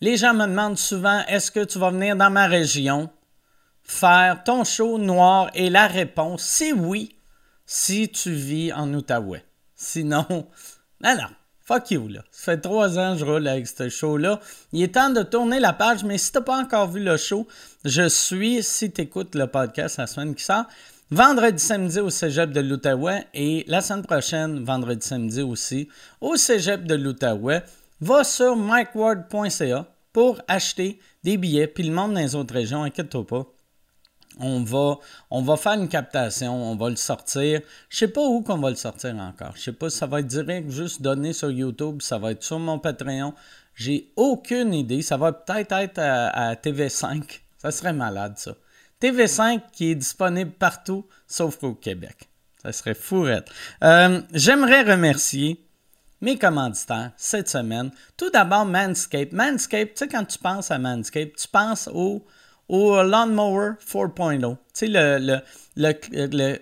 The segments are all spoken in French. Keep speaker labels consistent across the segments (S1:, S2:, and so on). S1: Les gens me demandent souvent est-ce que tu vas venir dans ma région faire ton show noir et la réponse c'est oui si tu vis en Outaouais. Sinon, non, non, fuck you là. Ça fait trois ans que je roule avec ce show-là. Il est temps de tourner la page, mais si t'as pas encore vu le show, je suis, si t'écoutes le podcast la semaine qui sort, vendredi samedi au Cégep de l'Outaouais et la semaine prochaine, vendredi samedi aussi, au Cégep de l'Outaouais va sur mikeward.ca pour acheter des billets. Puis le monde dans les autres régions, inquiète-toi pas. On va, on va faire une captation, on va le sortir. Je sais pas où qu'on va le sortir encore. Je sais pas si ça va être direct, juste donné sur YouTube, ça va être sur mon Patreon. J'ai aucune idée. Ça va peut-être être à, à TV5. Ça serait malade, ça. TV5 qui est disponible partout, sauf au Québec. Ça serait fourrette. Euh, J'aimerais remercier mes commanditaires cette semaine. Tout d'abord, Manscape. Manscape, tu sais, quand tu penses à Manscape, tu penses au, au Lawnmower 4.0. Tu sais, le, le, le, le,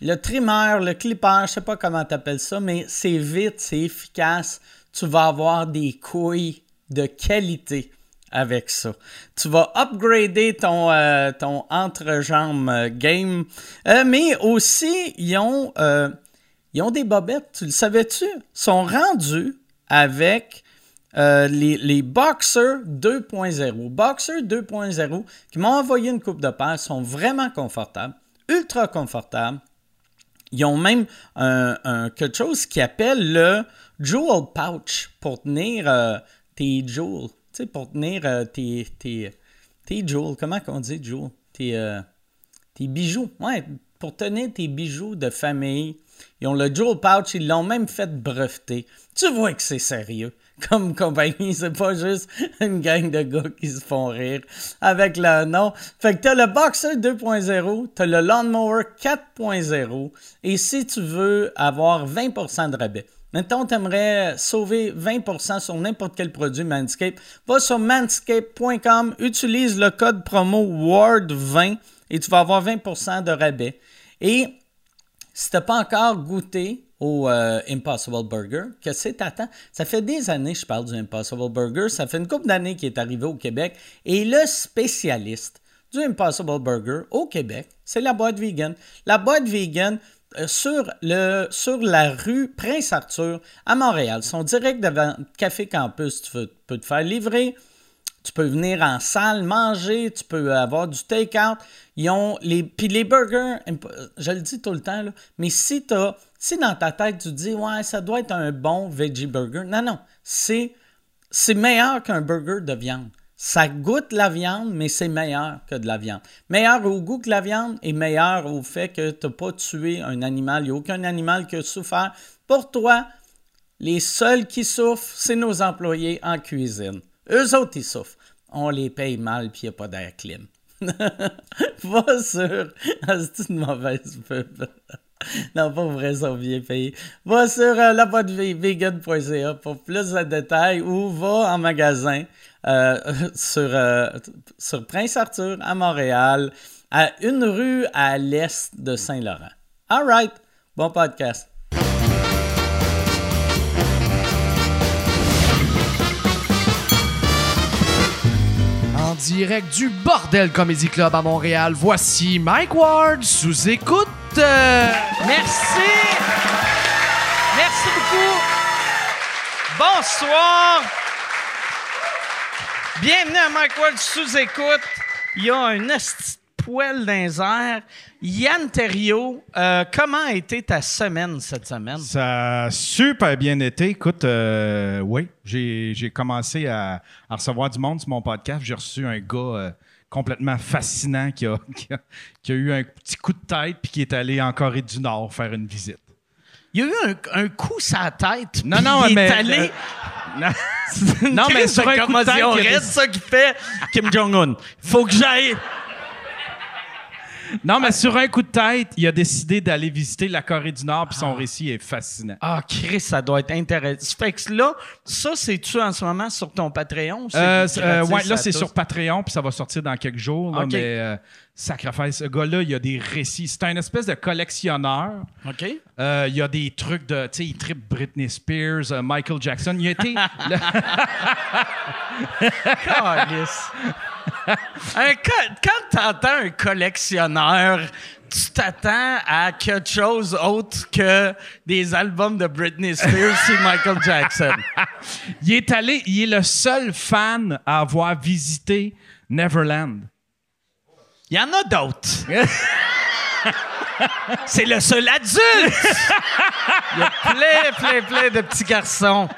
S1: le trimmer, le clipper, je sais pas comment tu appelles ça, mais c'est vite, c'est efficace. Tu vas avoir des couilles de qualité avec ça. Tu vas upgrader ton, euh, ton entrejambe euh, game. Euh, mais aussi, ils ont... euh, Ils ont des bobettes, tu le savais-tu? Ils sont rendus avec euh, les, les Boxer 2.0. Boxer 2.0 qui m'ont envoyé une coupe de paire, sont vraiment confortables, ultra confortables. Ils ont même un, un quelque chose qui appelle le Jewel Pouch pour tenir euh, tes jewels. Tu sais, pour tenir euh, tes, tes, tes jewels. Comment qu'on dit jewels? Tes, euh, tes bijoux. Ouais, pour tenir tes bijoux de famille. Ils ont le Jewel Pouch, ils l'ont même fait breveter. Tu vois que c'est sérieux. Comme compagnie, c'est pas juste une gang de gars qui se font rire avec leur nom. Fait que t'as le Boxer 2.0, t'as le Lawnmower 4.0, et si tu veux avoir 20% de rabais, Mettons, tu aimerais sauver 20% sur n'importe quel produit Manscaped. Va sur manscaped.com, utilise le code promo WARD20 et tu vas avoir 20% de rabais. Et si tu n'as pas encore goûté au euh, Impossible Burger, que c'est t'attends? Ça fait des années que je parle du Impossible Burger. Ça fait une couple d'années qu'il est arrivé au Québec. Et le spécialiste du Impossible Burger au Québec, c'est la boîte vegan. La boîte vegan, euh, sur, le, sur la rue Prince-Arthur à Montréal. Ils sont direct devant Café Campus. Tu peux, peux, te faire livrer. Tu peux venir en salle manger. Tu peux avoir du take-out. Ils ont les. Puis les burgers, je le dis tout le temps, là, mais si, as, si dans ta tête tu dis Ouais, ça doit être un bon veggie burger. Non, non. C'est meilleur qu'un burger de viande. Ça goûte la viande, mais c'est meilleur que de la viande. Meilleur au goût que la viande et meilleur au fait que tu n'as pas tué un animal. Il n'y a aucun animal qui a souffert. Pour toi, les seuls qui souffrent, c'est nos employés en cuisine. Eux autres, ils souffrent. On les paye mal puis il n'y a pas d'air clim. pas sûr. Ah, c'est une mauvaise pub. non, pas vrai, ça bien payé. Va sur euh, labotvegan.ca pour plus de détails ou va en magasin euh, sur, euh, sur Prince-Arthur à Montréal, à une rue à l'est de Saint-Laurent. All right, bon podcast.
S2: En direct du Bordel Comedy Club à Montréal, voici Mike Ward sous écoute.
S1: Merci. Merci beaucoup. Bonsoir. Bienvenue à Mike Ward sous écoute. Il y a un esti de poêle dans les airs. Yann Terriot, euh, comment a été ta semaine cette semaine?
S3: Ça a super bien été. Écoute, euh, oui, j'ai commencé à, à, recevoir du monde sur mon podcast. J'ai reçu un gars euh, complètement fascinant qui a, qui, a, qui a, eu un petit coup de tête puis qui est allé en Corée du Nord faire une visite.
S1: Il y a eu un, un coup sa tête.
S3: Non, non,
S1: il
S3: mais.
S1: Est allé...
S3: non.
S1: euh, non, mais sur un coup de tête.
S3: qui
S1: reste ça qui fait Kim Jong-un. Faut que j'aille.
S3: Non, mais sur un coup de tête, il a décidé d'aller visiter la Corée du Nord, puis son récit est fascinant.
S4: Ah, Chris, ça doit être intéressant. Fait que là, ça, c'est-tu en ce moment sur ton Patreon? Ah, C'est gratis
S3: Euh, euh, ouais, là,
S4: à
S3: c'est
S4: tous?
S3: sur Patreon, puis ça va sortir dans quelques jours. là,
S4: Ok.
S3: Mais euh, sacrifice, ce gars-là, il a des récits. C'est un espèce de collectionneur.
S4: OK.
S3: Euh, il y a des trucs de. Tu sais, il tripe Britney Spears, euh, Michael Jackson. Il a été. le-
S4: Calice. Un co- quand t'entends un collectionneur, tu t'attends à quelque chose autre que des albums de Britney Spears et Michael Jackson.
S3: il est allé. Il est le seul fan à avoir visité Neverland.
S4: Il y en a d'autres. C'est le seul adulte. Il y a plein, plein, plein de petits garçons.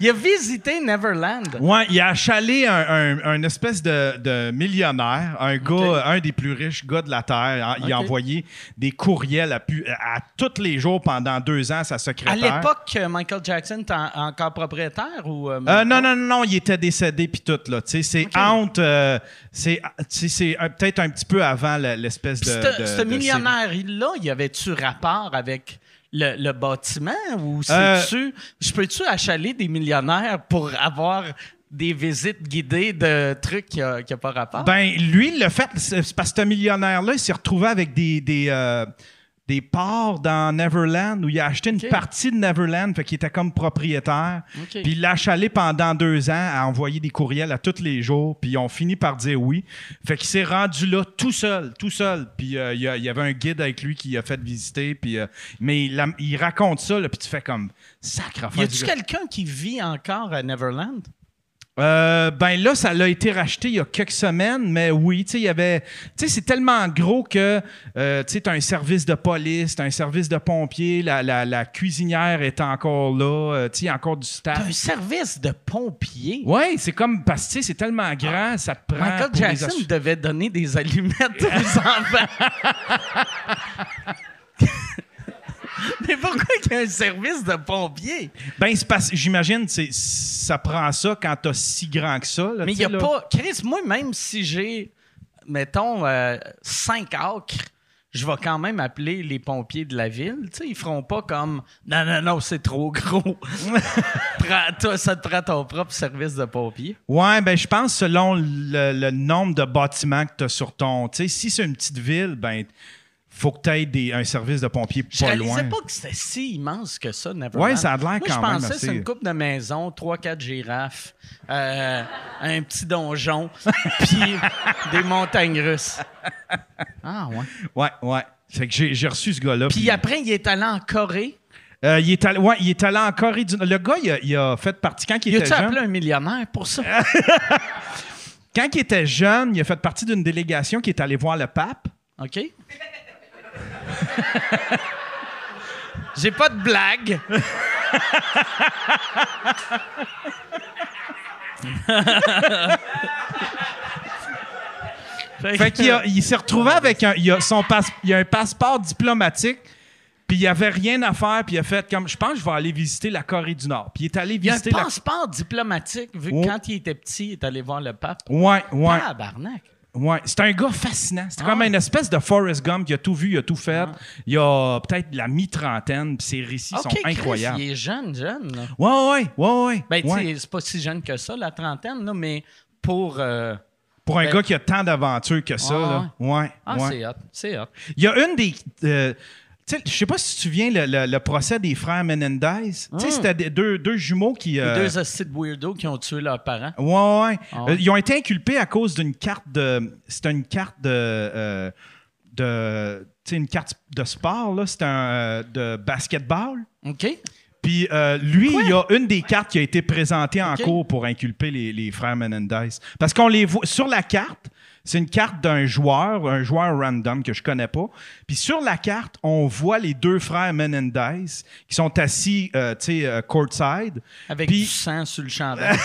S4: Il a visité Neverland.
S3: Ouais, il a achalé un, un- un espèce de, de millionnaire, un gars, un des plus riches gars de la Terre. Il a
S4: Ok.
S3: envoyé des courriels à, pu- à tous les jours pendant deux ans à sa secrétaire.
S4: À l'époque, euh, Michael Jackson était en- encore propriétaire ou euh,
S3: Euh, non, non, non, non, il était décédé puis tout, là. Tu sais, c'est honte. euh, c'est tu sais, c'est, euh, peut-être un petit peu avant la- l'espèce de.
S4: Puis
S3: de-
S4: Ce ce
S3: de
S4: millionnaire, il là, y avait-tu rapport avec le, le bâtiment ou
S3: Euh,
S4: c'est-tu. Je peux-tu achaler des millionnaires pour avoir des visites guidées de trucs qui n'ont pas rapport?
S3: Ben, lui, le fait, c'est c'est parce que ce millionnaire-là, il s'est retrouvé avec des, des, euh, des parts dans Neverland où il a acheté une
S4: Ok.
S3: partie de Neverland, fait qu'il était comme propriétaire.
S4: Ok.
S3: Puis il l'a chalé pendant deux ans à envoyer des courriels à tous les jours, puis ils ont fini par dire oui. Fait qu'il s'est rendu là tout seul, tout seul. Puis euh, il y a- il y avait un guide avec lui qui a fait visiter, puis, euh, mais il, la- il raconte ça, là, puis tu fais comme sacre
S4: y
S3: affaire du
S4: a-tu
S3: gars.
S4: quelqu'un qui vit encore à Neverland?
S3: Euh, ben là, ça l'a été racheté il y a quelques semaines, mais oui, tu sais, il y avait, tu sais, c'est tellement gros que, euh, tu sais, t'as un service de police, t'as un service de pompiers, la, la, la cuisinière est encore là, euh, tu sais, il y a encore du
S4: T'as
S3: staff.
S4: un service de pompier.
S3: Ouais, c'est comme parce que tu sais, c'est tellement grand, ça te prend.
S4: Ah. Michael
S3: pour les
S4: Jackson
S3: assu-
S4: devait donner des allumettes aux enfants. Mais pourquoi il y a un service de pompier?
S3: Ben c'est parce, j'imagine, c'est ça prend ça quand t'as si grand que ça. là,
S4: Mais
S3: tu
S4: il
S3: sais,
S4: a
S3: là.
S4: pas. Chris, moi, même si j'ai, mettons, euh, cinq acres, je vais quand même appeler les pompiers de la ville. Tu sais, ils feront pas comme Non, non, non, c'est trop gros. Prends- toi, ça te prend ton propre service de pompier.
S3: Ouais, ben je pense selon le, le nombre de bâtiments que t'as sur ton, tu sais, si c'est une petite ville, ben faut que t'aies des, un service de pompiers
S4: Je
S3: pas
S4: réalisais
S3: loin.
S4: pas que c'était si immense que ça, Neverland.
S3: Ouais, ça a l'air
S4: Moi,
S3: quand
S4: Je
S3: même
S4: pensais que c'est
S3: assez-
S4: une coupe de maison, 3-4 girafes, euh, un petit donjon, puis des montagnes russes. Ah, ouais.
S3: Ouais, ouais. Fait que j'ai j'ai reçu ce gars-là.
S4: Puis après, il est allé en Corée.
S3: Euh, il, est allé, ouais, il est allé en Corée du Nord. Le gars, il a, il a fait partie. Quand il,
S4: Il
S3: était
S4: a-tu
S3: jeune,
S4: appelé un millionnaire pour ça?
S3: quand il était jeune, il a fait partie d'une délégation qui est allée voir le pape.
S4: OK? J'ai pas de blague.
S3: Fait qu'il a- il s'est retrouvé avec un, il a son passe- il a un passeport diplomatique. Puis il n'y avait rien à faire, puis il a fait comme je pense que je vais aller visiter la Corée du Nord. Puis il est allé
S4: Il a un
S3: visiter la
S4: passeport diplomatique, vu que
S3: Oh.
S4: quand il était petit, il est allé voir le pape.
S3: Ouais, ouais,
S4: Ah, barnac.
S3: ouais. C'est un gars fascinant. C'est
S4: Ah.
S3: comme une espèce de Forrest Gump. Il a tout vu, il a tout fait. Il a peut-être la mi-trentaine, puis ses récits
S4: OK,
S3: sont
S4: Chris,
S3: incroyables.
S4: il est jeune, jeune. là.
S3: Ouais, ouais, ouais, ouais.
S4: Ben, tu
S3: ouais.
S4: sais, c'est pas si jeune que ça, la trentaine, là, mais pour... euh,
S3: Pour un
S4: Ben-
S3: gars qui a tant d'aventures que ça,
S4: Ouais,
S3: là. Ouais,
S4: Ah,
S3: ouais.
S4: c'est hot, c'est hot.
S3: Il y a une des. euh, tu sais, je sais pas si tu te souviens le, le- le procès des frères Menendez. Tu sais, c'était des- deux, deux jumeaux qui.
S4: Les
S3: euh,
S4: Hmm. deux hosties de weirdos qui ont tué leurs parents.
S3: Ouais, ouais.
S4: Ah ouais.
S3: Euh, ils ont été inculpés à cause d'une carte de. C'était une carte de. euh, de tu sais, une carte de sport, là. C'était un. euh, de basketball.
S4: OK?
S3: Puis euh, lui, il y a une des cartes qui a été présentée en
S4: Ok.
S3: cours pour inculper les, les frères Menendez. Parce qu'on les voit sur la carte, c'est une carte d'un joueur, un joueur random que je connais pas. Puis sur la carte, on voit les deux frères Menendez qui sont assis, euh, tu sais, euh, courtside.
S4: Avec
S3: Puis-
S4: du sang sur le chandail.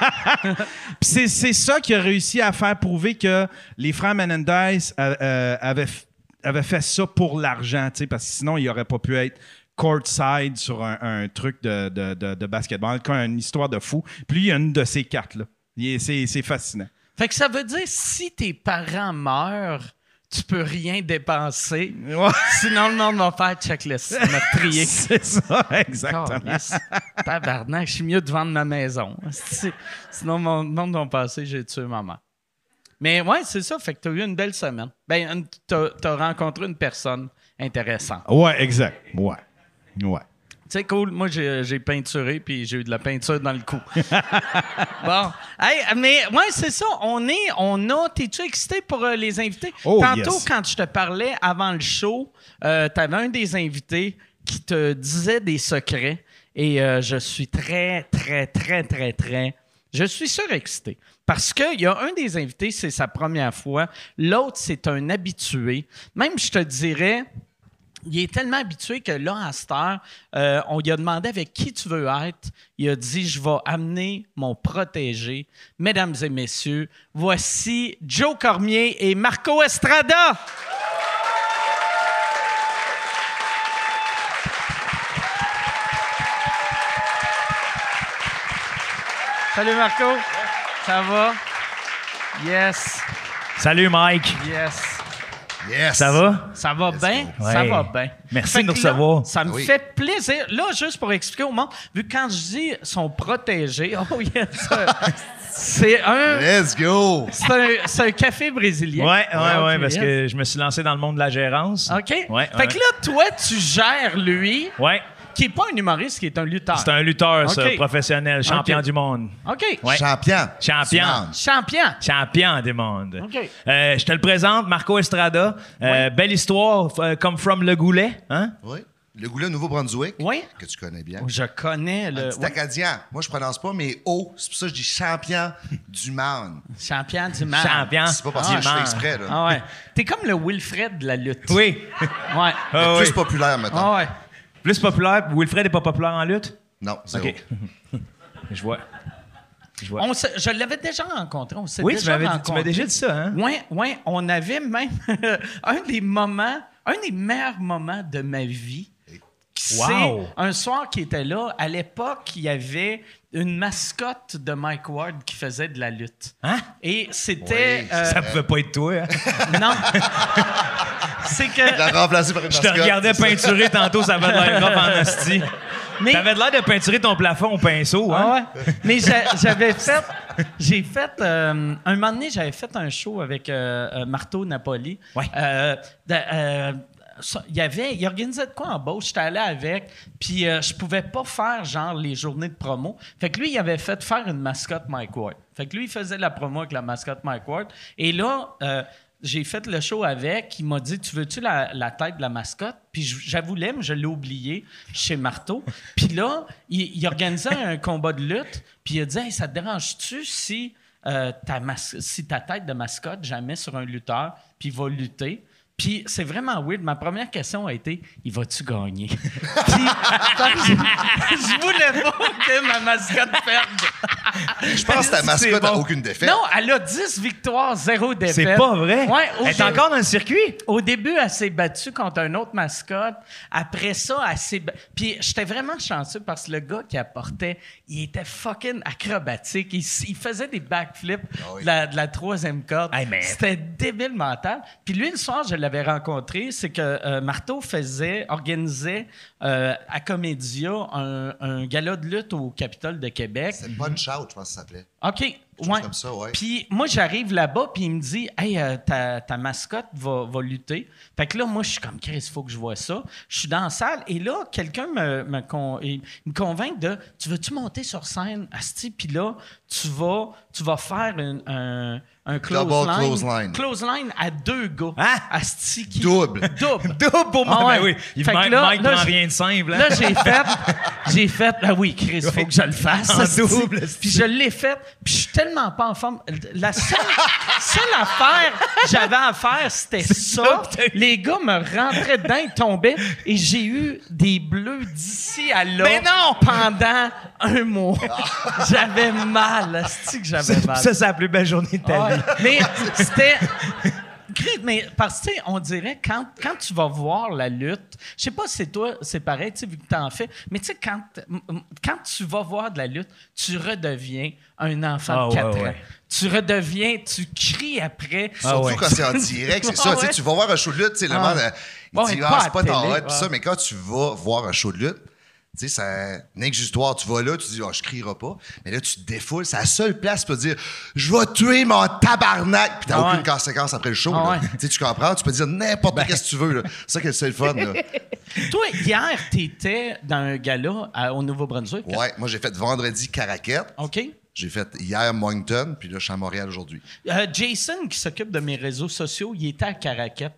S3: Puis c'est, c'est ça qui a réussi à faire prouver que les frères Menendez euh, euh, avaient, f- avaient fait ça pour l'argent, tu sais, parce que sinon, ils n'auraient pas pu être courtside sur un, un truc de, de, de, de basketball, comme une histoire de fou. Puis lui, il y a une de ces cartes-là. Il est- c'est, c'est fascinant.
S4: Fait que ça veut dire si tes parents meurent, tu peux rien dépenser.
S5: Ouais,
S4: Sinon, le monde va faire checklist, meurtrier.
S5: c'est ça, exactement.
S4: Calisse. Tabarnak, je suis mieux de vendre ma maison. C'est- Sinon, mon le monde va penser j'ai tué maman. Mais ouais, c'est ça. Fait que t'as eu une belle semaine. Ben, une- t'as t'as rencontré une personne intéressante.
S5: Ouais, exact. Ouais. Ouais.
S4: Tu sais, cool. Moi, j'ai j'ai peinturé, puis j'ai eu de la peinture dans le cou. bon. Hey, mais ouais, c'est ça. On est, on a. T'es-tu excité pour euh, les invités?
S5: Oh,
S4: Tantôt,
S5: yes.
S4: quand je te parlais avant le show, euh, t'avais un des invités qui te disait des secrets. Et euh, je suis très, très, très, très, très. Je suis surexcité. Parce qu'il y a un des invités, c'est sa première fois. L'autre, c'est un habitué. Même, je te dirais, il est tellement habitué que là, à cette heure, euh, on lui a demandé avec qui tu veux être. Il a dit Je vais amener mon protégé. Mesdames et messieurs, voici Joe Cormier et Marco Estrada. Salut Marco. Ça va? Yes,
S3: Salut Mike,
S4: yes.
S6: Yes.
S3: ça va?
S4: Ça va bien,
S3: Ouais.
S4: ça va bien.
S3: Merci
S4: Fait
S3: de nous
S4: que là,
S3: recevoir.
S4: Ça me
S6: Oui.
S4: fait plaisir. Là, juste pour expliquer au monde, vu que quand je dis sont protégés, oh yes, euh, c'est un,
S6: Let's go.
S4: c'est un, c'est un café brésilien.
S3: Ouais, ouais, ouais,
S4: ok,
S3: parce
S4: yes.
S3: que je me suis lancé dans le monde de la gérance.
S4: OK.
S3: Ouais,
S4: fait
S3: ouais.
S4: que là, toi, tu gères lui,
S3: Ouais,
S4: qui n'est pas un humoriste, qui est un lutteur.
S3: c'est un lutteur, ça,
S4: Ok.
S3: professionnel, champion
S4: Ok.
S3: du monde.
S4: OK.
S3: Ouais.
S6: Champion.
S3: Champion.
S6: Tu
S4: Champion.
S3: Champion du monde.
S6: Ah,
S4: Ok.
S3: Euh, je te le présente, Marco Estrada. Euh, Belle histoire, euh, comme from le goulet. Hein?
S6: manges. Oui. Le goulet Nouveau-Brunswick.
S4: Oui.
S6: Que tu connais bien.
S4: Je connais le
S6: Un
S3: Euh,
S6: petit Acadien. Moi, je prononce pas, mais O. C'est pour ça que je dis champion du Marne.
S4: ouais, champion du monde.
S3: Champion.
S6: C'est pas parce que
S3: du
S6: je fais
S3: monde.
S6: exprès, là.
S4: Ah ouais. T'es comme le Wilfred de la lutte.
S3: Oui.
S4: Ouais.
S6: Le
S3: Ah,
S6: plus
S3: oui.
S6: populaire, maintenant.
S4: Ah ouais.
S3: Plus populaire. Wilfred est pas populaire en lutte?
S6: Non, zéro.
S3: OK. je vois. Je vois.
S4: On se- je l'avais déjà rencontré. On s'est
S3: Oui, tu
S4: déjà
S3: m'avais dit- tu m'as
S4: rencontré.
S3: déjà dit ça, hein?
S4: Oui, oui, on avait même un des moments, un des meilleurs moments de ma vie. qui
S3: Wow!
S4: c'est Un soir qui était là, à l'époque, il y avait une mascotte de Mike Ward qui faisait de la lutte.
S3: Hein?
S4: Et c'était.
S6: Oui,
S4: euh,
S3: Ça pouvait pas être toi, hein?
S4: non. c'est que.
S6: La remplacer par une
S3: Je te regardais peinturer tantôt, ça avait de l'air rough en asti.
S4: Mais-
S3: T'avais de l'air de peinturer ton plafond au pinceau, hein?
S4: Ah ouais. Mais j'a- j'avais fait. J'ai fait. euh, un moment donné, j'avais fait un show avec euh, euh, Marteau Napoli.
S3: Ouais.
S4: Euh, de- euh, ça- il y avait, il organisait de quoi en Beauce, j'étais allé avec, puis euh, je pouvais pas faire genre les journées de promo. Fait que lui, il avait fait faire une mascotte Mike Ward. Fait que lui, il faisait la promo avec la mascotte Mike Ward. Et là, euh, j'ai fait le show avec, il m'a dit Tu veux-tu la, la tête de la mascotte Puis je- j'avoue, l'aime, je l'ai oublié chez Marteau. Puis là, il, il organisait un combat de lutte, puis il a dit Hey, Ça te dérange-tu si, euh, ta mas- si ta tête de mascotte, jamais sur un lutteur, puis il va lutter puis c'est vraiment weird. Ma première question a été Il va-tu gagner Puis parce que je, je voulais pas que ma mascotte perde.
S6: Je pense que ta
S3: C'est
S6: mascotte n'a
S3: bon.
S6: aucune défaite.
S4: Non, elle a 10 victoires, 0 défaite.
S3: C'est pas vrai?
S4: Ouais, au,
S3: Elle est encore dans le circuit?
S4: au début, elle s'est battue contre un autre mascotte. Après ça, elle s'est. ba- Puis j'étais vraiment chanceux parce que le gars qui apportait, il était fucking acrobatique. Il, s- il faisait des backflips
S6: Ah oui.
S4: de, la, de la troisième corde.
S3: Hey, man.
S4: C'était débile mental. Puis lui, le soir, je l'avais rencontré. C'est que euh, Marteau faisait, organisait euh, à Comédia un, un gala de lutte au Capitole de Québec.
S6: C'est Punch Out, je pense que ça s'appelait.
S4: OK.
S6: Chose
S4: Ouais.
S6: comme ça, ouais.
S4: Puis moi, j'arrive là-bas, puis il me dit Hey, euh, ta, ta mascotte va, va lutter. Fait que là, moi, je suis comme Chris, faut que je vois ça. Je suis dans la salle, et là, quelqu'un me, me, con- il me convainc de Tu veux-tu monter sur scène, Asti Puis là, tu vas, tu vas faire une- un, un close
S6: Double
S4: line.
S6: close line.
S4: Close line à deux gars.
S3: Hein?
S4: Asti qui.
S6: Double.
S4: Double.
S3: Double pour moi.
S4: Ah ouais.
S3: Ben oui. Il
S4: Fait que
S3: Mike,
S4: là-
S3: Mike
S4: là,
S3: prend
S4: je-
S3: rien de simple. hein?
S4: Là, j'ai fait, j'ai fait, ah oui, Chris, il faut que je le fasse.
S3: En
S4: hostie.
S3: double, hostie.
S4: Puis je l'ai fait, puis je suis tellement pas en forme. La seule, seule affaire que j'avais à faire, c'était ça.
S3: ça que t'as eu.
S4: Les gars me rentraient dedans, ils tombaient, et j'ai eu des bleus d'ici à là.
S3: Mais non!
S4: Pendant un mois. J'avais mal, cest que j'avais mal?
S3: ça, c'est la plus belle journée de ta
S4: Ouais.
S3: vie.
S4: Ah, Mais c'était. Chris, Mais parce que, tu sais, on dirait, quand, quand tu vas voir la lutte, je sais pas si toi, c'est pareil, tu sais, vu que t'en fais, mais tu sais, quand, quand tu vas voir de la lutte, tu redeviens un enfant
S3: Ah,
S4: de 4
S3: ouais,
S4: ans.
S3: ouais. Ah,
S4: Tu tu redeviens, tu cries après.
S6: Surtout
S7: ouais.
S6: quand c'est en direct, c'est ça.
S4: Ah Ouais,
S6: tu sais,
S4: ouais.
S6: Tu vas voir un show de lutte, tu sais, le
S4: Ah.
S6: monde, euh, il
S4: Ouais,
S6: dit
S4: pas
S6: Ah,
S4: à
S6: c'est pas ton
S4: télé,
S6: hot, pis
S4: ouais.
S6: ça, mais quand tu vas voir un show de lutte, tu sais, ça. Nick Justoire, tu vas là, tu dis Ah, je crierai pas. Mais là, tu te défoules. C'est la seule place tu peux dire Je vais tuer mon tabarnak, puis t'as
S4: Ah,
S6: aucune
S4: ouais.
S6: conséquence après le show.
S4: Ah,
S6: là.
S4: ouais. Ben.
S6: Tu sais, tu comprends, tu peux dire n'importe quoi ce que tu veux. là. C'est ça que c'est le fun. là.
S4: Toi, hier, t'étais dans un gala à- au Nouveau-Brunswick.
S6: Ouais, moi j'ai fait vendredi Caraquette.
S4: OK?
S6: J'ai fait hier Moncton, puis là, je suis à Montréal aujourd'hui.
S4: Euh, Jason, qui s'occupe de mes réseaux sociaux, il était à Caraquette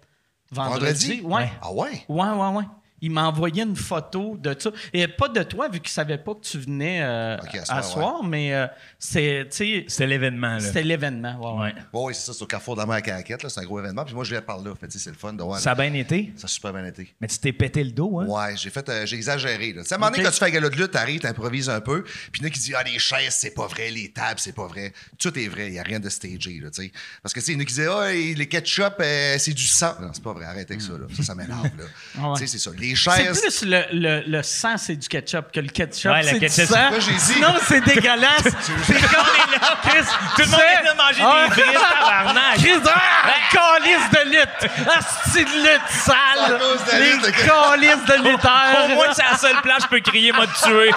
S4: vendredi.
S6: Vendredi?
S4: Ouais.
S6: Ah ouais?
S4: Ouais, ouais, ouais. Il m'a envoyé une photo de ça. Et pas de toi, vu qu'il savait pas que tu venais euh,
S6: Ok, à
S4: à
S6: soir,
S4: soir, mais euh, c'est, tu sais,
S7: C'était l'événement, là.
S4: c'était l'événement. ouais, ouais.
S7: Ouais.
S6: Oui, c'est ça, c'est au carrefour de la mer à Caraquette, là, c'est un gros événement. Puis moi, je viens par là. Fait, que, tu sais, c'est le fun de voir.
S7: Ça a bien été,
S6: Ça a super bien été.
S7: mais tu t'es pété le dos, hein?
S6: Ouais, j'ai fait, euh, j'ai exagéré. là. Tu sais, à un moment donné,
S4: Ok.
S6: quand tu fais un gala de lutte, t'arrives, t'improvises un peu, puis il y en a qui disent « Ah, les chaises, c'est pas vrai, les tables, c'est pas vrai. » Tout est vrai, il n'y a rien de stagé, là, tu sais. Parce que, tu sais, il y en a qui disaient « Ah, et les ketchup, euh, c'est du sang. » Non, c'est pas vrai, arrête avec ça, là. Ça, ça m'énerve, là.
S4: Ah ouais.
S6: Tu sais, c'est ça. Les
S4: C'est
S6: chaises...
S4: plus le, le, le sang, c'est du ketchup que le ketchup,
S7: Ouais, le
S4: c'est du
S7: ketchup,
S4: sang.
S7: c'est
S6: quoi j'ai dit.
S4: Sinon, c'est dégueulasse. c'est comme les Chris,
S7: Tout le
S4: c'est-
S7: monde est venu manger
S4: Ah.
S7: des frites, tabarnak!
S4: Chris, ah, calice de lutte! Asti de lutte sale!
S6: À cause de la
S4: Les
S6: lutte, ok.
S4: calices de lutteurs!
S7: Au moins, c'est la seule place, je peux crier, m'a tué.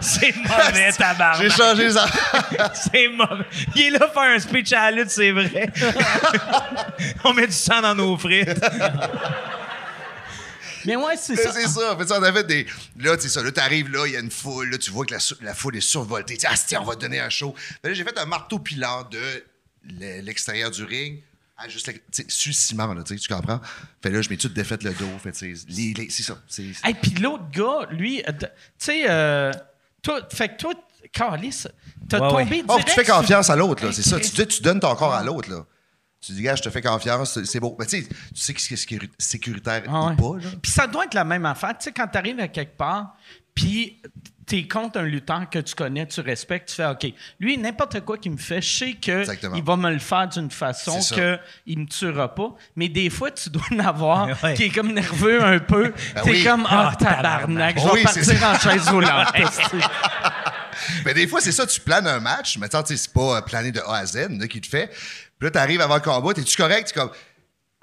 S7: c'est mauvais,
S6: J'ai
S7: tabarnak.
S6: changé les
S7: C'est mauvais. Il est là faire un speech à la lutte, c'est vrai. On met du sang dans nos frites.
S4: Mais ouais, c'est
S6: Mais
S4: ça.
S6: c'est ça. En fait, ça, on avait des. Là, tu sais ça. Là, t'arrives, là, il y a une foule. Là, tu vois que la, sou- la foule est survoltée. Tu dis, ah, tiens, on va te donner un show. Fait que là, j'ai fait un marteau pilant de l'e- l'extérieur du ring. à juste, l'ex- tu sais, sur le ciment, là, tu sais, tu comprends? Fait là, je m'ai tout défait le dos. Fait, tu sais, les- les- c'est ça. c'est-
S4: Et puis l'autre gars, lui, euh, t- tu sais, euh, toi, fait que toi, calice, t'as
S7: Ouais,
S4: tombé
S7: ouais.
S4: direct.
S6: Oh, tu fais
S4: sur-
S6: confiance à l'autre, là. C'est ça.
S4: Chris.
S6: Tu, dis- tu donnes ton corps à l'autre, là. Tu dis, gars, je te fais confiance, c'est- c'est beau. Mais tu sais, tu sais ce qui est sécuri- sécuritaire
S4: Ah ouais.
S6: ou pas, là.
S4: Puis ça doit être la même affaire. Tu sais, quand t'arrives à quelque part, puis t'es contre un lutteur que tu connais, tu respectes, tu fais OK. Lui, n'importe quoi qu'il me fait, je sais que
S6: Exactement.
S4: il va me le faire d'une façon
S6: C'est ça.
S4: qu'il me tuera pas. Mais des fois, tu dois en avoir
S7: Ouais.
S4: qui est comme nerveux un peu.
S6: Ben
S4: T'es
S6: oui. Oh
S4: comme Ah,
S7: Ah,
S4: tabarnak,
S7: tabarnak.
S4: je vais
S6: Oui, c'est
S4: partir en chaise roulante. esti.
S6: Mais des fois, c'est ça, tu planes un match, mais attends, tu sais, c'est pas euh, plané de A à Z, il y en a qui le fait. Puis là, t'arrives avant le combat, t'es-tu correct? T'es comme,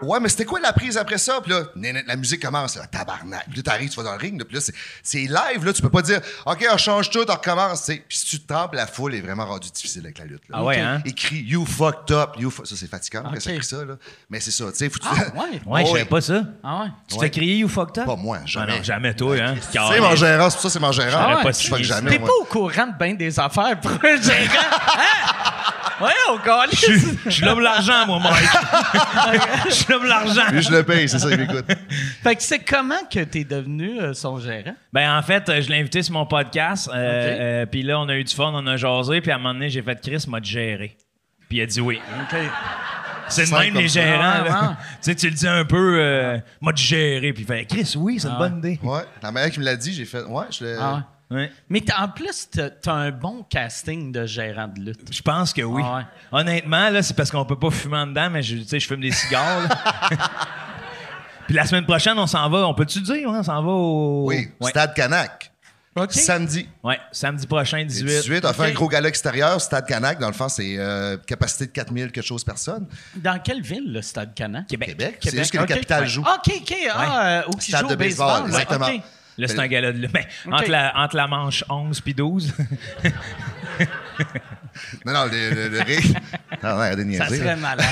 S6: ouais, mais c'était quoi la prise après ça? Puis là, nan, nan, la musique commence, là, tabarnak. Puis là, t'arrives, tu vas dans le ring, là, puis là, c'est- c'est live, là, tu peux pas dire, OK, on change tout, on recommence, tu sais. Puis si tu te trompes, la foule est vraiment rendue difficile avec la lutte, là.
S7: Ah ouais,
S6: OK.
S7: hein?
S6: Écrit, you fucked up, you fu- Ça, c'est fatigant, quand ça
S4: OK.
S6: écrit ça, là. Mais c'est ça, tu sais, faut que tu- Oh,
S4: Ah, ouais.
S7: Ouais, je savais pas ça.
S4: Ah ouais.
S7: Tu t'es crié, you fucked up?
S6: Pas moi, jamais.
S7: Ah non, jamais toi, hein?
S6: C'est mon gérant, c'est pour ça, c'est mon gérant.
S4: Ah ouais?
S7: pas
S6: Je fuck
S7: signé.
S6: jamais,
S4: T'es
S6: Ben moi.
S4: pas au courant de bien des affaires pour un gérant. Hein? Ouais, au calice.
S7: Je je lobe l'argent, moi, Mike. Je lobe l'argent.
S6: Lui, je le paye, c'est ça, il m'écoute.
S4: Fait que c'est comment que t'es devenu euh, son gérant?
S7: Ben en fait, euh, je l'ai invité sur mon podcast. euh,
S4: Ok.
S7: euh, puis là, on a eu du fun, on a jasé. Puis à un moment donné, j'ai fait Chris m'a géré. Puis il a dit oui.
S4: OK.
S7: C'est le
S6: Simple
S7: même
S6: comme
S7: les
S6: ça.
S7: gérants.
S4: Ouais,
S7: là.
S4: ouais.
S7: tu sais, tu le dis un peu, euh, m'a géré. Puis il fait Chris, oui, c'est une bonne idée.
S6: Ouais, la manière qu'il me l'a dit, j'ai fait, ouais, je le.
S4: Ah ouais.
S7: Ouais.
S4: Mais t'as- en plus, t'as t'as un bon casting de gérant de lutte.
S7: Je pense que oui.
S4: Ah ouais.
S7: Honnêtement, là, c'est parce qu'on peut pas fumer en dedans, mais je, tu sais, je fume des cigares. là. Puis la semaine prochaine, on s'en va. On peut-tu dire, hein, on s'en va au.
S6: Oui,
S7: Ouais.
S6: Stade Canac.
S4: OK.
S6: Samedi.
S7: Ouais, samedi prochain, 18.
S6: 18, on fait
S4: Ok.
S6: un gros gala extérieur, Stade Canac. Dans le fond, c'est euh, capacité de 4000 quelque chose personnes.
S4: Dans quelle ville, le Stade Canan?
S7: Québec.
S6: Québec, c'est juste que les
S4: OK.
S6: capitales
S4: Ouais.
S6: jouent.
S4: OK, OK. Ah, euh, où qu'ils
S6: Stade
S4: jouent
S6: de
S4: au baseball.
S6: baseball,
S4: là.
S6: exactement.
S4: OK.
S7: Là, c'est un gala de. Ben,
S4: Ok.
S7: entre, la, entre la manche 11 puis 12.
S6: Non, non, le, le, Ah le ring. Non, non, regardez
S4: Ça
S6: niaiser.
S4: serait
S6: là.
S4: malade.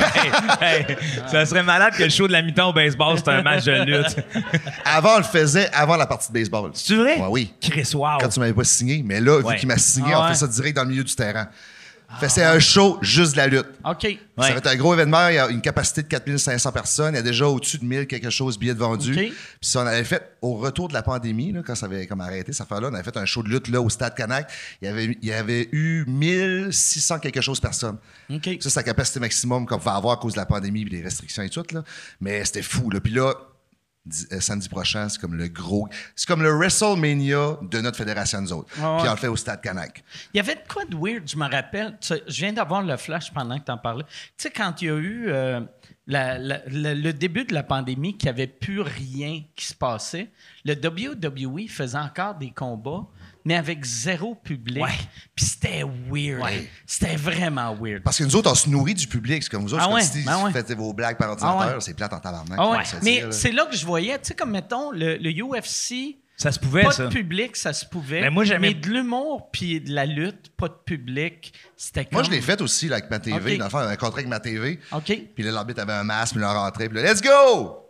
S7: Hey, hey, Ah. ça serait malade que le show de la mi-temps au baseball, c'est un match de lutte.
S6: Avant, on le faisait avant la partie de baseball.
S7: C'est vrai?
S6: Ouais, oui.
S7: Chris, wow.
S6: Quand tu m'avais pas signé, mais là,
S7: Ouais.
S6: vu qu'il m'a signé,
S4: Ah
S6: on
S4: ouais. Ah
S6: fait ça direct dans le milieu du terrain. Fait c'est un show juste de la lutte.
S4: OK.
S7: Ouais.
S6: Ça va être un gros événement. Il y a une capacité de 4500 personnes. Il y a déjà au-dessus de 1000 quelque chose billets de vendus.
S4: OK.
S6: Puis ça, on avait fait, au retour de la pandémie, là, quand ça avait comme arrêté, cette affaire-là, on avait fait un show de lutte là, au Stade Canac. Il y avait, il y avait eu 1600 quelque chose personnes.
S4: OK.
S6: Ça, c'est la capacité maximum qu'on pouvait avoir à cause de la pandémie et des restrictions et tout. Là. Mais c'était fou. Là. Puis là, di- euh, samedi prochain, c'est comme le gros... C'est comme le WrestleMania de notre fédération, nous autres.
S4: Ah ouais.
S6: Puis on le fait au Stade Canac.
S4: Il y avait de quoi de weird, je me rappelle. Tu sais, je viens d'avoir le flash pendant que tu en parlais. Tu sais, quand il y a eu euh, la- la- la- le début de la pandémie, qu'il n'y avait plus rien qui se passait, le WWE faisait encore E des combats mais avec zéro public.
S7: Ouais.
S4: Puis c'était weird. C'était vraiment weird.
S6: Parce que nous autres, on se nourrit du public. C'est comme vous autres,
S4: Ah
S6: c'est
S4: ouais,
S6: comme si
S4: ben
S6: vous
S4: ouais.
S6: faites vos blagues par
S4: Ah
S6: ordinateur.
S4: ouais.
S6: C'est plate en tabarnak.
S4: Ah
S6: on
S4: ouais.
S6: va se le dire,
S4: Mais
S6: là.
S4: c'est là que je voyais, tu sais, comme mettons, le, le UFC,
S7: Ça se pouvait,
S4: pas
S7: ça.
S4: de public, ça se pouvait.
S7: Mais moi, j'aimais-
S4: de l'humour puis de la lutte, pas de public, c'était comme...
S6: Moi, je l'ai fait aussi là, avec ma TV.
S4: Ok.
S6: Dans le fond, un contrat avec ma TV.
S4: OK.
S6: Puis là, l'arbitre avait un masque, puis il leur rentrait. Puis là, let's go!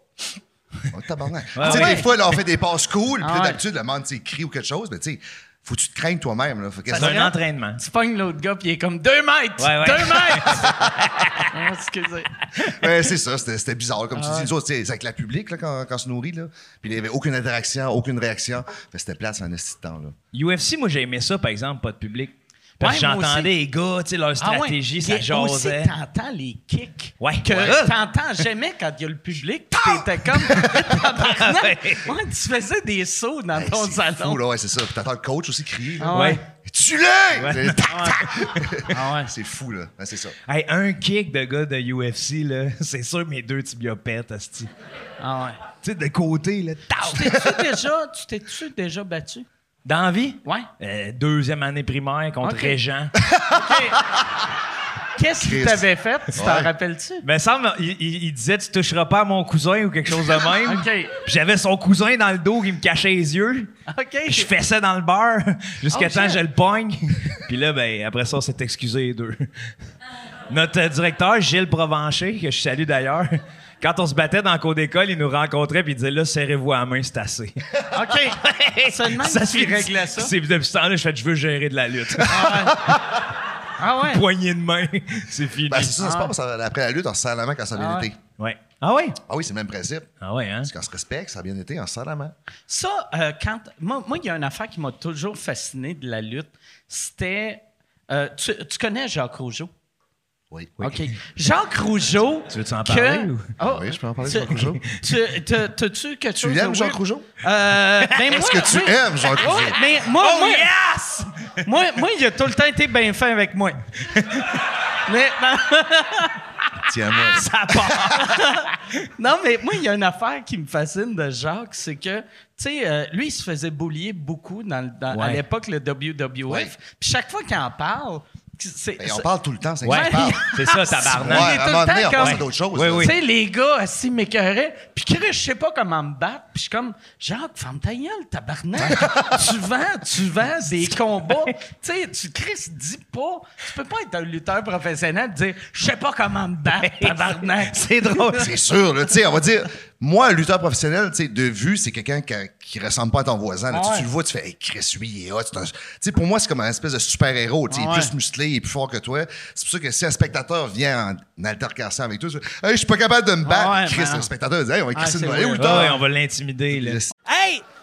S6: Oh, tabarnak. tu sais,
S4: ouais.
S6: des fois, là, on fait des passes cool.
S4: Ah
S6: puis là,
S4: ouais.
S6: d'habitude, le monde, tu sais, crie ou quelque chose. Mais tu sais, faut que tu te craignes toi-même. là. Faut que-
S7: C'est un entraînement.
S4: Tu pognes l'autre gars puis il est comme « Deux mètres!
S7: Ouais, ouais.
S4: Deux mètres! Ah, Excusez.
S6: Ouais, c'est ça, c'était c'était bizarre. Comme
S4: Ah
S6: tu dis, nous autres, tu sais, c'est avec la public là, quand, quand on se nourrit. Là. Puis il n'y avait aucune interaction, aucune réaction. Fait que c'était place en esti de temps. Là.
S7: UFC, moi, j'ai aimé ça, par exemple, pas de public. Parce que
S4: Ouais, moi
S7: j'entendais les gars, tu sais, leur stratégie,
S4: ah ouais.
S7: ça
S4: Puis aussi,
S7: jasait.
S4: t'entends les kicks.
S7: Ouais.
S4: Que
S7: Ouais.
S4: t'entends jamais quand il y a le public. puis T'étais comme... Tabarnak. Ouais, tu faisais des sauts dans ton
S6: C'est fou,
S4: salon.
S6: là, ouais, c'est ça. Puis t'entends le coach aussi crier. là.
S4: Ah
S7: Ouais.
S4: ouais.
S6: Tue-le! C'est- tac, tac!
S4: Ah ouais.
S6: C'est fou, là. Ouais, c'est ça.
S7: Hey, un kick de gars de UFC, là, c'est sûr mes deux tibias pètent, asti.
S4: Ah ouais.
S7: Tu sais, de côté, là, tao!
S4: Tu t'es-tu déjà, tu t'es-tu déjà battu?
S7: Dans la vie?
S4: Ouais.
S7: Euh, deuxième année primaire contre
S4: Ok.
S7: Régent.
S4: Qu'est-ce qu'il
S6: Christ.
S4: t'avait fait? Tu t'en
S6: Ouais.
S4: rappelles-tu?
S7: Ben, ça, me- il, il- il disait, tu toucheras pas à mon cousin ou quelque chose de même.
S4: OK.
S7: Puis j'avais son cousin dans le dos qui me cachait les yeux.
S4: OK.
S7: Puis Je fessais dans le bar jusqu'à
S4: Oh,
S7: temps que
S4: shit.
S7: je le pogne. Puis là, ben, après ça, on s'est excusés les deux. Notre euh, directeur, Gilles Provencher, que je salue d'ailleurs, quand on se battait dans le cours d'école, il nous rencontrait puis il disait là, serrez-vous à la main, c'est assez.
S4: OK. Seulement
S7: Ça,
S4: tu
S7: c'est-
S4: réglais ça.
S7: C'est depuis ce temps-là, je fais je veux gérer de la lutte.
S4: Ah ouais.
S7: Poignée de main, c'est fini.
S6: Ben, c'est ça, c'est pas parce qu'après la lutte, on se serre la main quand ça a bien
S4: Ah ouais.
S6: été.
S7: ouais. Ah ouais?
S6: Ah oui, c'est le même principe.
S7: Ah ouais, hein?
S6: Parce qu'on se respecte, ça a bien été, on se serre la main.
S4: Ça, euh, quand. Moi, moi, il y a une affaire qui m'a toujours fasciné de la lutte. C'était. euh, tu, tu connais Jacques Rougeau?
S6: Oui.
S4: OK. Jacques Rougeau.
S7: Tu veux-tu en
S4: que-
S7: parler ou-
S4: Oh,
S6: Ah Oui, je peux en parler de
S4: tu-
S6: Jacques Rougeau.
S4: Tu, tu, tu quelque chose de
S6: l'aimes,
S4: weird?
S6: Jacques Rougeau?
S4: Euh, ben
S6: Est-ce
S4: moi,
S6: que tu
S4: oui.
S6: aimes, Jacques
S4: Ouais,
S6: Rougeau?
S4: mais moi,
S7: Oh
S4: moi,
S7: yes!
S4: moi, moi, il a tout le temps été bien fin avec moi. mais non,
S6: Tiens-moi.
S7: Ça part!
S4: non, mais moi, il y a une affaire qui me fascine de Jacques, c'est que, tu sais, euh, lui, il se faisait boulier beaucoup dans, le- dans- à
S7: Ouais.
S4: l'époque, le WWF.
S6: Ouais.
S4: Puis chaque fois qu'il en parle, c'est...
S6: Ben, on
S4: c'est-
S6: parle tout le temps, c'est
S4: Ouais.
S6: que ça parle.
S7: C'est ça, tabarnak.
S4: Ouais.
S6: Ouais, à un moment donné, on
S4: comme-
S6: passe à d'autres choses.
S7: Oui,
S6: là.
S7: oui.
S4: Tu sais, les gars, assis m'écœuraient. Puis, Chris, je sais pas comment me battre. Puis, je suis comme, Jacques, ferme ta gueule, tabarnak. tu vends, tu vends des combats. tu sais, tu, Chris, dis pas. Tu peux pas être un lutteur professionnel et dire, je sais pas comment me battre, tabarnak.
S7: C'est drôle.
S6: C'est sûr, là, tu sais, on va dire, moi, un lutteur professionnel, tu sais, de vue, c'est quelqu'un qui, qui ressemble pas à ton voisin. là. Tu-
S4: Ouais.
S6: tu, le vois, tu fais, hey, Chris, lui, il est hot. c'est un- Tu sais, pour moi, c'est comme un espèce de super-héros. Tu sais, Il
S4: Ouais.
S6: est plus musclé, il est plus fort que toi. C'est pour ça que si un spectateur vient en, en altercation avec toi, tu fais, hey, je suis pas capable de me battre.
S4: Ouais,
S6: Chris,
S4: man.
S6: le spectateur dit, hey, on va crisser
S4: c'est
S6: une volée ou
S4: weird.
S6: le
S7: Ouais,
S6: temps.
S7: on va l'intimider, là.
S8: Hey,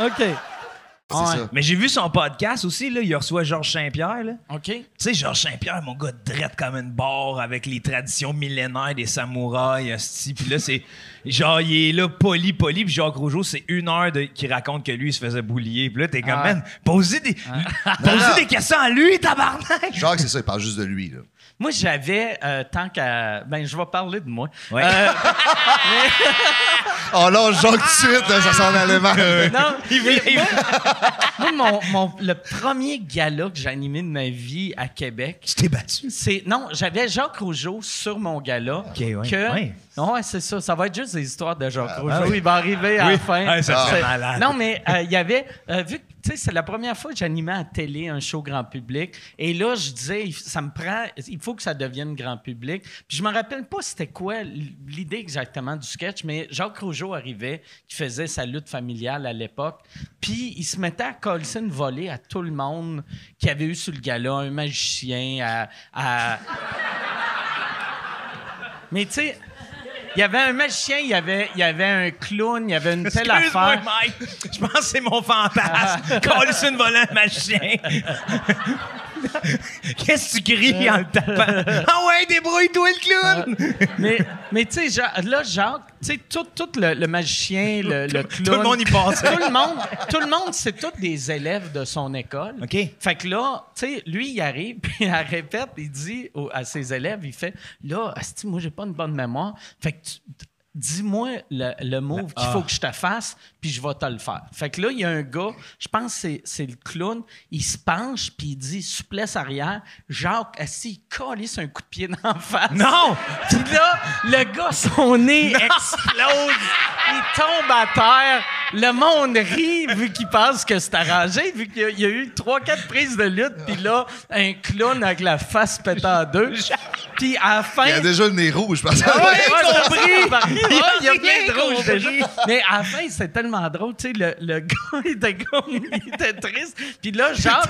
S8: ha! OK.
S6: C'est ça.
S7: Mais j'ai vu son podcast aussi, là. Il reçoit Georges Saint-Pierre, là.
S4: OK.
S7: Tu sais, Georges Saint-Pierre, mon gars, drette comme une barre avec les traditions millénaires des samouraïs, hostie. Puis là, c'est. Genre, il est là, poli, poli. Puis Jacques Rougeau, c'est une heure de- qu'il raconte que lui, il se faisait boulier. Puis là, t'es comme,
S4: Ah.
S7: man, posez des, posez
S6: Non, non.
S7: des questions à lui, tabarnak!
S6: Jacques, c'est ça, il parle juste de lui, là.
S4: Moi, j'avais, euh, tant qu'à. Ben, je vais parler de moi.
S7: Ouais.
S6: Oh là, Jacques, tout de suite, là, ça s'en allait mal.
S4: Non, mais moi, moi, mon, mon- le premier gala que j'ai animé de ma vie à Québec,
S7: tu t'es battu.
S4: C'est non, j'avais Jacques Rougeau sur mon gala.
S7: Ok, ouais,
S4: que,
S7: ouais.
S4: Ouais, c'est ça. Ça va être juste des histoires de Jacques Rougeau.
S7: ah oui.
S4: Il va arriver à
S7: Oui.
S4: la fin.
S7: Ah, ça serait
S4: C'est-
S7: malade.
S4: Non, mais euh, il y avait euh, vu que tu sais, c'est la première fois que j'animais à la télé un show grand public. Et là, je disais, il f- ça me prend, il faut que ça devienne grand public. Puis je me rappelle pas c'était quoi l'idée exactement du sketch, mais Jacques Rougeau arrivait, qui faisait sa lutte familiale à l'époque. Puis il se mettait à coller une volée à tout le monde qui avait eu sur le gala, un magicien, à- à mais tu sais, Il y avait un magicien, il y avait, il y avait un clown, il y avait une telle
S7: Excuse-moi,
S4: affaire. Ah.
S7: Mike. Je pense que c'est mon fantasme. Colle une volée à ma chien. Qu'est-ce que tu cries en le tapant? Ah ouais, débrouille-toi le
S4: Ah.
S7: clown!
S4: Mais, mais tu sais, Ja- là, Jacques, tu sais, tout, tout le, le magicien, le, le clown.
S7: Tout le monde y passait.
S4: Tout le monde, tout le monde, c'est tous des élèves de son école.
S7: OK.
S4: Fait que là, tu sais, lui, il arrive, puis il répète, il dit au- à ses élèves, il fait Là, asti, moi, j'ai pas une bonne mémoire. Fait que tu- dis-moi le, le move qu'il faut que je te fasse, puis je vais te le faire. Fait que là, il y a un gars, je pense que c'est- c'est le clown, il se penche, puis il dit souplesse arrière. Jacques, assis, il calisse un coup de pied dans la face.
S7: Non!
S4: Puis là, le gars, son nez explose. Il tombe à terre. Le monde rit vu qu'il pense que c'est arrangé, vu qu'il y a- il y a eu trois, quatre prises de lutte. Puis là, un clown avec la face pétée en deux. Puis à la fin... Ah
S6: Il a déjà le nez rouge, parce que.
S4: Ouais, ouais, compris. Ouais, il y a plein de
S7: bien
S4: rouges déjà. Mais à la fin, c'était tellement drôle. Tu sais, le, le gars, il était comme... Il était triste. Puis là, genre...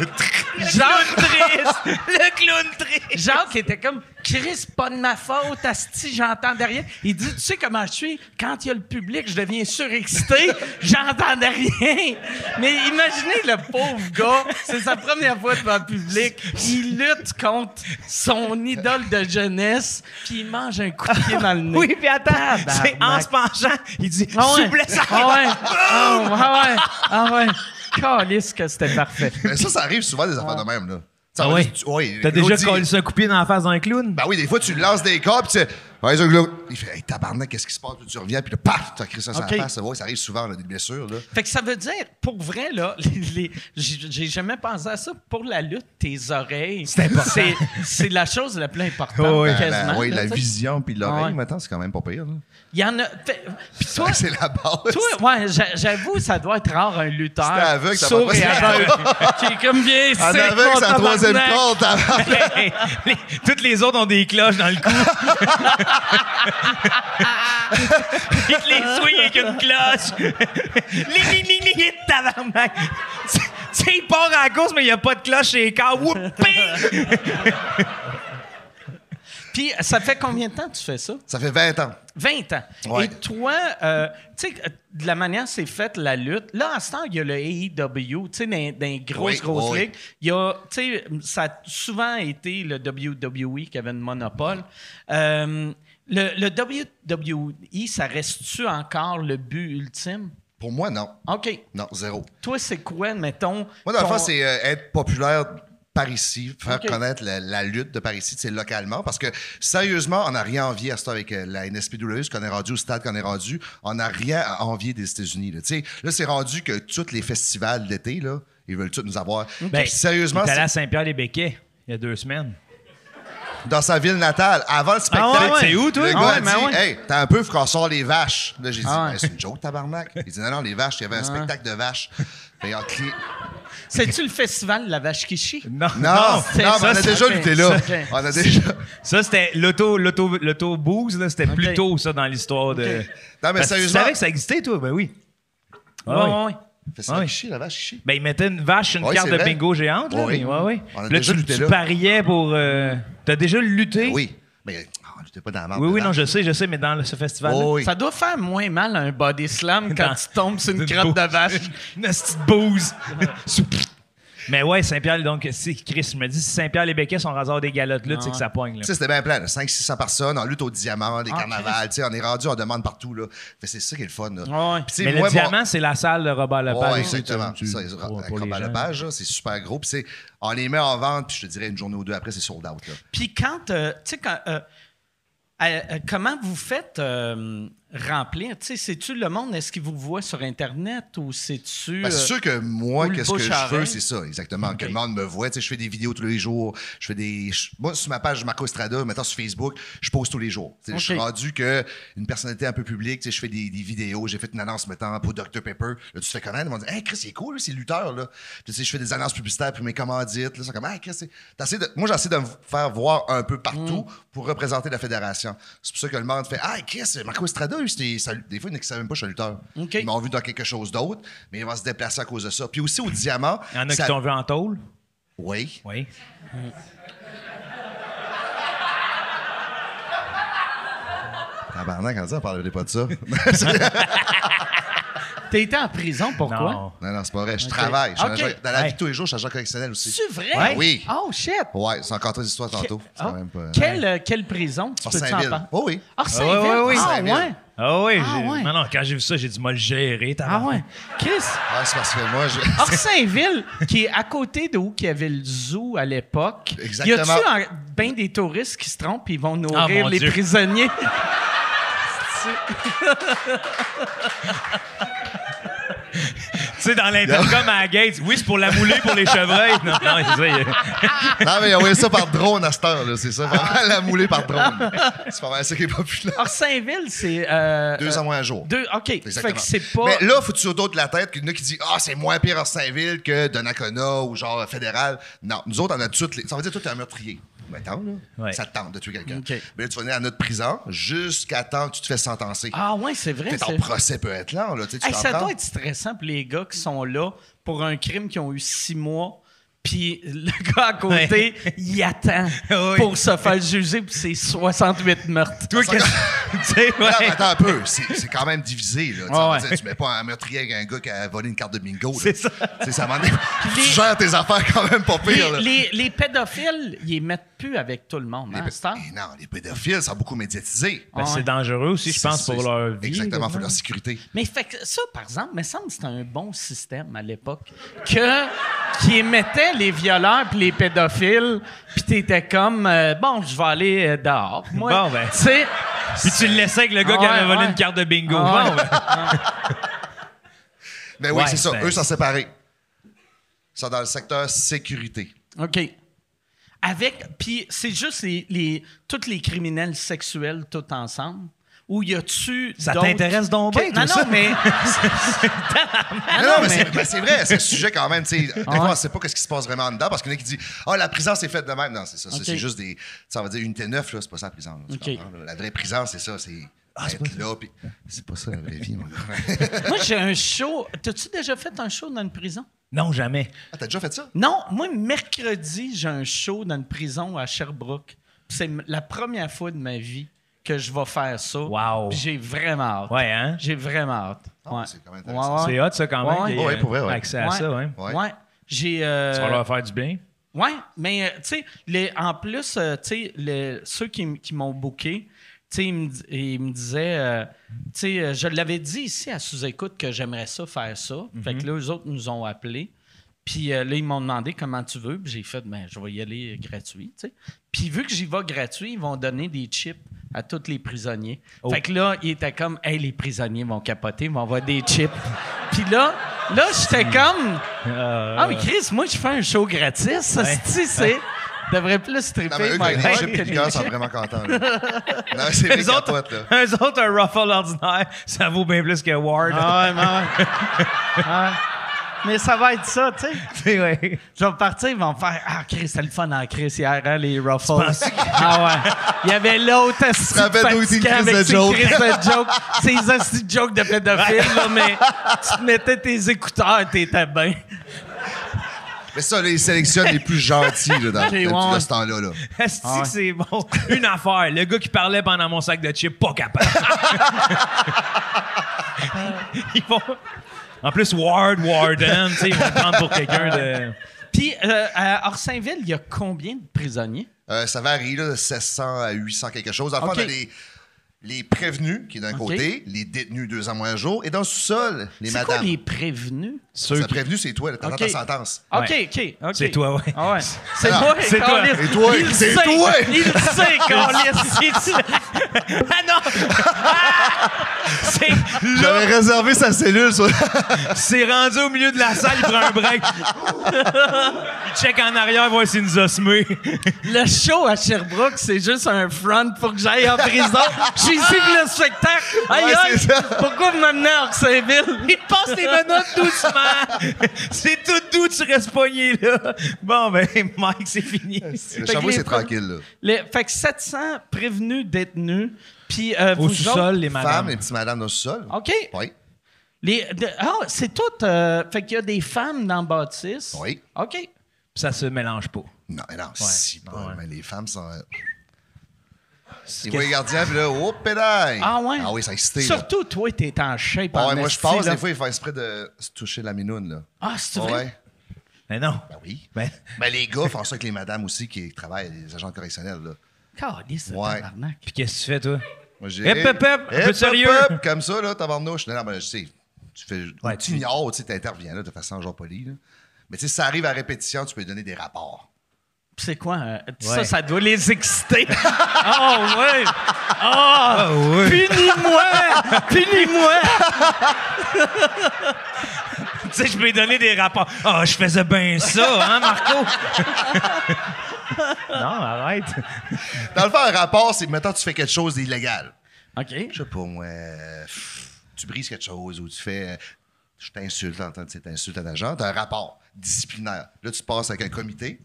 S4: Genre triste.
S7: Le clown triste!
S4: Jacques était comme Chris, pas de ma faute, Asti, j'entendais rien. Il dit Tu sais comment je suis Quand il y a le public, je deviens surexcité, j'entendais rien. Mais imaginez le pauvre gars, c'est sa première fois devant le public. Il lutte contre son idole de jeunesse, puis il mange un coup de pied dans le nez.
S7: Oui, puis attends, c'est en
S4: Tabarnak.
S7: se penchant, il dit
S4: Ah ouais.
S7: souplesse
S4: Ah
S7: arrière.
S4: ouais. Ah ouais. Ah ouais. Ah ouais. Calisse que c'était parfait.
S6: Mais ça, ça arrive souvent des affaires de même, là. Ça
S7: Ah
S6: va
S7: oui.
S6: juste- ouais,
S7: T'as déjà
S6: l'autre dit-
S7: collé ça un coup de pied dans la face d'un clown?
S6: Ben oui, des fois, tu lances des corps, puis tu sais, ouais, c'est un glow. Il fait, hey, tabarnak, qu'est-ce qui se passe? Puis tu reviens, puis là, paf, t'as créé ça sur
S4: Ok.
S6: la face. Ouais, ça arrive souvent, on a des blessures, là.
S4: Fait que ça veut dire, pour vrai, là, les, les- j'ai j'ai jamais pensé à ça. Pour la lutte, tes oreilles. C'est important. C'est la chose la plus importante,
S9: oui.
S6: Ben,
S4: quasiment.
S6: oui,
S4: là,
S6: la
S4: tu sais.
S6: vision, puis l'oreille,
S4: Ouais.
S6: maintenant, c'est quand même pas pire, là.
S4: Il y en a. fait- Puis toi,
S6: C'est la base.
S4: toi, ouais, j'a- j'avoue, ça doit être rare, un lutteur.
S6: C'était aveugle, ça va
S4: sourd
S6: pas,
S4: et
S6: c'est
S4: aveugle. qui est comme bien
S6: en
S4: sec,
S6: aveugle,
S4: mon
S6: c'est la troisième
S4: tabarnak.
S6: corde, tabarnak.
S7: Ben, Hey, les- toutes les autres ont des cloches dans le cou. Il te les souille avec une cloche. Les lignes, lignes, lignes, tabarnak. Tu tu sais, il part à la course, mais il n'y a pas de cloche chez les corps. Whoopi!
S4: Puis ça fait combien de temps que tu fais ça?
S6: Ça fait 20 ans.
S4: 20 ans.
S6: Ouais.
S4: Et toi, euh, tu sais, euh, de la manière que c'est faite la lutte, là, à ce temps, il y a le AEW, tu sais, dans, dans les grosses,
S6: Oui,
S4: grosses
S6: oui.
S4: ligues. Il y a, tu sais, ça a souvent été le WWE qui avait le monopole. Euh, le, le WWE, ça reste-tu encore le but ultime?
S6: Pour moi, non.
S4: OK.
S6: Non, zéro.
S4: Toi, c'est quoi, mettons?
S6: Moi, dans le
S4: ton-
S6: fond, c'est euh, être populaire par ici, faire
S4: Ok.
S6: connaître la, la lutte de par ici, c'est localement, parce que sérieusement, on n'a rien à envier à ça avec euh, la NSPW, ce qu'on est rendu au stade qu'on est rendu, on n'a rien à envier des États-Unis. Là, Tu sais, là c'est rendu que tous les festivals d'été, là, ils veulent tous nous avoir. Puis sérieusement,
S7: Ben, il est allé
S6: c'est-
S7: à Saint-Pierre-les-Béquets il y a deux semaines.
S6: dans sa ville natale, avant le spectacle,
S7: Ah ouais, ouais. C'est où, toi?
S6: le
S7: Ah
S6: gars a
S7: ouais, ben
S6: dit
S7: ouais.
S6: Hey, t'as un peu qu'on sort les vaches. Là, j'ai dit
S4: Ah ouais. Ah.
S6: Ben, C'est une joke, tabarnak. Il dit Non, non, les vaches, il y avait un spectacle de vaches. Ben, Fait, on crie-
S4: C'est-tu le festival de la vache qui chie?
S7: Non,
S6: Non, non,
S4: c'est-
S6: mais
S4: ça,
S6: on a
S4: c'est-
S6: déjà
S4: ok,
S6: lutté là.
S4: ça, ok.
S6: On a déjà.
S7: Ça, c'était l'auto, l'auto, l'auto booze, là. C'était plus tôt, ça, dans l'histoire de.
S4: Ok.
S6: Non, mais
S7: Parce que tu
S6: Ben, sérieusement.
S7: savais que ça existait, toi? Ben oui.
S4: Ouais,
S7: Ah oui.
S4: ouais, ouais.
S6: Festival
S7: Ouais.
S6: qui chie, la vache qui chie.
S7: Ben, ils mettaient une vache sur une
S6: Ouais,
S7: carte
S6: c'est
S7: de
S6: vrai.
S7: bingo géante. Là,
S6: Oui.
S7: mais- ouais, ouais.
S6: On a
S7: Là,
S6: déjà
S7: tu,
S6: lutté
S7: tu
S6: là.
S7: pariais pour. euh, T'as déjà lutté?
S6: Oui. Mais ah, on luttait pas dans la marde.
S7: Oui, oui,
S6: dedans.
S7: non, je sais, je sais, mais dans le- ce festival.
S6: Oh, oui.
S4: Ça doit faire moins mal un body slam quand
S7: Dans-
S4: tu tombes sur une
S7: Une
S4: crotte de
S7: bouse.
S4: vache.
S7: Une petite bouse. Sou- mais ouais, Saint-Pierre, donc, si Chris me dit, si Saint-Pierre les Béquets sont rasés des galottes là, tu sais que ça pogne.
S6: Tu
S7: Là.
S6: sais, c'était bien plein, 500-600 personnes, on lutte au diamant,
S7: Ah,
S6: des carnavals, tu sais, on est rendu, on demande partout, là. Fait que c'est ça qui est le fun, là.
S4: Ouais.
S6: Puis, tu sais,
S7: Mais
S6: moi,
S7: le
S6: mon-
S7: diamant, c'est la salle de Robert Lepage.
S6: Ouais,
S7: Tu sais,
S6: exactement.
S7: tu-
S6: Ça,
S7: tu-
S6: ils-
S7: pour- pour
S6: avec
S7: les
S6: Robert
S7: gens.
S6: Lepage, là, c'est super gros. Puis c'est- on les met en vente, puis je te dirais une journée ou deux après, c'est sold out. Là.
S4: Puis quand, euh, tu sais, quand, euh, euh, euh, comment vous faites euh, remplir? Tu sais, c'est-tu le monde? Est-ce qu'il vous voit sur Internet ou c'est-tu...
S6: Ben, c'est
S4: euh,
S6: sûr que moi,
S4: ou le
S6: qu'est-ce que
S4: bouche
S6: je
S4: à
S6: veux,
S4: oreille.
S6: c'est ça, exactement. Que
S4: Ok.
S6: le monde me voit. Tu sais, je fais des vidéos tous les jours. Je fais des. je- Moi, sur ma page Marco Estrada, maintenant sur Facebook, je pose tous les jours. Tu sais, Je suis
S4: Ok.
S6: rendu que une personnalité un peu publique. tu sais, Je fais des, des vidéos. J'ai fait une annonce maintenant pour Dr. Pepper. Là, tu te fais connaître. Ils vont dire Hey, Chris, c'est cool, lui, c'est lutteur. Là. Puis, tu sais, je fais des annonces publicitaires, puis mes commandites. Là, ils sont comme Hey, Chris, c'est- t'essaies de- Moi, j'essaie de me faire voir un peu
S4: Mm.
S6: partout pour représenter la fédération. C'est pour ça que le monde fait Hey, Chris, Marco Estrada, lui, c'est- ça- des fois, ils ne savent même pas que je suis un lutteur.
S4: Ok.
S6: Ils m'ont ont vu dans quelque chose d'autre, mais ils vont se déplacer à cause de ça. Puis aussi au diamant.
S7: Il y en a
S6: ça-
S7: qui t'ont vu en tôle.
S6: Oui.
S7: Oui.
S6: Tabarnak, Tabarnak, quand ça, on parlerait pas de ça.
S4: T'étais en prison, pourquoi?
S7: Non.
S6: non, non, c'est pas vrai. Je travaille. Je suis
S4: Ok.
S6: agent- Dans la vie
S4: Ouais.
S6: de tous les jours, je suis agent correctionnel aussi.
S4: C'est vrai?
S6: Ouais. Oui.
S4: Oh, shit!
S6: Ouais, c'est encore trois histoires tantôt. C'est quand
S4: Ah.
S6: même pas-
S4: Quelle, euh, quelle prison? Tu
S6: Sur
S4: peux-tu en
S6: Saint-Ville.
S4: parler?
S6: Oh oui.
S4: Ah, Saint-Ville?
S7: ouais, ouais,
S4: ah,
S6: Saint-Ville.
S4: ouais.
S7: Ah oui,
S4: Ah
S7: j'ai-
S4: ouais.
S7: non, non, quand j'ai vu ça, j'ai dû me le gérer.
S4: Ah, ouais. Chris,
S6: Ah, c'est parce que moi, je.
S4: Orsainville, qui est à côté de où qu'il y avait le zoo à l'époque,
S6: Exactement.
S4: y a-tu un- ben des touristes qui se trompent et ils vont nourrir
S7: Ah, mon
S4: les
S7: Dieu.
S4: prisonniers?
S7: Tu sais, dans l'intercom à la gate, oui, c'est pour la mouler pour les chevreuils. Non, non, je sais,
S6: Non, mais on voyait ça par drone à cette heure, là, c'est ça. Pas mal la mouler par drone. C'est pas mal ça qui est populaire.
S4: Orsainville, c'est. euh,
S6: Deux
S4: euh,
S6: ans moins un jour.
S4: Ah. Deux, OK.
S6: Exactement.
S4: Fait que c'est pas.
S6: Mais là, faut-tu d'autres la tête qu'il y en a qui disent Ah, c'est moins pire à Saint-Ville que Donnacona ou genre Fédéral. Non, nous autres, on a toutes les. Ça veut dire que toi, t'es un meurtrier. Maintenant, là,
S7: Ouais.
S6: ça te tente de tuer quelqu'un.
S4: OK.
S6: Mais là, tu vas venir à notre prison jusqu'à temps que tu te fais sentencer.
S4: ah, ouais, c'est vrai.
S6: T'sais, ton
S4: c'est-
S6: procès peut être lent, là. tu sais, Tu
S4: Hey, ça
S6: t'en
S4: doit
S6: prends.
S4: être stressant pour les gars qui sont là pour un crime qui ont eu six mois. Puis le gars à côté, il attend
S7: Oui.
S4: pour se faire juger pour ses 68 meurtres.
S7: Toi, qu'est-ce que. Tu sais,
S6: Non, mais
S7: ouais.
S6: attends un peu, c'est c'est quand même divisé. Là, Tu sais,
S4: Ah
S6: on
S4: ouais.
S6: dit, Tu mets pas un meurtrier avec un gars qui a volé une carte de bingo. là.
S7: C'est ça.
S6: Tu sais, ça m'en est- Tu gères tes affaires quand même pas pire. là.
S4: Les, les- les pédophiles, ils les mettent plus avec tout le monde.
S6: Les
S4: hein,
S6: pé-
S4: c'est ça?
S6: Eh non, les pédophiles sont beaucoup médiatisés.
S4: Ah
S7: Ben, c'est dangereux aussi, je pense,
S6: C'est-
S7: pour
S6: c'est-
S7: leur vie.
S6: Exactement, pour
S7: là.
S6: leur sécurité.
S4: Mais fait que ça, par exemple, me semble que c'était un bon système à l'époque. Que, qui émettait les violeurs puis les pédophiles, puis t'étais comme, euh, bon, je vais aller euh, dehors. Moi,
S7: Bon, ben.
S4: tu sais,
S7: Puis tu le laissais avec le gars
S4: Ah
S7: qui avait
S4: ouais,
S7: volé
S4: ouais.
S7: une carte de bingo.
S4: Ah ouais.
S7: Bon, ben,
S6: Mais oui,
S7: Ouais, ben
S6: c'est ça.
S7: c'est-
S6: Eux sont séparés. Ils sont dans le secteur sécurité.
S4: OK. Avec, puis c'est juste les, les- tous les criminels sexuels tout ensemble? Ou y a-tu.
S7: Ça
S4: d'autres-
S7: t'intéresse donc bien,
S4: Que-
S7: toi,
S4: Non,
S7: ça?
S4: non, mais.
S6: Non,
S4: non,
S6: Ah non,
S4: mais-
S6: mais, c'est- mais c'est vrai, c'est un sujet quand même. tu sais. Des fois, on ne sait pas ce qui se passe vraiment dedans parce qu'il y en a qui disent Ah, la prison, c'est faite de même. Non, c'est ça. c'est-
S4: Ok.
S6: C'est juste des. Ça veut dire unité 9, là, c'est pas ça la prison. là, tu
S4: Ok.
S6: comprends, là. La vraie prison, c'est ça. Ah, C'est être là. puis- C'est pas ça la vraie vie, mon gars.
S4: moi, j'ai un show. T'as-tu déjà fait un show dans une prison?
S7: non, jamais.
S6: Ah, t'as déjà fait ça?
S4: Non, moi, mercredi, j'ai un show dans une prison à Sherbrooke. C'est m- la première fois de ma vie que je vais faire ça.
S7: Wow.
S4: Puis J'ai vraiment hâte.
S7: Ouais, hein?
S4: J'ai vraiment hâte.
S6: Ah,
S4: Ouais.
S6: c'est quand même
S4: Ouais,
S6: intéressant.
S4: ouais.
S7: C'est hot, ça, quand même.
S4: Ouais,
S7: qu'il y ait,
S6: ouais. Ouais, pour vrai, ouais.
S7: Accès à ça, ouais.
S6: Ouais.
S4: Ouais. J'ai. euh,
S7: Ça va leur faire du bien.
S4: Oui, mais euh, tu sais, les- en plus, euh, tu sais, les- ceux qui, m- qui m'ont booké, tu sais, ils me di- ils me disaient, euh, tu sais, euh, je l'avais dit ici à sous-écoute que j'aimerais ça faire ça.
S7: Mm-hmm.
S4: Fait que là, eux autres nous ont appelés. Puis euh, là, ils m'ont demandé comment tu veux. Puis j'ai fait, ben, je vais y aller gratuit, tu sais. Puis vu que j'y vais gratuit, ils vont donner des chips à tous les prisonniers. Fait que là, ils étaient comme, hey, les prisonniers vont capoter, ils vont avoir des chips. Puis là, là, j'étais comme. Ah, mais Chris, moi, je fais un show gratis. Ça, c'est- c'est. devrait plus stripper.
S6: Non, mais eux,
S4: my
S6: quand ils
S4: God,
S6: chipent,
S4: que
S6: les
S4: les
S6: gars
S4: chips.
S6: sont vraiment contents. là. Non, mais c'est
S7: Eux
S6: méga
S7: autres,
S6: pote, là.
S7: eux autres, un ruffle ordinaire, ça vaut bien plus que Ward.
S4: Ah ouais, mais ouais. Ah ouais. Mais ça va être ça, tu sais.
S7: C'est vrai.
S4: Je vais partir, ils vont me faire Ah, Chris, c'était le fun en Chris hier, hein, les Ruffles. Ah ouais. Il y avait l'autre esti
S6: te rappelles d'où
S4: fatigant
S6: était une crise de
S4: avec ses
S6: joke.
S4: crises de joke. Ces esti de jokes de pédophile, là, mais tu te mettais tes écouteurs, t'étais bien.
S6: Mais ça, là, ils sélectionnent les plus gentils là, dans
S4: Ok,
S6: dans
S4: ouais,
S6: tout
S4: ouais.
S6: ce temps-là. là.
S7: Est-ce que c'est bon? Une affaire. Le gars qui parlait pendant mon sac de chips, pas capable. Ils vont... En plus, Ward, Warden, tu sais, ils vont le prendre pour quelqu'un de.
S4: Puis, euh, à Orsainville, il y a combien de prisonniers?
S6: Euh, ça varie là, de 700 à 800 quelque chose. Enfin,
S4: Ok.
S6: on a les, les prévenus, qui est d'un
S4: Ok.
S6: côté, les détenus deux ans moins un jour, et dans le sous-sol, les
S4: C'est quoi
S6: madames.
S4: les prévenus?
S6: Ça,
S7: Ceux qui-
S6: prévenu, c'est toi, là, t'attends
S4: Ok.
S6: ta sentence.
S4: OK,
S7: Ouais.
S4: OK, OK.
S7: C'est toi, ouais.
S4: Ah ouais. C'est
S6: Ah,
S4: moi,
S7: c'est toi.
S4: Carlis.
S6: Et toi,
S4: Il
S6: c'est
S4: sait.
S6: toi.
S4: Il sait, Carlis. ah non!
S7: Ah! C'est-
S4: Ah,
S6: J'avais réservé sa cellule. Sur...
S7: C'est rendu au milieu de la salle, il prend un break. il check en arrière, voir s'il nous a semé.
S4: Le show à Sherbrooke, c'est juste un front pour que j'aille en prison. Je suis ici pour le spectacle. Aïe,
S6: Ouais,
S4: aïe!
S6: c'est ça.
S4: Pourquoi vous m'amenez à Orsainville? Il passe les menottes
S7: Doucement! C'est tout doux, tu restes pogné là. Bon, ben, Mike, c'est fini.
S6: Le
S4: Fait que
S6: chameau,
S4: les-
S6: c'est tranquille. Là.
S4: Les- Fait que 700 prévenus, détenus. Puis euh,
S7: Au
S4: vous
S7: sous-sol,
S4: autres-
S7: les
S6: Femmes,
S7: madames.
S6: les petites madames dans le sous-sol.
S4: OK.
S6: Oui.
S4: Les, de- ah, c'est tout. euh, fait qu'il y a des femmes dans Baptiste.
S6: Oui.
S4: OK.
S7: Ça se mélange pas.
S6: Non, mais non, si pas.
S7: ouais.
S6: mais les femmes sont. euh, Il voit les gardiens, puis là, oh, pédale!
S4: Ah ouais?
S6: Ah oui, ça excité. là.
S4: Surtout toi, t'es en shape
S6: Ah
S4: en
S6: ouais, moi, je
S4: esti,
S6: passe,
S4: là.
S6: des fois, ils font exprès de se toucher la minoune, là.
S4: Ah, c'est
S6: Ah
S4: vrai?
S6: ouais.
S7: Mais non.
S6: Ben oui.
S7: Ben,
S6: Ben, les gars font ça avec les madames aussi qui travaillent, les agents correctionnels, là.
S4: Calisse,
S6: Ouais.
S4: tabarnak.
S7: puis qu'est-ce que tu fais, toi?
S6: Moi, j'ai.
S7: Hip, hip, hip, un peu de sérieux.
S6: comme ça, là, tabarnouche. Non, non, ben, je sais, tu fais.
S7: Ouais,
S6: tu
S7: tu-
S6: ignores, tu sais, t'interviens, là, de façon genre polie, là. Mais, tu sais, si ça arrive à répétition, tu peux donner des rapports.
S4: Pis C'est quoi? euh, Ça,
S7: Ouais.
S4: ça doit les exciter. oh, ouais! Ah!
S7: oui.
S4: Punis-moi! Punis-moi!
S7: Tu sais, je peux lui donner des rapports. Ah, je faisais bien ça, hein, Marco? non, arrête.
S6: Dans le fond, un rapport, c'est, mettons, tu fais quelque chose d'illégal.
S4: OK.
S6: Je sais pas, moi. euh, pff, tu brises quelque chose ou tu fais. euh, Je t'insulte, t'entends, tu sais, t'insultes à l'agent. T'as un rapport disciplinaire. Là, tu passes avec un comité,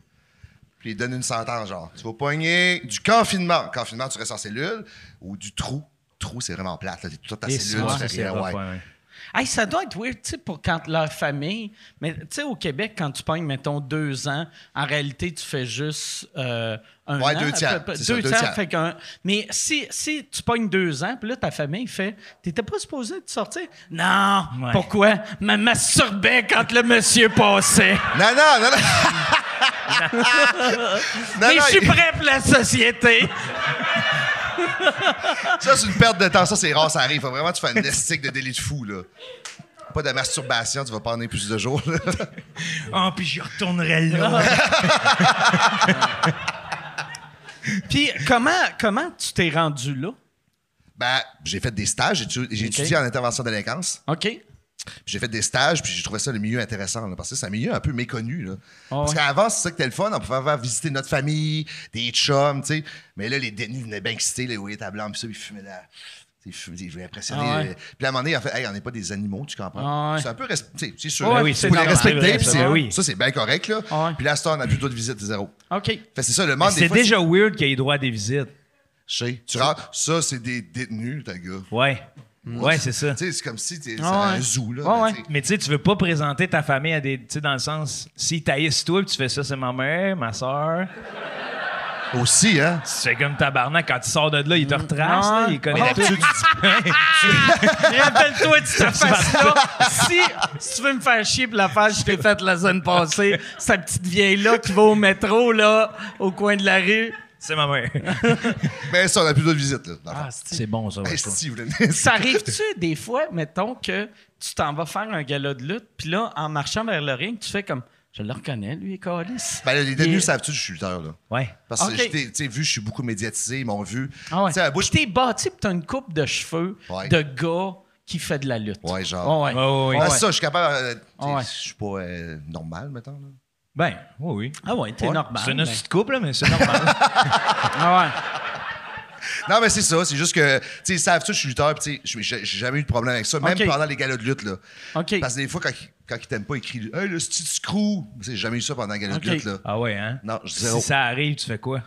S6: puis ils donnent une sentence, genre. Tu vas pogner du confinement. Confinement, tu restes en cellule, ou du trou. Trou, c'est vraiment plate. là. T'es tout le temps en
S7: Et
S6: cellule,
S7: ça,
S6: tu fais
S7: c'est
S6: rien,
S7: rough,
S6: ouais.
S7: ouais, ouais.
S4: Hey, ça doit être weird, tu sais, pour quand leur famille. Mais tu sais, au Québec, quand tu pognes, mettons, deux ans, en réalité, tu fais juste euh, un
S6: Ouais,
S4: an.
S6: deux
S4: à peu
S6: tiers,
S4: près.
S6: c'est ça,
S4: Deux
S6: deux
S4: tiers,
S6: tiers.
S4: fait qu'un. Mais si, si tu pognes deux ans, puis là, ta famille fait T'étais pas supposé te sortir Non
S7: Ouais.
S4: Pourquoi Me masturbais quand le monsieur passait.
S6: Non, non, non, non. non,
S4: Mais
S6: non,
S4: je suis prêt pour la société.
S6: ça, c'est une perte de temps. Ça, c'est rare, ça arrive. Faut vraiment que tu fasses une estique de délit de fou, là. Pas de masturbation, tu vas pas en avoir plus de jours, là.
S7: Ah, puis je retournerai là.
S4: Puis comment, comment tu t'es rendu là
S6: Ben, j'ai fait des stages. J'ai étu- j'ai
S4: Ok.
S6: étudié en intervention délinquance.
S4: OK.
S6: Puis J'ai fait des stages, puis j'ai trouvé ça le milieu intéressant, là, parce que c'est un milieu un peu méconnu. Là.
S4: Ah
S6: parce
S4: ouais.
S6: qu'avant, c'est ça que t'es le fun, on pouvait faire visiter notre famille, des chums, tu sais. Mais là, les détenus venaient bien excités, là, ils voyaient ta blanc, puis ça, ils fumaient la. tu sais, Ils fumaient- ils voulaient impressionner.
S4: Ah ouais.
S6: euh, Puis à un moment donné, en fait, hey, on n'est pas des animaux, tu comprends?
S4: Ah ouais. Ah
S6: C'est un peu. res- tu sais, C'est sûr.
S4: Ouais,
S6: là,
S4: oui, c'est
S6: faut les
S4: normal,
S6: respecter,
S4: ouais,
S6: puis
S4: ça
S6: c'est-
S4: va.
S7: Oui.
S6: ça, c'est bien correct, là.
S4: Ah ouais.
S6: puis là, à ce temps, on a plus d'autres visites, zéro.
S4: OK.
S6: Fait que c'est ça, le monde. des
S7: C'est
S6: fois,
S7: déjà weird qu'il y ait droit à des
S6: c'est-
S7: visites.
S6: Chez- Tu rentres, ça, c'est des détenus, ta gars.
S7: Ouais. Ouais, c'est ça.
S6: Tu sais, c'est comme si t'es c'est
S4: Ah ouais.
S6: un zoo, là.
S4: Ah
S6: mais
S4: ouais.
S6: tu sais.
S7: Mais tu sais, tu veux pas présenter ta famille à des. Tu sais, dans le sens, si taillissent toi, puis tu fais ça, c'est ma mère, ma soeur.
S6: Aussi, hein.
S7: Tu fais comme tabarnak, quand tu sors de là, ils te retracent,
S4: Ouais.
S7: là, ils connaissent
S4: Ouais.
S7: tout.
S4: Mais rappelle-toi de cette face-là. Si, si tu veux me faire chier pour l'affaire que je t'ai faite la semaine passée, sa petite vieille-là qui va au métro, là, au coin de la rue.
S7: C'est ma mère.
S6: Mais ça, on a plus d'autres visites, là. dans
S4: Ah,
S6: le fond.
S7: C'est bon, ça.
S6: Hey,
S7: ouais,
S6: si, vous voulez-
S4: Ça arrive-tu des fois, mettons, que tu t'en vas faire un gala de lutte, puis là, en marchant vers le ring, tu fais comme Je le reconnais, lui, Calis.
S6: Ben, là, les détenus
S4: Et-
S6: savent-tu que je suis lutteur, là?
S7: Ouais.
S6: Parce que
S4: Ok.
S6: j'étais- tu sais, vu, je suis beaucoup médiatisé, ils m'ont vu.
S4: Ah ouais.
S6: Tu sais, à bout,
S4: Puis t'es bâti, puis t'as une coupe de cheveux
S6: Ouais.
S4: de gars qui fait de la lutte.
S6: Ouais, genre.
S4: Ah ouais.
S7: Ouais, ouais,
S6: Ah,
S7: ouais.
S6: ça, je suis capable. euh, tu sais,
S4: Ah ouais.
S6: Je suis pas euh, normal, mettons. là.
S7: Ben, oui, oui.
S4: Ah ouais, t'es
S6: Ouais.
S4: normal.
S7: C'est une
S4: mais-
S7: petite couple, là, mais c'est normal.
S4: Ah ouais.
S6: Non, mais c'est ça. C'est juste que, tu sais, ils savent-tu que je suis lutteur, puis tu sais, j'ai j'ai jamais eu de problème avec ça, même
S4: Ok.
S6: pendant les galas de lutte, là.
S4: OK.
S6: Parce que des fois, quand, ils- quand ils t'aiment pas, ils crient Hey, le petit screw! Tu sais, J'ai jamais eu ça pendant les galas
S4: Ok.
S6: de lutte, là.
S7: ah ouais, hein?
S6: Non, je zéro.
S7: Si ça arrive, tu fais quoi?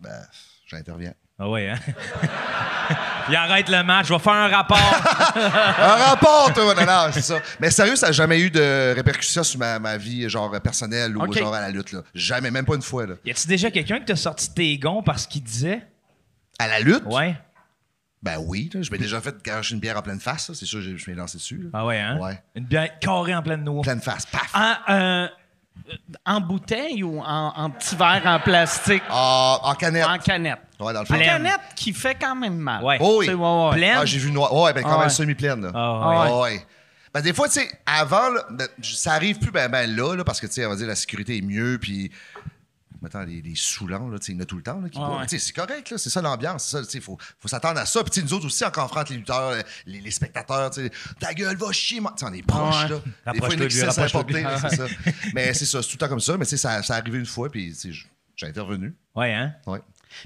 S6: Ben, j'interviens.
S7: Ah ouais, hein? Il arrête le match, je vais faire un rapport.
S6: Un rapport, toi! Non, non, c'est ça. Mais sérieux, ça n'a jamais eu de répercussions sur ma, ma vie, genre personnelle ou
S4: Ok.
S6: genre à la lutte, là. Jamais, même pas une fois, là.
S7: y a-tu déjà quelqu'un qui t'a sorti tes gonds parce qu'il disait?
S6: À la lutte?
S7: Ouais.
S6: Ben oui, là, je m'ai déjà fait garocher une bière en pleine face, là. c'est sûr, je je m'ai lancé dessus. là.
S7: Ah ouais, hein?
S6: Ouais.
S7: Une bière carrée en pleine noix.
S6: Pleine face, paf! Ah,
S4: En, euh, en bouteille ou en, en petit verre en plastique?
S6: Ah, en canette.
S4: En canette.
S6: Ouais, dans
S4: En
S6: le fond.
S7: Pleine.
S4: canette qui fait quand même mal.
S7: Ouais.
S6: Oh oui.
S4: Tu sais, ouais, ouais.
S7: Pleine?
S6: Ah, j'ai vu noir. Ouais, ben quand
S4: Ah ouais.
S6: même semi-pleine, là.
S7: Ah
S6: ouais. Ben des fois, tu sais, avant, là, ben, j- ça arrive plus ben, ben là, là, parce que, tu sais, on va dire, la sécurité est mieux, puis... Mettons, les, les saoulants, là, tu sais, il y en a tout le temps, là, qui
S4: Ah
S6: boivent.
S4: ouais.
S6: Tu sais, C'est correct, là, c'est ça l'ambiance, c'est ça, tu sais, faut, faut s'attendre à ça. Puis, tu sais, nous autres aussi, on confronte les lutteurs, euh, les, les spectateurs, tu sais, ta gueule, va chier, moi. Tu sais, on est proche,
S4: Ah ouais.
S6: là. Des fois, il y en a qui
S7: Rapproche-toi de
S6: savent
S7: lui, rapproche-toi de
S6: s'importer,
S7: lui.
S6: là, c'est ça. Mais c'est ça, c'est tout le temps comme ça, mais tu sais, ça, ça est arrivé une fois, puis, tu sais, j- j'ai intervenu,
S7: Ouais, hein?
S6: ouais.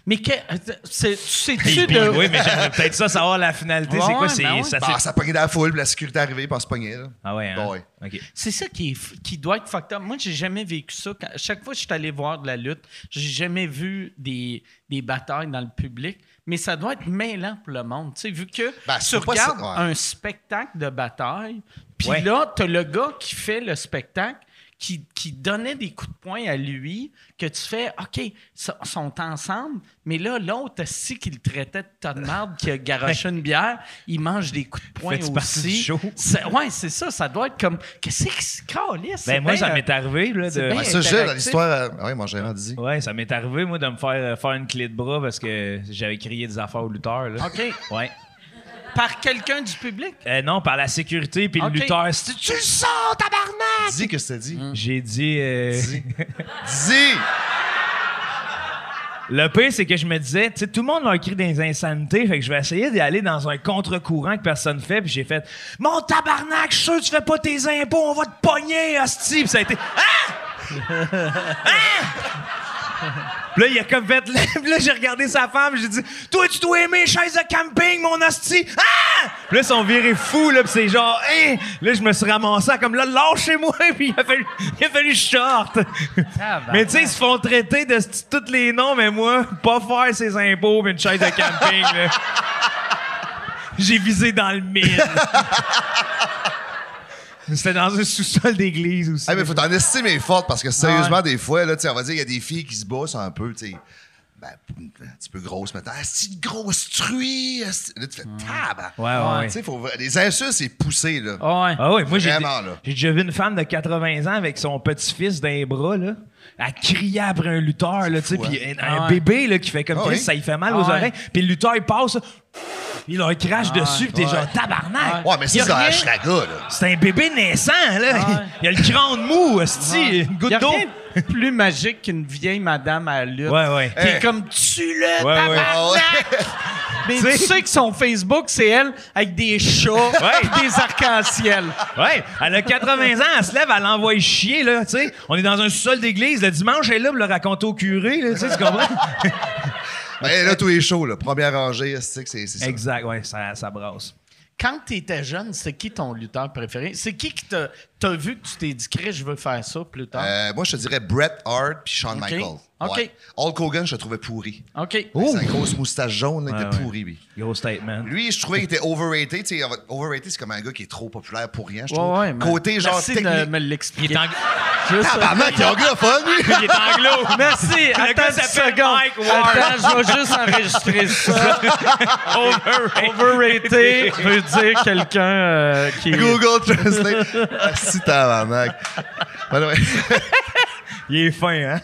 S4: Mais que, euh, c'est, tu
S7: Puis-
S4: sais-tu
S7: puis-
S4: de...
S7: Oui, mais j'aimerais peut-être ça savoir la finalité. c'est
S4: Ouais,
S7: quoi? C'est,
S4: ben ouais.
S7: ça,
S6: Bah,
S7: c'est-
S6: ça pognait dans la foule, puis la sécurité est arrivée, puis on se pognait, là.
S7: Ah ouais, hein?
S6: Bon, ouais.
S7: OK.
S4: C'est ça qui, est f- qui doit être fucked up. Moi, j'ai jamais vécu ça. Quand- chaque fois que je suis allé voir de la lutte, j'ai jamais vu des, des batailles dans le public. Mais ça doit être mêlant pour le monde. Tu sais, vu que
S6: Ben,
S4: tu
S6: c'est pas ça-
S4: regardes
S6: ouais.
S4: un spectacle de bataille, puis
S7: Ouais.
S4: là, t'as le gars qui fait le spectacle qui, qui donnait des coups de poing à lui, que tu fais, OK, ils so- sont ensemble, mais là, l'autre, si qu'il traitait de tas de marde, qui a garoché une bière, il mange des coups de poing
S7: Fais-tu partie
S4: aussi.
S7: du show?
S4: C'est- Ouais, c'est ça, ça doit être comme, qu'est-ce que c'est calisse?
S7: Ben, moi, ça
S6: euh,
S4: bien,
S7: m'est arrivé, là,
S4: c'est
S7: de.
S4: bien-
S6: Ouais, ça, j'ai dans
S4: interactif.
S6: l'histoire. euh, Ouais, mon gérant dit.
S7: Ouais, ça m'est arrivé, moi, de me faire euh, faire une clé de bras parce que j'avais crié des affaires au lutteur, là.
S4: euh, OK.
S7: Ouais.
S10: Par quelqu'un du public?
S7: Euh, non, par la sécurité, puis
S4: Ok.
S7: le lutteur, c'est- tu le sens, tabarnak!
S6: Dis que c'était dit.
S7: J'ai dit. euh,
S6: Dis. Dis!
S7: Le pire, c'est que je me disais, tu sais, tout le monde leur crie des insanités, fait que je vais essayer d'y aller dans un contre-courant que personne fait, puis j'ai fait Mon tabarnak, je suis sûr que tu fais pas tes impôts, on va te pogner, hostie! Puis ça a été Ah! Ah! Puis là, il a comme fait. Puis là, j'ai regardé sa femme, j'ai dit Toi, tu dois aimer chaise de camping, mon hostie! Ah! Puis là, ils sont virés fous, là, puis c'est genre, Hein! Là, je me suis ramassé à comme là, lâchez-moi, puis il a fallu, il a fallu que je sorte. Mais tu sais, ils se font traiter de sti- tous les noms, mais moi, pas faire ses impôts mais une chaise de camping. là. J'ai visé dans le mille. Mais C'était dans un sous-sol d'église aussi.
S6: Hey, mais faut t'en estimer forte parce que sérieusement, des fois, là, tu sais, on va dire, il y a des filles qui se bossent un peu, tu sais. Ben, un petit peu grosse maintenant. Ah, c'est une grosse truie! asti- Là, tu fais tab!
S7: Mm. Ouais, ouais, ouais.
S6: Tu sais, faut... les insultes, c'est poussé, là.
S4: Ah ouais.
S7: Ah ouais, moi j'ai
S6: Vraiment, là.
S7: j'ai déjà vu une femme de 80 ans avec son petit-fils dans les bras là, à crier après un lutteur là, tu sais,
S6: fou, hein?
S7: puis un, un
S4: Ah ouais.
S7: bébé là qui fait comme
S6: Ah
S7: Chris,
S6: oui.
S7: ça il fait mal
S4: Ah
S7: aux
S4: ouais. Ah
S7: oreilles, puis le lutteur il passe, là, il leur crache dessus, puis t'es
S6: Ouais.
S7: genre tabarnak.
S6: Ouais, mais
S7: Y
S6: c'est
S7: a
S6: ça,
S7: rien-
S6: Ashlaga, là.
S7: C'est un bébé naissant, là. Il a le crâne mou,
S4: Ah Y
S7: hostie, une
S4: a
S7: goutte d'eau.
S4: rien de plus magique qu'une vieille madame à la lutte.
S7: Ouais, ouais.
S4: Qui est
S6: Hey.
S4: comme tue-le,
S7: Ouais,
S4: tabarnak!
S7: ouais.
S6: Ah ouais.
S4: Mais tu sais que son Facebook, c'est elle avec des chats et des arcs-en-ciel.
S7: Ouais, elle a 80 ans, elle se lève, elle envoie chier, là, tu sais. On est dans un sol d'église, le dimanche, elle est là pour le raconter au curé, là, tu sais, tu comprends?
S6: Ben, là, tout est chaud, là. Première rangée, asti, que c'est c'est ça.
S7: exact, ouais, ça, ça brasse.
S4: Quand tu étais jeune, c'est qui ton lutteur préféré? C'est qui qui t'a t'a vu que tu t'es dit, Chris, je veux faire ça plus tard?
S6: Euh, moi, je te dirais Bret Hart puis Shawn Michaels.
S4: OK.
S6: Ouais. Hulk Hogan, je le trouvais pourri.
S4: Euh, OK.
S6: Avec Sa grosse moustache jaune, là, il
S7: Ouais,
S6: était
S7: ouais.
S6: pourri, lui.
S7: Gros statement.
S6: Lui, je trouvais qu'il était overrated. Tu sais, overrated, c'est comme un gars qui est trop populaire pour rien, je trouve.
S4: Ouais, ouais, mais-
S6: Côté, genre,
S4: Merci
S6: technique.
S4: de me l'expliquer.
S7: Il est, ang-
S4: Juste-
S6: Tabarnak, il est anglophone, lui!
S7: il est anglo.
S4: Merci.
S7: Le
S4: Attends
S7: gars
S4: une
S7: s'appelle
S4: seconde.
S7: Mike Ward.
S4: Attends, je vais juste enregistrer ça. Overrated veut dire quelqu'un euh, qui...
S6: Google Translate. Ah, Si tabarnak. Ben ouais.
S7: Il est fin, hein?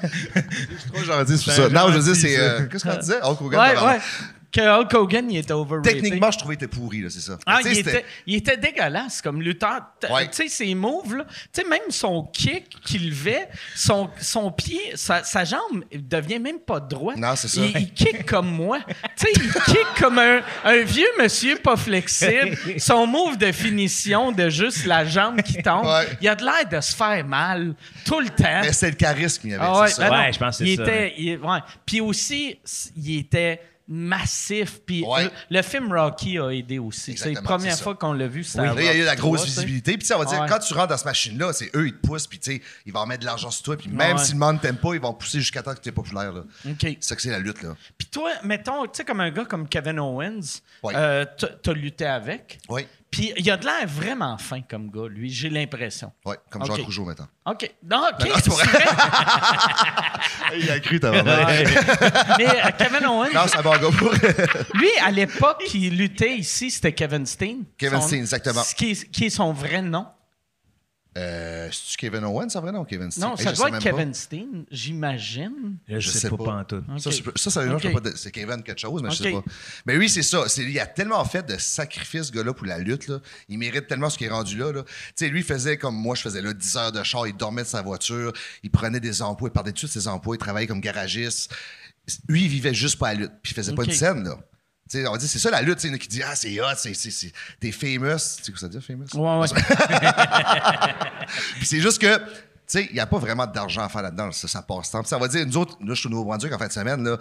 S6: Moi, j'aurais dit c'est pour ça. Non, je veux dire, c'est. euh, Qu'est-ce qu'on disait? Hulk Hogan,
S4: Ouais,
S6: tabarnak.
S4: ouais. Que Hulk Hogan, il était overrated.
S6: Techniquement, je trouvais qu'il était pourri, là, c'est ça.
S4: Ah,
S6: Tu sais,
S4: il,
S6: c'était-
S4: était, il était dégueulasse comme lutteur. T-
S6: Ouais.
S4: Tu sais, ses moves, là. Tu sais, même son kick qu'il levait, son, son pied, sa, sa jambe devient même pas droite.
S6: Non, c'est ça.
S4: Il, il kick comme moi. Tu sais, il kick comme un, un vieux monsieur pas flexible. Son move de finition de juste la jambe qui tombe,
S6: Ouais.
S4: il a de l'air de se faire mal tout le temps.
S6: Mais c'est le charisme qu'il y avait.
S4: hein? Ah ouais,
S6: c'est
S4: ben
S6: ça.
S4: non,
S7: Ouais, je pense que c'est
S4: il
S7: ça,
S4: Était, il- ouais. Puis aussi, s- il était massif. Puis
S6: Ouais.
S4: le, le film Rocky a aidé aussi. C'est la
S6: Exactement,
S4: première
S6: c'est ça.
S4: fois qu'on l'a vu. c'était à
S6: Là, il y a eu la
S4: Rocky
S6: grosse
S4: III, tu sais.
S6: visibilité. Puis, tu sais, on va dire,
S4: Ouais.
S6: quand tu rentres dans cette machine-là, c'est eux, ils te poussent. Puis, tu sais, ils vont mettre de l'argent sur toi. Puis, même
S4: Ouais.
S6: si le monde t'aime pas, ils vont pousser jusqu'à temps que tu es populaire. là.
S4: OK.
S6: C'est ça que c'est la lutte, là.
S4: Puis toi, mettons, tu sais, comme un gars comme Kevin Owens,
S6: Ouais.
S4: euh, t'as- t'as lutté avec.
S6: Oui.
S4: Puis il a de l'air vraiment fin comme gars, lui, j'ai l'impression.
S6: Oui, comme
S4: OK.
S6: Jean Rougeau maintenant.
S4: OK. Non, OK.
S6: non, c'est pas
S4: c'est vrai.
S6: Ah, il a cru, tabarnak.
S4: Mais euh, Kevin Owens,
S6: Non, c'est un bon gars pour.
S4: lui, à l'époque, il luttait ici, c'était Kevin Steen.
S6: Kevin Steen, exactement.
S4: ce Qui, est- qui est son vrai nom.
S6: Euh, C'est-tu Kevin Owens, en vrai, non, Kevin Steen?
S4: Non,
S6: Hey,
S4: ça
S6: je
S4: doit
S6: sais
S4: être
S6: même pas.
S4: Kevin Steen, j'imagine.
S7: Là, je,
S6: Je
S7: sais,
S6: sais
S7: pas,
S6: pas.
S7: pantoute.
S4: Ok.
S6: Ça, c'est- ça, sérieusement, je
S4: Ok.
S6: sais pas de- c'est Kevin quelque chose, mais je sais
S4: Ok.
S6: pas. Mais oui, c'est ça. C'est, il a tellement fait de sacrifices, ce gars-là, pour la lutte. Là. Il mérite tellement ce qu'il est rendu là. là. Tu sais, lui, il faisait comme moi, je faisais là, 10 heures de char, il dormait de sa voiture, il prenait des emplois, il perdait tous ses emplois, il travaillait comme garagiste. Lui, il vivait juste pour la lutte, puis il faisait pas
S4: Ok.
S6: une scène, là. Tu sais, on dit, c'est ça la lutte, tu sais, il y en a qui dit Ah, c'est hot, c'est, c'est, c'est- t'es famous. Tu sais quoi ça veut dire, famous?
S4: Ouais, ouais.
S6: Puis c'est juste que, tu sais, il n'y a pas vraiment d'argent à faire là-dedans, ça, ça passe temps. Puis ça va dire, nous autres, là, je suis au Nouveau-Brunswick en fin de semaine, là,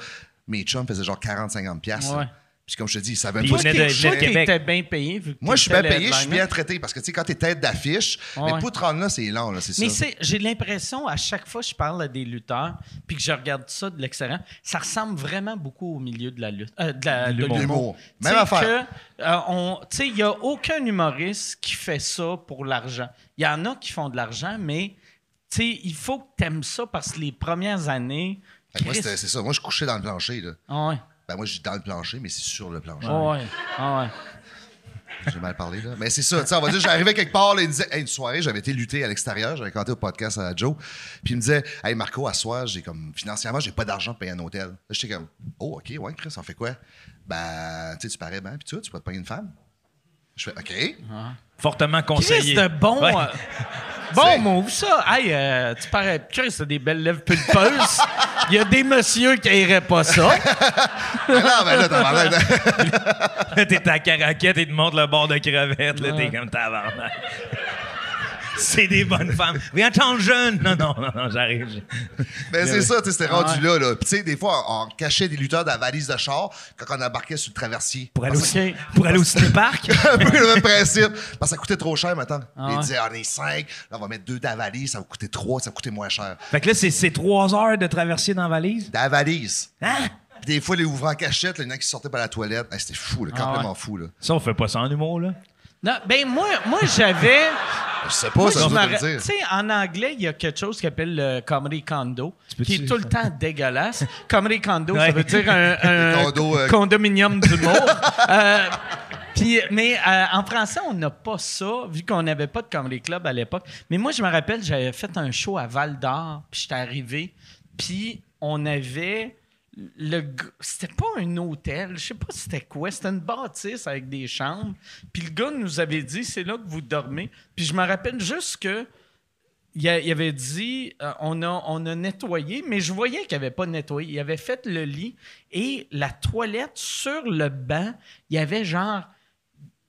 S6: mes chums faisaient genre 40-50$. piastres, là.
S4: Ouais.
S6: Puis comme je te dis, ils savaient même
S7: Puis
S6: pas
S4: Toi,
S6: ce
S7: venait
S4: t'es-
S7: de-
S4: toi,
S7: de Québec.
S4: t'étais bien payé. vu que
S6: Moi, je suis
S4: t'étais
S6: bien payé, je suis
S4: headliner.
S6: bien traité parce que, tu sais, quand t'es tête d'affiche,
S4: Ouais.
S6: mais pour te rendre là, c'est lent, là, c'est
S4: Mais
S6: ça.
S4: c'est- j'ai l'impression, à chaque fois que je parle à des lutteurs, puis que je regarde ça de l'extérieur, ça ressemble vraiment beaucoup au milieu de la lutte. euh, de la- de
S6: L'humour. L'humour.
S4: l'humour.
S6: Même
S4: Tu sais
S6: affaire.
S4: que, euh, on- tu sais, il n'y a aucun humoriste qui fait ça pour l'argent. Il y en a qui font de l'argent, mais. tu tu sais, il faut que t'aimes ça parce que les premières années.
S6: Fait que Moi,
S4: Christ-
S6: c'était- c'est ça. Moi, je couchais dans le plancher, là.
S4: Ah ouais.
S6: Ben, moi, je dis dans le plancher, mais c'est sur le plancher.
S4: Ah ouais. Ah ouais.
S6: J'ai mal parlé, là. Mais c'est ça, tu sais, on va dire, j'arrivais quelque part, là, il me disait, hey, une soirée, j'avais été lutter à l'extérieur, j'avais canté au podcast à Joe, puis il me disait, hey, Marco, à soir, j'ai comme, financièrement, j'ai pas d'argent pour payer un hôtel. Là, j'étais comme, oh, OK, ouais, Chris, on fait quoi? Ben, tu sais, tu parais bien, puis tu vois, tu peux te payer une femme. Je fais, OK.
S7: Fortement
S4: Chris,
S7: conseillé.
S4: de bon.
S7: Ouais.
S4: euh, bon
S6: C'est-
S4: move, ça. Hey, euh, tu parais. Chris, t'as des belles lèvres pulpeuses. Il y a des messieurs qui n'iraient pas ça.
S6: Ben non, ben là, t'as
S7: Là, t'es à Caraquette et te montres le bord de crevette. Là, t'es comme tabarnak. C'est des bonnes femmes. Viens, attends, jeune. Non, non, non, non, j'arrive. je-
S6: Ben, c'est ça, tu sais, c'était rendu là, là. Puis, tu sais, des fois, on, on cachait des lutteurs dans la valise de char quand on embarquait sur le traversier.
S7: Pour aller, au, pour aller au ciné-parc.
S6: un peu le même principe. Parce que ça coûtait trop cher maintenant. Ils disaient, on est cinq, là, on va mettre deux dans la valise, ça va coûter trois, ça va coûter moins cher.
S7: Fait que là, c'est- c'est trois heures de traversée dans la valise.
S6: Dans la valise.
S7: Hein?
S6: Puis des fois, les ouvrants en cachette, là, il y en a qui sortaient par la toilette. Hey, c'était fou, là,
S4: Ah
S6: complètement fou. Là.
S7: Ça, on fait pas ça en humour, là.
S4: Non, ben moi, moi j'avais.
S6: Je sais
S4: Moi,
S6: pas, ça
S4: je
S6: veut
S4: me ra-
S6: te le
S4: Tu
S6: dire.
S4: sais, en anglais, il y a quelque chose qui appelle le comedy condo,
S7: peux-tu-
S4: qui est tout le temps dégueulasse. Comedy condo, ça
S7: Ouais.
S4: veut dire un, un
S6: Condo, euh,
S4: condominium d'humour. Euh, puis- mais euh, en français, on n'a pas ça, vu qu'on n'avait pas de comedy club à l'époque. Mais moi, je me rappelle, j'avais fait un show à Val d'Or, puis j'étais arrivé, puis on avait. Le g- c'était pas un hôtel, je sais pas c'était quoi, c'était une bâtisse avec des chambres. Puis le gars nous avait dit c'est là que vous dormez. Puis je me rappelle juste que il, a- il avait dit euh, on, a, on a nettoyé, mais je voyais qu'il avait pas nettoyé. Il avait fait le lit et la toilette sur le banc, il y avait genre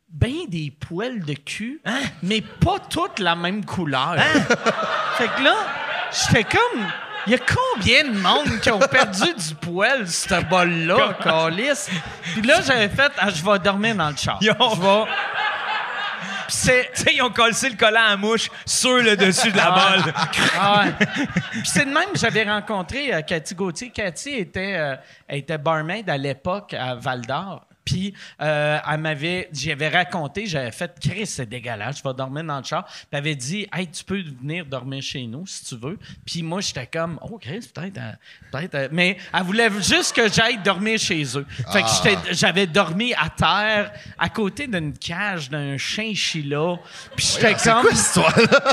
S4: ben des poils de cul, hein, mais pas toutes la même couleur. fait que là, j'étais comme il y a combien de monde qui ont perdu du poil ce bol-là, calice? Puis là, j'avais fait ah, je vais dormir dans le char.
S7: Yo!
S4: Je vais- Puis c'est
S7: Tu sais, ils ont collé le collant à mouche sur le dessus de la
S4: Ah.
S7: balle.
S4: Ah ouais. Puis c'est de même que j'avais rencontré euh, Cathy Gauthier. Cathy était, euh, elle était barmaid à l'époque à Val d'Or. Puis euh, elle m'avait, j'avais raconté, j'avais fait Chris, c'est dégueulasse, je vais dormir dans le char. Puis elle avait dit, hey, tu peux venir dormir chez nous si tu veux. Puis moi, j'étais comme, oh Chris, peut-être, euh, peut-être. euh, Mais elle voulait juste que j'aille dormir chez eux. Fait que
S6: Ah.
S4: j'étais j'avais dormi à terre, à côté d'une cage d'un chinchilla. Puis j'étais comme.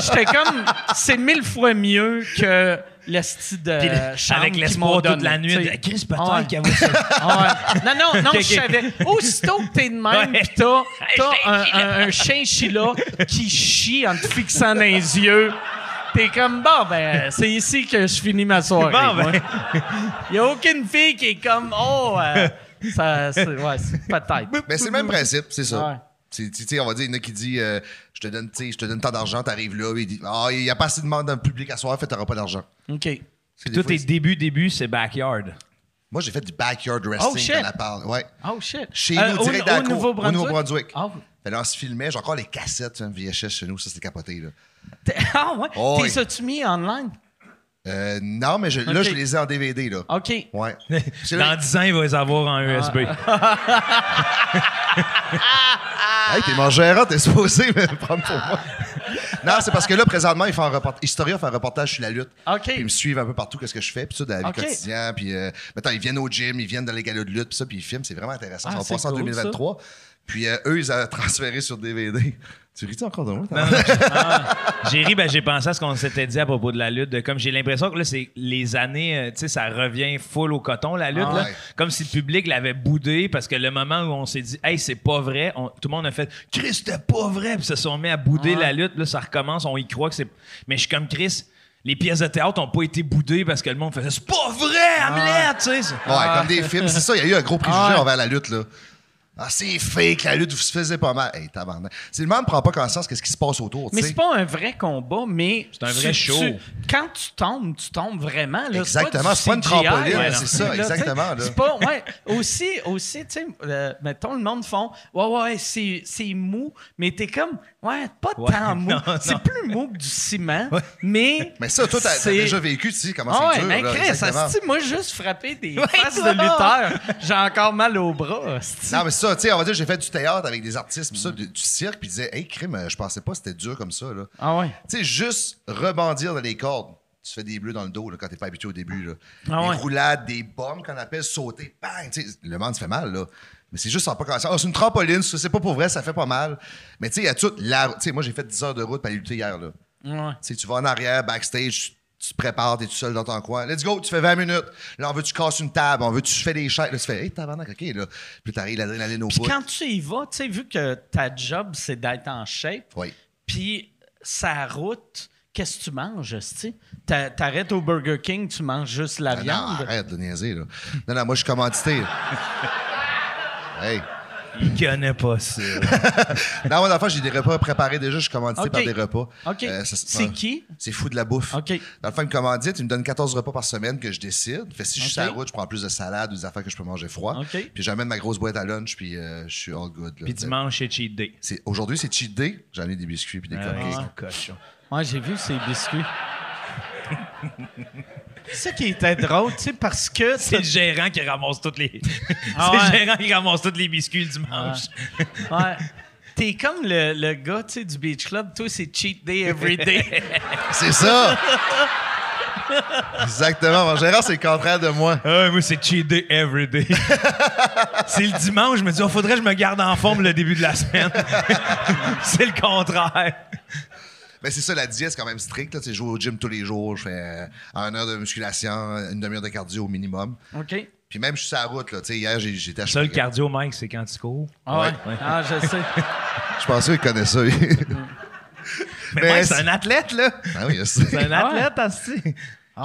S4: J'étais comme, c'est mille fois mieux que le style
S7: Puis
S4: de
S2: Euh,
S7: le-
S4: chambre
S7: avec
S4: qu'ils
S7: l'espoir
S4: m'ont
S7: toute
S4: donné,
S7: la nuit
S4: tu sais.
S7: de Chris, peut-être
S4: Ah ouais.
S7: qu'il y avait ça.
S4: Ah ouais. Non, non, non,
S7: Ok, ok.
S4: je savais. Aussitôt que t'es de même,
S7: Ouais.
S4: pis t'as, t'as un,
S7: Chinchilla.
S4: un, un chinchilla qui chie en te fixant dans les yeux. T'es comme, bon, ben, c'est ici que je finis ma soirée.
S7: Bon, ben.
S4: Il y a aucune fille qui est comme, oh, euh, ça, c'est, ouais, c'est- peut-être.
S6: Mais Ben, c'est le même principe, c'est
S4: Ouais.
S6: ça. C'est- Tu sais, on va dire, il y en a qui dit euh, je te donne, tu sais, je te donne tant d'argent, t'arrives là, il dit Ah, il n'y a pas assez de monde dans le public à soir, fait t'auras pas d'argent.
S4: OK.
S6: C'est des
S7: Tout
S6: fois,
S7: est
S6: ils-
S7: début, début, c'est backyard.
S6: Moi, j'ai fait du backyard
S4: Oh,
S6: wrestling
S4: shit.
S6: quand on parle. Ouais.
S4: Oh, shit.
S6: Chez
S4: Euh,
S6: nous,
S4: au-
S6: direct
S4: au,
S6: dans la cour, au
S4: Nouveau-Brunswick?
S6: Nouveau-Brunswick.
S4: Ah, oui.
S6: Fait là, on se filmait, j'ai encore les cassettes, hein, VHS chez nous, ça c'était capoté. Là.
S4: T'es- Ah ouais?
S6: Oh,
S4: T'es
S6: oui.
S4: as-tu mis online?
S6: Euh, non, mais je- là,
S4: Ok.
S6: je les ai en DVD. Là.
S4: OK.
S6: Ouais. C'est là-
S7: Dans 10 ans, il va les avoir en USB.
S4: Ah.
S6: Hey, t'es mon gérant, t'es supposé me prendre pour moi. Non, c'est parce que là, présentement, ils font un reportage. Historia fait un reportage sur la lutte.
S4: OK.
S6: Puis ils me suivent un peu partout, qu'est-ce que je fais, puis ça, dans la vie
S4: OK.
S6: quotidienne. Puis euh, maintenant, ils viennent au gym, ils viennent dans les galas de lutte, puis ça, puis ils filment. C'est vraiment intéressant.
S4: Ah,
S6: ils
S4: c'est
S6: sont passés en
S4: cool,
S6: 2023. Puis euh, eux, ils ont transféré sur DVD. Tu ris-tu encore de moi? t'as-
S7: J'ai ri, ben, j'ai pensé à ce qu'on s'était dit à propos de la lutte. de comme j'ai l'impression que là, c'est les années, euh, tu sais, ça revient full au coton, la lutte.
S6: Ah
S7: là.
S6: ouais.
S7: Comme si le public l'avait boudé parce que le moment où on s'est dit, hey, c'est pas vrai, on- tout le monde a fait, Chris, c'était pas vrai, puis se sont mis à bouder la lutte. Là, ça recommence, on y croit que c'est. Mais je suis comme Chris. Les pièces de théâtre n'ont pas été boudées parce que le monde faisait c'est pas vrai, Hamlet, tu sais.
S6: Ouais, comme des films. C'est ça, il y a eu un gros préjugé envers la lutte, là. Ah, c'est fake, la lutte, vous se faisiez pas mal. Hey, tabarnak. Si le monde prend pas conscience qu'est-ce qui se passe autour, tu
S4: Mais
S6: sais.
S4: c'est pas un vrai combat, mais.
S7: C'est un
S4: tu-
S7: vrai
S4: tu-
S7: show.
S4: quand tu tombes, tu tombes vraiment. Là,
S6: Exactement, c'est pas une
S4: du
S6: trampoline,
S4: CGI,
S6: là, c'est ça,
S4: Là, tu sais,
S6: exactement, là.
S4: C'est pas. Ouais. Aussi, aussi tu sais, euh, mettons, le monde font Ouais, ouais, c'est c'est mou, mais t'es comme Ouais, pas
S7: Ouais,
S4: tant mou.
S7: non,
S4: C'est
S7: non.
S4: plus mou que du ciment, mais.
S6: Mais ça, toi, t'as t'as
S4: c'est-
S6: déjà vécu, tu sais, comment
S4: Ah
S6: c'est
S4: ouais,
S6: dur.
S4: mais
S6: là,
S4: Chris,
S6: exactement.
S4: asti, moi, juste frapper des
S7: Ouais,
S4: faces de
S7: ça.
S4: lutteur, j'ai encore mal au bras. asti.
S6: Non, mais ça, ça. Tu sais, on va dire, j'ai fait du théâtre avec des artistes, pis ça, du, du cirque, puis disais, hey, crime, euh, je pensais pas que c'était dur comme ça. Là.
S4: Ah ouais.
S6: Tu sais, juste rebondir dans les cordes. Tu fais des bleus dans le dos là, quand t'es pas habitué au début. Là.
S4: Ah
S6: des
S4: ouais.
S6: roulades, des bombes qu'on appelle sauter. Bang! Tu sais, le monde se fait mal, là. Mais c'est juste sans pas commencer. Ah, c'est une trampoline, ça, c'est pas pour vrai, ça fait pas mal. Mais tu sais, il y a toute la. Tu sais, moi, j'ai fait 10 heures de route pour aller lutter hier, là.
S4: Ouais.
S6: Tu sais, tu vas en arrière, backstage, tu tu te prépares, t'es tout seul dans ton coin. Let's go, tu fais 20 minutes. Là, on veut que tu casses une table, on veut que tu fais des chaises. Là, tu fais, hey, tabarnak, OK, là. Puis t'arrives, l'adrénaline au
S4: Puis
S6: bout.
S4: quand tu y vas, tu sais, vu que ta job, c'est d'être en shape,
S6: Oui.
S4: puis sa route, qu'est-ce que tu manges, tu sais? T'a- T'arrêtes au Burger King, tu manges juste la
S6: Ah
S4: viande.
S6: Non, arrête de niaiser, là. Non, non, moi, je suis commandité. hey.
S7: Il connaît pas ça.
S6: Non, moi, dans le fond, j'ai des repas préparés déjà, je suis commandité
S4: OK.
S6: par des repas.
S4: OK.
S6: Euh, ça,
S4: c'est qui?
S6: C'est fou de la bouffe.
S4: OK.
S6: Dans le fond, une commandite, il me donne 14 repas par semaine que je décide. Fait que si je suis
S4: OK.
S6: sur la route, je prends plus de salade ou des affaires que je peux manger froid.
S4: OK.
S6: Puis j'amène ma grosse boîte à lunch, puis euh, je suis all good. là.
S7: Puis dimanche, c'est cheat day.
S6: C'est- Aujourd'hui, c'est cheat day. J'en ai des biscuits puis des
S4: Ah.
S6: cupcakes.
S7: Son cochon.
S4: Moi, j'ai vu ces biscuits. c'est ça qui était drôle, tu sais, parce que...
S7: C'est le gérant qui ramasse toutes les.
S4: Ah
S7: c'est
S4: ouais.
S7: le gérant qui ramasse toutes les biscuits le dimanche.
S4: Ouais. T'es comme le, le gars, tu sais, du Beach Club. Toi, c'est cheat day every day.
S6: C'est ça! Exactement. Mon gérant, c'est le contraire de moi.
S7: Ah, moi, c'est cheat day every day. c'est le dimanche, je me dis, oh, faudrait que je me garde en forme le début de la semaine. c'est le contraire.
S6: Mais Ben, c'est ça, la diète, c'est quand même strict. Là. Tu sais, Je joue au gym tous les jours. Je fais euh, une heure de musculation, une demi-heure de cardio au minimum.
S4: OK.
S6: Puis même, je suis sur la route. Là. Tu sais, Hier, j'ai- j'étais à
S7: Ça, le
S6: Chicago.
S7: cardio, Mike, c'est quand tu cours.
S4: Ah, ouais.
S7: Ouais.
S4: ah, je sais.
S6: Je pensais qu'il connaît ça. lui.
S7: Mais,
S6: Mais
S7: Mike, c'est
S6: c'est-
S7: un athlète, là.
S6: ah oui, je sais.
S7: C'est un
S4: Ah ouais.
S7: athlète, asti.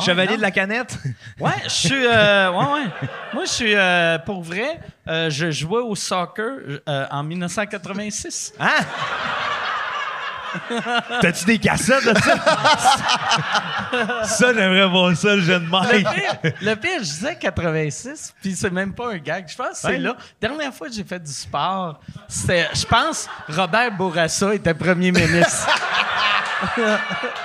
S7: Chevalier
S4: non.
S7: de la canette.
S4: Ouais, je suis. euh, ouais, ouais. Moi, je suis. euh, pour vrai, euh, je jouais au soccer euh, en 1986.
S7: Hein? T'as-tu des cassettes de ça? ça, j'aimerais voir ça, le jeune
S4: Le
S7: Mike.
S4: pire, le pire, je disais 86, puis c'est même pas un gag. Je pense que c'est
S7: Ouais.
S4: là. Dernière fois que j'ai fait du sport, c'était. Je pense Robert Bourassa était premier ministre.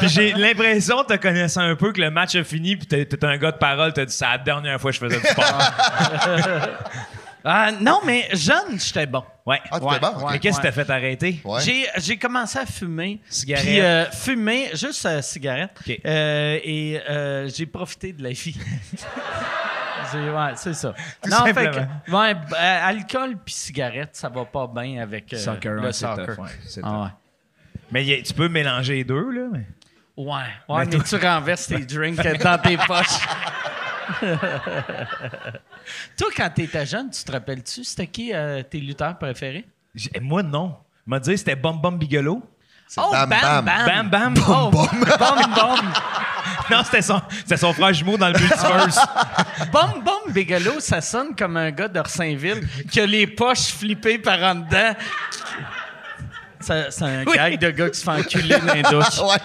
S7: Puis j'ai l'impression, te connaissant un peu, que le match a fini, puis t'es t'es un gars de parole, t'as dit, c'est la dernière fois que je faisais du sport.
S4: Ah, non, mais jeune, j'étais bon.
S7: Ouais.
S6: Ah, t'étais
S7: Ouais.
S6: bon, ok.
S7: Mais qu'est-ce que
S4: Ouais.
S7: t'as fait arrêter?
S6: Ouais.
S4: J'ai, j'ai commencé à fumer.
S7: Cigarette.
S4: Puis euh, fumer, juste euh, cigarette.
S7: OK.
S4: Euh, et euh, j'ai profité de la vie. J'ai- ouais, c'est ça.
S7: Tout
S4: que,
S7: simplement.
S4: ouais, b- euh, alcool puis cigarette, ça va pas bien avec euh, le
S7: ouais, c'est
S4: soccer.
S7: tough, ouais, c'est tough.
S4: Ah
S7: Mais y a- tu peux mélanger les deux, là. mais-
S4: ouais. Ouais, ouais, mais, tu renverses tes drinks dans tes poches. Toi, quand t'étais jeune, tu te rappelles-tu, c'était qui euh, tes lutteurs préférés?
S7: J'ai- Moi, non. M'a dit, c'était Bum Bum Bigelow.
S4: Oh,
S6: Bam Bam.
S7: Bam Bam.
S4: Oh, Bam Bam.
S7: Non, c'était son, c'était son frère jumeau dans le multiverse.
S4: Bum Bum Bigelow, ça sonne comme un gars d'Orsainville qui a les poches flippées par en dedans. Ça- C'est un
S7: Oui.
S4: gag de gars qui se fait enculer dans les douches.
S6: Ouais.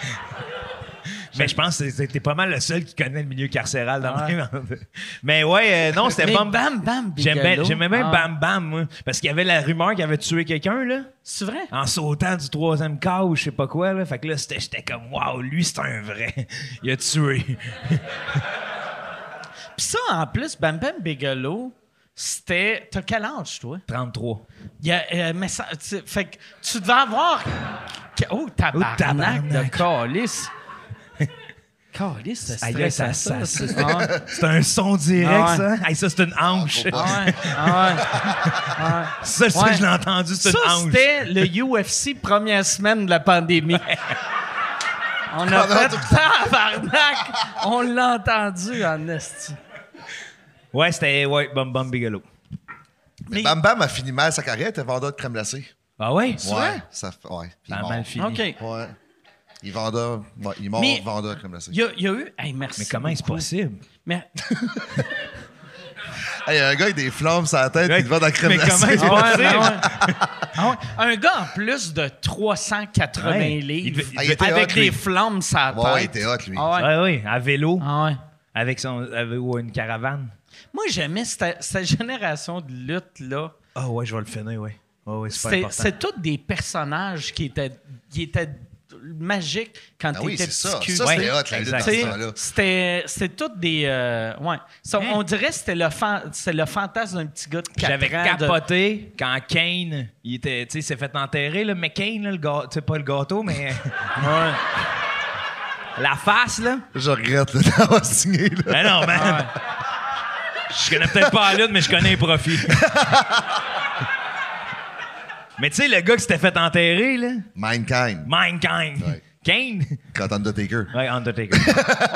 S7: Mais je pense que c'est- t'es pas mal le seul qui connaît le milieu carcéral dans le même. Mais ouais, euh, non, c'était
S4: Mais
S7: Bam
S4: Bam Bam
S7: J'aime bien-
S4: Bigelow.
S7: J'aimais bien
S4: Ah.
S7: Bam Bam, moi. Parce qu'il y avait la rumeur qu'il avait tué quelqu'un, là.
S4: C'est vrai?
S7: En sautant du troisième cas ou je sais pas quoi, là. Fait que là, c'était- j'étais comme, waouh, lui, c'est un vrai. Il a tué.
S4: Puis ça, en plus, Bam Bam Bigelow, c'était... T'as quel âge, toi?
S7: 33.
S4: Il y a, euh, mais ça, tu- fait que tu devais avoir... que- Oh, tabarnak,
S7: Oh, tabarnak.
S4: de calice. calice, c'est
S7: Aïe, aïe, ça-
S4: stressant, ça.
S7: ça-
S4: ça. Ah ouais.
S7: C'est un son direct,
S4: Ah ouais.
S7: ça. Hey, ça, c'est une hanche.
S4: Ah
S6: Ah,
S4: ouais, ah ouais.
S7: Ça, ça,
S4: Ouais.
S7: je l'ai entendu, c'est
S4: Ça,
S7: une hanche.
S4: c'était le UFC première semaine de la pandémie. On a
S6: Pendant
S4: fait
S6: tout
S4: tabarnak! On l'a entendu en esti.
S7: Ouais, c'était, ouais, Bum Bam Bigelow.
S6: Mais Bam Bam a fini mal sa carrière, il était vendeur de crème glacée.
S7: Ah ouais?
S6: Ouais. Ça, f- ouais. Il
S7: Ça
S6: est
S7: a
S6: mort.
S7: Ah, mal fini.
S4: OK.
S6: Ouais. Il est vendeur. ouais, il est mort
S4: Mais-
S6: vendeur de crème glacée.
S4: Il y, a- il y a eu... Hey, merci.
S7: Mais comment est-ce
S4: beaucoup.
S7: possible?
S4: Mais-
S6: Hey, il y a un gars avec des flammes sur la tête puis il te vend de la crème
S7: Mais
S6: glacée.
S7: comment est-ce
S4: Ah ouais,
S7: possible?
S4: ah ouais. Ah ouais. Un gars en plus de 380
S7: Ouais. Il
S4: livres
S7: devait-
S6: il devait être
S4: avec
S6: hot,
S4: des
S6: lui.
S4: flammes ça
S6: Ouais, ouais, il était hot, lui.
S4: Ah ouais.
S7: Ouais, ouais, à vélo,
S4: Ah ouais.
S7: avec son, avec- ou une caravane.
S4: Moi, j'aimais cette, cette génération de lutte-là.
S7: Ah ouais, je vais le finir, ouais. Ouais, ouais, c'est pas
S4: C'est
S7: important.
S4: c'est tous des personnages qui étaient, qui étaient magique quand
S6: Ah
S4: tu
S6: oui,
S4: étais
S6: c'est ça.
S4: petit cul.
S6: Ça,
S4: Ouais.
S6: c'était hot, la lutte dans
S4: Tu
S6: ce
S4: sais,
S6: temps-là.
S4: C'était c'était toutes des. euh, ouais. Ça,
S7: Hmm.
S4: On dirait que c'était le, fan- c'est le fantasme d'un petit gars de 4
S7: J'avais
S4: ans. de-
S7: capoté quand Kane, il était, tu sais, il s'est fait enterrer, là, mais Kane, là, le gâteau, tu sais, pas le gâteau, mais. La face, là.
S6: Je regrette là, d'avoir signé. Là.
S7: Mais
S4: Ah,
S7: non, man. Je connais peut-être pas la lutte, mais je connais les profits. mais tu sais, le gars qui s'était fait enterrer, là,
S6: Mankind,
S7: Mankind.
S6: Ouais.
S7: Kane.
S6: quand Undertaker.
S7: Ouais, Undertaker.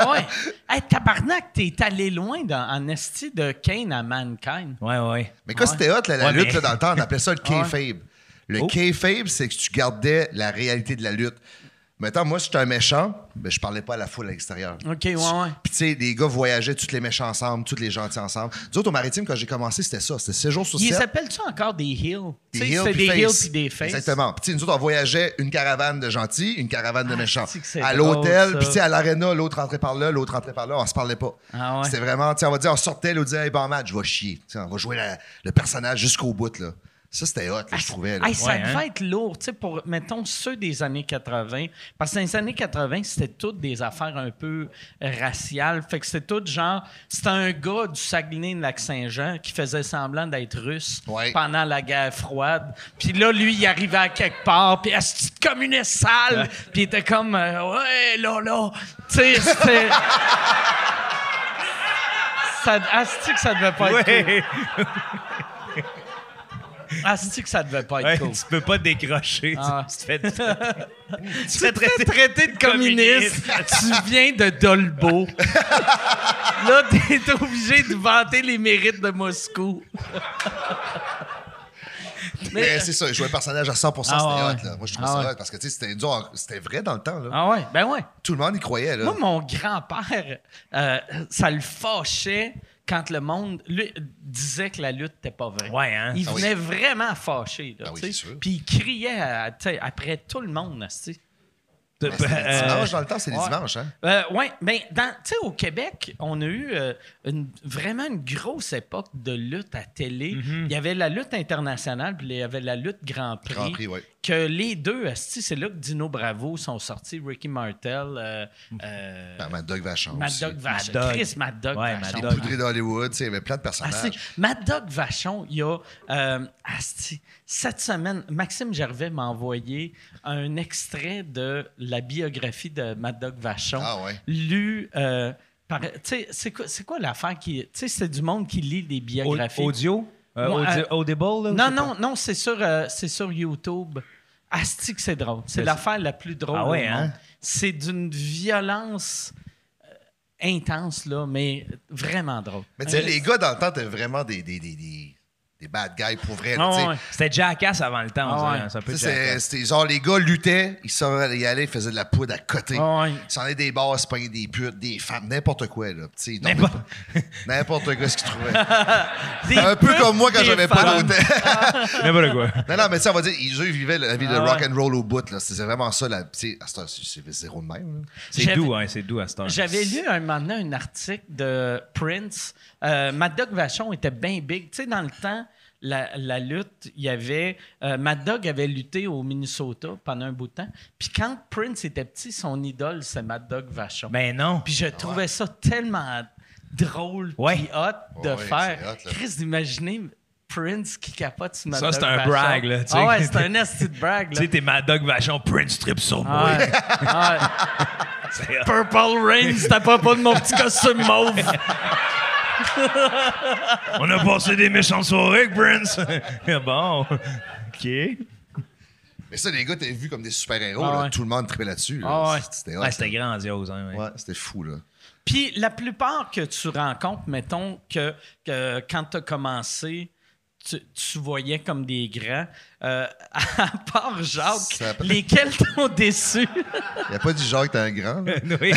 S4: ouais. Hey, tabarnak, t'es allé loin dans, en esti de Kane à Mankind.
S7: ouais, ouais.
S6: Mais quand c'était hot, là, la
S7: Ouais,
S6: lutte,
S7: mais-
S6: là, dans le temps, on appelait ça le kayfabe. Le
S7: Oh.
S6: kayfabe, c'est que tu gardais la réalité de la lutte. Maintenant, moi, si j'étais un méchant, ben, je parlais pas à la foule à l'extérieur.
S4: OK, ouais, ouais.
S6: Puis, tu sais, les gars voyageaient, tous les méchants ensemble, tous les gentils ensemble. Nous autres, au Maritime, quand j'ai commencé, c'était ça. C'était 7 jours sur 7.
S4: Ils s'appellent-tu encore des heels? Tu
S6: Des
S4: sais,
S6: heels
S4: C'était
S6: puis
S4: des heels
S6: face.
S4: puis des faces.
S6: Exactement. Puis, tu sais, nous autres, on voyageait une caravane de gentils, une caravane de méchants.
S4: c'est Ah, que c'est
S6: à
S4: drôle,
S6: l'hôtel,
S4: ça.
S6: puis, tu sais, à l'aréna, l'autre rentrait par là, l'autre rentrait par là, on se parlait pas.
S4: Ah ouais.
S6: C'était vraiment, tu sais, on va dire, on sortait, l'autre disait, hey, bon match, je vais chier. Tu sais, on va jouer la- le personnage jusqu'au bout, là. Ça, c'était hot, là,
S4: Ah,
S6: je trouvais. là.
S4: Hey, ça
S7: Ouais,
S4: devait
S7: hein?
S4: être lourd, tu sais, pour, mettons, ceux des années 80. Parce que dans les années 80, c'était toutes des affaires un peu raciales. Fait que c'était tout genre. C'était un gars du Saguenay-Lac-Saint-Jean qui faisait semblant d'être russe
S6: Ouais.
S4: pendant la guerre froide. Puis là, lui, il arrivait à quelque part. Puis, est-ce que communiste sale? Puis il était comme, euh, ouais, là, là. Tu sais, c'était. ça, asti que ça devait pas être cool.
S7: Ouais.
S4: Asti que ça devait pas être
S7: Ouais,
S4: cool.
S7: Tu peux pas décrocher. tu-
S4: Ah.
S7: Tu, te fais, tu te fais
S4: Tu te fais traiter de communiste. tu viens de Dolbo. Là, t'es obligé de vanter les mérites de Moscou.
S6: Mais, Eh, c'est ça, je jouais le personnage à 100%,
S4: Ah
S6: c'était
S4: ouais.
S6: hot, là. Moi, je trouvais
S4: Ah
S6: ça
S4: ouais.
S6: hot parce que, tu sais, c'était dur, c'était vrai dans le temps, là.
S4: Ah ouais, ben ouais.
S6: Tout le monde y croyait, là.
S4: Moi, mon grand-père, euh, ça le fâchait quand le monde lui, disait que la lutte n'était pas vraie.
S7: Ouais, hein?
S4: Il
S6: Ah oui.
S4: venait vraiment fâché. là,
S6: Ah oui,
S4: tu sais.
S6: c'est sûr.
S4: Puis il criait à- tu sais, après tout le monde. tu sais. Ah,
S7: te-
S6: Mais c'était les
S7: euh,
S6: dimanches, dans le temps, c'est les
S4: Euh, ouais.
S6: dimanches, hein.
S4: oui, mais dans- tu sais, au Québec, on a eu euh, une- vraiment une grosse époque de lutte à télé.
S6: Mm-hmm.
S4: Il y avait la lutte internationale, puis il y avait la lutte Grand Prix.
S6: Grand Prix, ouais.
S4: Que les deux, asti, c'est là que Dino Bravo sont sortis, Ricky Martel, euh, euh,
S6: Ah, Mad Dog Vachon.
S4: Mad
S6: aussi.
S4: Dog Vachon,
S7: Mad Dog.
S4: Chris Mad Dog
S7: Ouais,
S4: Vachon. Ah,
S7: Mad
S6: Les
S7: Dog.
S6: poudrés d'Hollywood, tu sais, il y avait plein de
S4: Asti,
S6: personnages.
S4: Mad Dog Vachon, il y a. euh, asti, cette semaine, Maxime Gervais m'a envoyé un extrait de la biographie de Mad Dog Vachon.
S6: Ah ouais.
S4: Lu. euh, par- tu sais, c'est quoi, c'est quoi l'affaire qui. Tu sais, c'est du monde qui lit des
S7: au-
S4: biographies.
S7: Audio? Euh,
S4: Moi,
S7: audi-
S4: euh,
S7: Audible? là, ou je
S4: Non,
S7: sais
S4: non, non, c'est sur, euh, c'est sur YouTube. Asti que c'est drôle. C'est
S7: Mais
S4: l'affaire la plus drôle
S7: Ah ouais,
S4: au monde.
S7: hein?
S4: C'est d'une violence euh, intense, là, mais vraiment drôle. Hein?
S6: Mais tu sais, les gars, dans le temps, t'as vraiment des, des, des, des, des bad guys pour vrai. là,
S4: Ah
S6: tu sais.
S4: ouais.
S7: pas? C'était Jackass avant le temps, on
S4: Ah
S7: dirait,
S4: ouais.
S7: hein, C'est un peu
S6: Tu sais, c'est-
S7: Jackass.
S6: C'était genre, les gars luttaient, ils sortaient, ils allaient, ils faisaient de la poudre à côté.
S4: Ah ouais.
S6: Ils s'en allaient des bars, ils se pognaient des putes, des femmes, n'importe quoi, là. Tu sais, ils dormaient
S7: N'importe-
S6: pas. N'importe quoi, ce qu'ils trouvaient.
S4: Des
S6: Un peu
S4: putes,
S6: comme moi quand
S4: des
S6: j'avais pas
S4: femmes.
S6: d'hôtel.
S7: N'importe quoi.
S6: Non, non, mais tu sais, on va dire, ils, eux, ils vivaient la vie de
S4: Ah ouais.
S6: rock and roll au bout, là. C'était vraiment ça, la, tu sais, à cette heure, c'est c'est zéro de même. là.
S7: C'est
S4: J'avais-
S7: doux, hein? C'est doux à cette heure.
S4: J'avais lu un moment donné un article de Prince. Euh, Mad Dog Vachon était bien big. Tu sais, dans le temps, la, la lutte, il y avait. euh, Mad Dog avait lutté au Minnesota pendant un bout de temps. Puis quand Prince était petit, son idole, c'est Mad Dog Vachon.
S7: Mais non.
S4: Puis je trouvais ça tellement drôle
S7: Ouais.
S4: puis hot de
S6: Ouais,
S4: faire.
S6: c'est hot, là.
S4: Chris, d'imaginer Prince qui capote sur Mad
S7: Ça,
S4: Dog
S7: c'est un
S4: Vachon.
S7: brag, là, tu sais.
S4: Ah ouais, c'est un esti de brag,
S7: Tu
S4: là.
S7: sais, t'es Mad Dog Vachon, Prince Trip sur
S4: Ah
S7: moi.
S4: ouais, ah ouais.
S7: C'est-
S4: Purple Rain, c'était pas pas de mon petit costume mauve.
S7: On a passé des méchantes soirées avec Prince. bon. OK.
S6: Mais ça, les gars, t'es vu comme des super-héros,
S4: Ah
S6: là.
S4: ouais.
S6: Tout le monde tripait là-dessus. là.
S4: Ah ouais.
S6: C'était hot,
S7: Ouais, c'était
S6: là.
S7: grandiose, hein? ouais.
S6: Ouais, c'était fou, là.
S4: Puis la plupart que tu rencontres, mettons que, que quand tu as commencé, tu, tu voyais comme des grands, euh, à part Jacques,
S6: Ça-
S4: lesquels t'ont déçu.
S6: Il a pas dit genre que t'es un grand, là.
S7: Oui.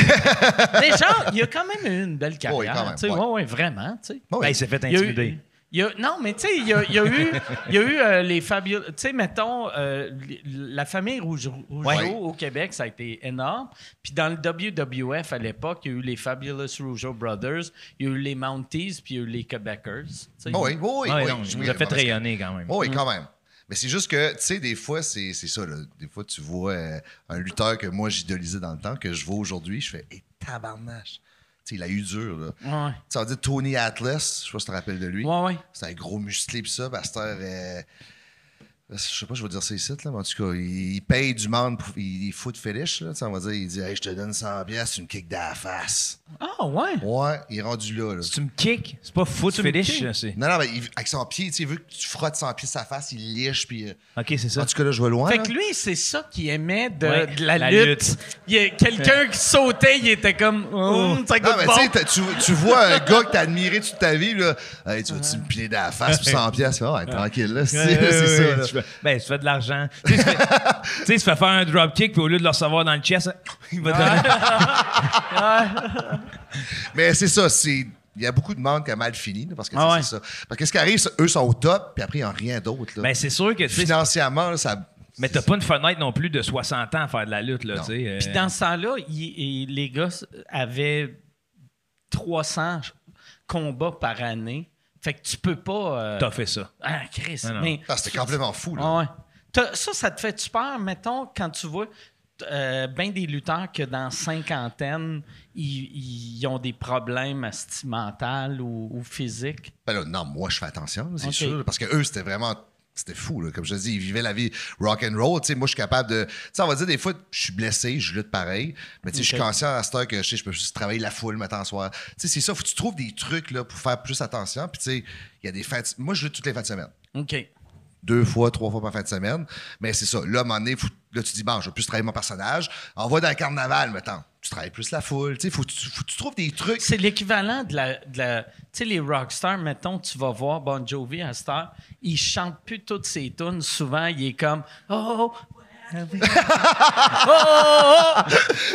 S4: Mais Jacques, il a quand même eu une belle
S6: Oui, quand
S4: carrière.
S6: même,
S4: tu sais,
S6: ouais.
S4: ouais, ouais, vraiment. tu sais.
S6: Ouais.
S7: Ben, il s'est fait
S4: Il y a eu-
S7: intimider.
S4: il y a- non, mais tu sais, il y a, il y a eu, il y a eu euh, les fabuleux. Tu sais, mettons, euh, les- la famille Rougeau
S6: Ouais.
S4: au Québec, ça a été énorme. Puis dans le WWF à l'époque, il y a eu les Fabulous Rougeau Brothers, il y a eu les Mounties, puis il y a eu les Québecers. tu sais.
S6: Oh oui, oh oui,
S7: Ouais,
S6: oui,
S7: Ah, non,
S6: je
S4: Mm.
S7: il nous a fait rayonner quand même.
S6: Oui, quand même. Mais c'est juste que, tu sais, des fois, c'est c'est ça. là. Des fois, tu vois euh, un lutteur que moi, j'idolisais dans le temps, que je vois aujourd'hui, je fais Hé, tabarnache! Tu sais, il a eu dur, là.
S4: Ouais.
S6: Tu sais, on dit Tony Atlas, je sais pas si tu te rappelles de lui.
S4: Ouais, ouais.
S6: C'est un gros musclé, pis ça, Pasteur. Euh, je sais pas, je vais dire ça ici, là, mais en tout cas, il, il paye du monde, pour, il, il fout de finish, là. Tu sais, on va dire, il dit, hey, je te donne 100 piastres, une kick dans la face.
S4: Ah, ouais.
S6: Ouais, il est rendu là, là.
S7: Si tu me kicks, c'est pas foot finish. là, c'est-
S6: Non, non, mais il- avec son pied, tu sais, il veut que tu frottes son pied sa face, il liche, puis. euh,
S7: Ok, c'est ça.
S6: En tout cas, là, je vais loin.
S4: Fait
S6: là.
S4: que lui, c'est ça qu'il aimait de,
S7: Ouais,
S4: de la,
S7: la
S4: lutte.
S7: lutte.
S4: Il y a quelqu'un qui sautait, il était comme. Hum, ça
S6: Oh. Non,
S4: goûte
S6: mais
S4: bon.
S6: tu sais, t'as- tu, tu vois un gars que t'as admiré toute ta vie, là. Hey, tu vas-tu me piler dans la face pour 100 piastres? Ah Ouais, tranquille, là.
S7: Ouais,
S6: C'est
S7: ouais,
S6: c'est
S7: ouais,
S6: ça, là.
S7: tu fais- ben, tu fais de l'argent. Tu sais, tu fais- tu sais, tu fais faire un dropkick, puis au lieu de le recevoir dans le chest, il va te donner-
S6: Mais c'est ça, c'est. Il y a beaucoup de monde qui a mal fini, là, parce que tu sais,
S4: Ah ouais.
S6: c'est ça. Parce que ce qui arrive, c'est- eux sont au top, puis après, ils n'ont rien d'autre. là.
S7: Ben, c'est sûr que, tu sais,
S6: Financièrement, là, ça.
S7: mais t'as pas une fenêtre non plus de 60 ans à faire de la lutte, là, tu sais. euh.
S4: Puis dans ce temps-là, il- il- les gars avaient 300 combats par année. Fait que tu peux pas. euh,
S7: T'as fait ça.
S4: Ah, Chris.
S7: Non, non.
S4: Mais,
S6: Ah, C'était complètement fou, là.
S4: Ah ouais. T'as- Ça, ça te fait-tu peur, mettons, quand tu vois euh, ben des lutteurs que dans cinquantaine, ils, ils ont des problèmes asti, mentaux ou, ou physiques?
S6: Ben là, non, moi, je fais attention, c'est
S4: Ok.
S6: sûr. Parce que eux, c'était vraiment. C'était fou, là. Comme je te dis, ils vivaient la vie rock and roll. Tu sais, moi, je suis capable de. Tu sais, on va dire, des fois, je suis blessé, je lutte pareil. Mais tu sais, je suis
S4: Ok.
S6: conscient à cette heure que je sais, je peux juste travailler la foule, matin, soir. Tu sais, c'est ça. Faut que tu trouves des trucs, là, pour faire plus attention. Puis, tu sais, il y a des fins. de- Moi, je lutte toutes les fins de semaine.
S4: OK.
S6: deux fois, trois fois par fin de semaine. Mais c'est ça. Là, à un moment donné, faut- là, tu dis, bon, je veux plus travailler mon personnage. On va dans le carnaval, mettons. Tu travailles plus la foule. Tu sais, faut, que tu- faut que tu trouves des trucs.
S4: C'est l'équivalent de la. de la- tu sais, les rockstars, mettons, tu vas voir Bon Jovi à cette heure, il chante plus toutes ses tunes. Souvent, il est comme Oh, oh,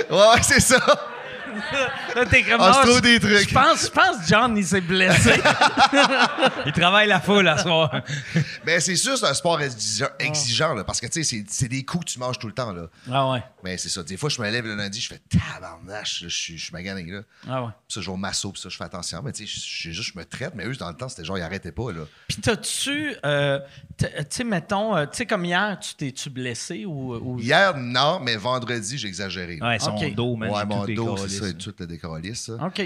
S6: Ouais, ouais, c'est ça.
S4: Là, t'es comme
S6: On se
S4: Ah,
S6: trouve
S4: je-
S6: des trucs.
S4: Je pense, je pense, John, il s'est blessé.
S7: Il travaille la foule à soir.
S6: Mais Ben, c'est sûr, c'est un sport exigeant, exigeant, là, parce que, tu sais, c'est- c'est des coups que tu manges tout le temps, là.
S4: ah ouais.
S6: Mais c'est ça. Des fois, je me lève le lundi, je fais tabarnache, là, je suis- je suis magané, là.
S4: Ah ouais.
S6: Puis ça, je vais au masso, puis ça, je fais attention. Mais tu sais, je- je, je- je me traite, mais eux, dans le temps, c'était genre, ils arrêtaient pas, là.
S4: Puis t'as-tu, euh, t- euh, tu sais, mettons, euh, tu sais, comme hier, tu t'es-tu blessé ou... ou-
S6: Hier, non, mais vendredi, j'ai exagéré. là.
S7: Ouais, son
S4: Ok.
S7: dos, man.
S6: ouais,
S7: j'ai
S6: mon
S7: tout hein.
S6: dos, c'est
S7: décollé,
S6: ça,
S7: ça.
S6: tout le décorolisse, ça.
S4: OK.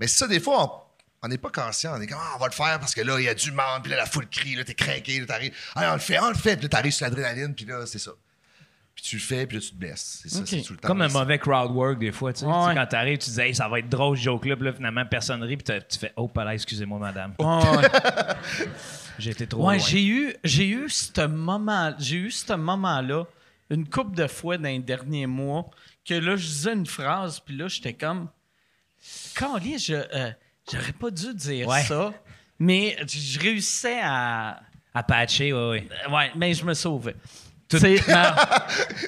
S6: Mais c'est ça, des fois, on n'est pas conscient. On est comme, Ah, on va le faire parce que là, il y a du monde, puis là, la foule crie, là, t'es craqué, là, t'arrives. Ah, on le fait, on le fait, puis là, t'arrives sur l'adrénaline, puis là, c'est ça. Puis tu le fais, puis là, tu te blesses. C'est ça,
S4: Ok.
S6: c'est tout le temps.
S7: Comme un
S6: ça.
S7: mauvais crowd work, des fois, tu sais.
S4: Ouais,
S7: Tu sais,
S4: ouais.
S7: Quand t'arrives, tu dis, hey, ça va être drôle, ce joke-là, puis là, finalement, personne rit, puis t'as- tu fais, oh, là, excusez-moi, madame.
S4: Ouais, ouais.
S7: J'ai été trop
S4: Ouais,
S7: loin.
S4: j'ai eu, j'ai eu ce moment, j'ai eu ce moment-là une couple de fois dans les derniers mois que là, je disais une phrase, puis là, j'étais comme, Calais, je, euh, j'aurais pas dû dire
S7: Ouais.
S4: ça, mais je- je réussissais à... euh,
S7: Apache, ouais, ouais.
S4: Ouais, mais je me sauvais. C'est- Non,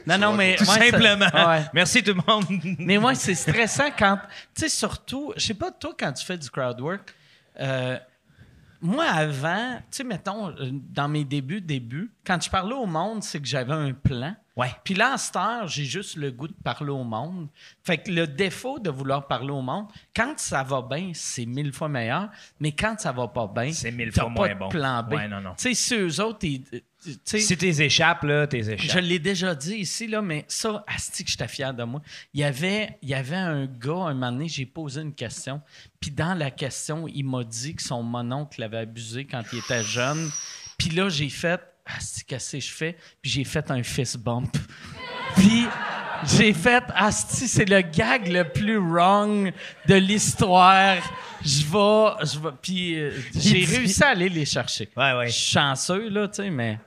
S4: non, non, mais...
S7: Tout
S4: ouais, ça-
S7: simplement.
S4: ouais.
S7: Merci tout le monde.
S4: Mais moi, c'est stressant quand. Tu sais, surtout, je sais pas, toi, quand tu fais du crowd work, euh, moi, avant, tu sais, mettons, euh, dans mes débuts, débuts, quand je parlais au monde, c'est que j'avais un plan.
S7: Ouais.
S4: Puis là, à cette heure, j'ai juste le goût de parler au monde. Fait que le défaut de vouloir parler au monde, quand ça va bien, c'est mille fois meilleur. Mais quand ça va pas bien,
S7: C'est mille
S4: t'as
S7: fois
S4: pas
S7: moins
S4: de
S7: bon.
S4: plan B.
S7: Ouais, non, non.
S4: Tu sais, si eux autres, ils- euh, tu sais-
S7: Si t'es échappes, là, t'es
S4: je
S7: échappes.
S4: l'ai déjà dit ici, là, mais ça, asti que j'étais fier de moi. Il y avait, il y avait un gars, un moment donné, j'ai posé une question. Puis dans la question, il m'a dit que son mononcle l'avait abusé quand il était jeune. Puis là, j'ai fait, asti, qu'est-ce que je fais? Puis j'ai fait un fist bump. Puis j'ai fait, asti, c'est le gag le plus wrong de l'histoire. Je vais, je vais. Puis euh, j'ai réussi à aller les chercher.
S7: Ouais, ouais.
S4: Je suis chanceux, là, tu sais, mais.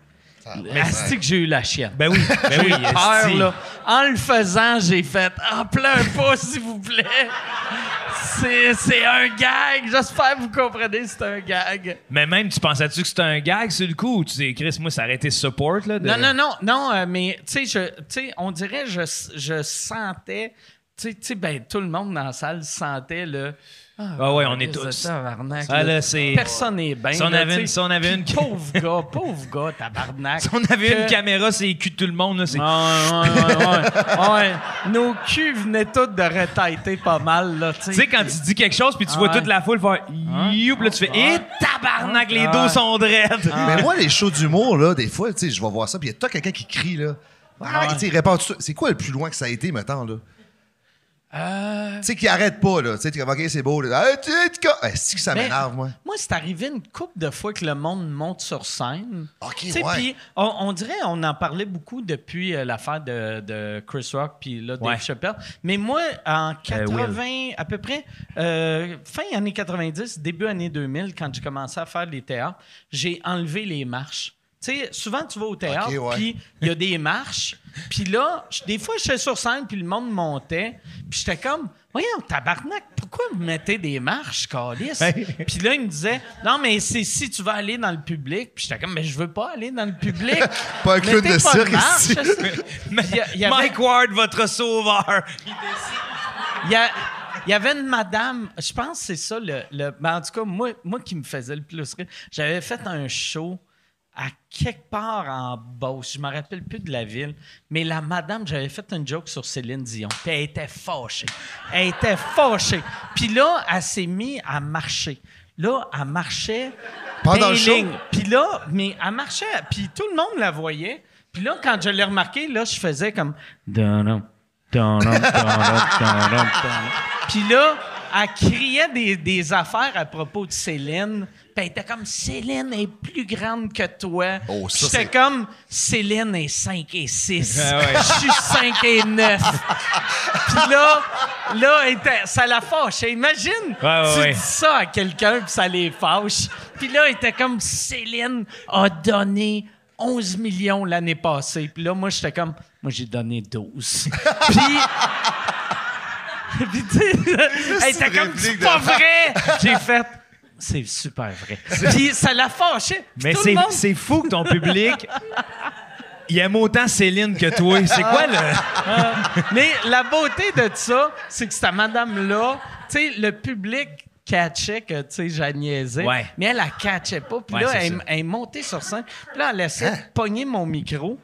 S6: ouais.
S4: Asti que j'ai eu la chienne
S7: Ben oui, ben oui.
S4: peur,
S7: esti.
S4: là. En le faisant, j'ai fait Ah, pleure pas, s'il vous plaît. C'est, c'est un gag. J'espère que vous comprenez, c'est un gag.
S7: Mais même, tu pensais-tu que c'était un gag sur le coup ou tu dis, Chris, moi, ça aurait été support, là? de-
S4: Non, non, non, non, euh, mais tu sais, je- tu sais, on dirait, je, je sentais. tu Tu sais- tu sais, ben, tout le monde dans la salle sentait le.
S7: Ah ouais, on est
S4: Christ de
S7: tous.
S4: tabarnak,
S7: Ah,
S4: là.
S7: là, c'est-
S4: Personne n'est bien.
S7: Si on
S4: là,
S7: avait
S4: tu
S7: une-
S4: sais.
S7: si on avait
S4: Puis
S7: une-
S4: Pauvre gars, pauvre gars, tabarnak.
S7: Si on avait
S4: Que-
S7: une caméra, c'est les culs de tout le monde. Là, c'est-
S4: Ouais, ouais, ouais, ouais. Ouais. Nos culs venaient tous de retaiter pas mal, là, tu
S7: Tu
S4: sais.
S7: sais, quand tu dis quelque chose, puis tu vois
S4: Ah ouais. Hein?
S7: toute la foule faire Youp, là, tu fais Eh, tabarnak, les
S4: Ah
S7: dos
S4: ouais. Ah.
S7: sont raides.
S6: Mais moi, les shows d'humour, là, des fois, tu sais, je vais voir ça, puis il y a tout quelqu'un qui crie, là. Ah, tu sais, il répand tout ça. C'est quoi le plus loin que ça a été, mettons, là? Tu sais, qui arrête pas, là. Tu sais, tu es comme, OK, c'est beau, là. Ah, tu sais, tu co- Ah, c'est que ça
S4: Mais-
S6: m'énerve, moi.
S4: Moi, c'est arrivé une couple de fois que le monde monte sur scène.
S6: OK,
S4: Tu sais,
S6: ouais.
S4: Puis on, on dirait, on en parlait beaucoup depuis euh, l'affaire de, de Chris Rock puis là, Dave
S7: Ouais.
S4: Chappelle. Mais moi, en
S7: Euh, Will.
S4: 80, à peu près, euh, fin années 90, début années 2000, quand j'ai commencé à faire des théâtres, j'ai enlevé les marches. Tu sais, souvent, tu vas au théâtre,
S6: Ok, ouais.
S4: puis il y a des marches. Puis là, je- des fois, j'étais sur scène, puis le monde montait. Puis j'étais comme, voyons, tabarnak, pourquoi vous mettez des marches, calice?
S6: Ben.
S4: Puis là, il me disait, non, mais c'est si tu vas aller dans le public. Puis j'étais comme, mais je veux pas aller dans le public.
S6: Pas un clown
S4: Mettez
S6: de
S4: pas
S6: cirque,
S4: marche.
S6: ici.
S7: Mais-
S4: Il y a- il y avait-
S7: Mike Ward, votre sauveur.
S4: Il y, a- il y avait une madame, je pense que c'est ça le. le- ben, en tout cas, moi, moi qui me faisait le plus rire, j'avais fait un show à quelque part en Beauce, je me rappelle plus de la ville, mais la madame, j'avais fait une joke sur Céline Dion, puis elle était fâchée. Elle était fâchée. Puis là, elle s'est mise à marcher. Là, elle marchait.
S6: Pendant le
S4: des
S6: show?
S4: lignes. Puis là, mais elle marchait, puis tout le monde la voyait. Puis là, quand je l'ai remarqué, là, je faisais comme... Dun-dun, dun-dun, dun-dun, dun-dun, dun-dun. Puis là, elle criait des, des affaires à propos de Céline. Puis elle était comme, Céline est plus grande que toi.
S6: Oh,
S4: Puis
S6: ça,
S4: J'étais
S6: c'est-
S4: comme, Céline est 5 et 6.
S7: Ah ouais.
S4: Je suis 5 et 9. Puis là, là elle était- ça la fâche. Imagine,
S7: ouais,
S4: tu
S7: ouais.
S4: dis ça à quelqu'un, puis ça les fâche. Puis là, elle était comme, Céline a donné 11 millions l'année passée. Puis là, moi, j'étais comme, moi, j'ai donné 12. Puis... Puis tu sais, hey,
S6: une
S4: t'as comme, c'est
S6: réplique de-
S4: pas vrai! J'ai fait, c'est super vrai. Puis ça l'a fâché. Puis
S7: Mais
S4: tout
S7: c'est
S4: le monde-
S7: c'est fou que ton public. Il aime autant Céline que toi. C'est quoi le.
S4: Ah. Mais la beauté de ça, c'est que cette madame-là, tu sais, le public catchait que, tu sais, j'en niaisais,
S7: Ouais.
S4: mais elle, la catchait pas. Puis
S7: Ouais,
S4: là,
S7: c'est
S4: elle,
S7: ça.
S4: elle est montée sur scène. Puis là, elle
S6: Hein?
S4: essaie de pogner mon micro.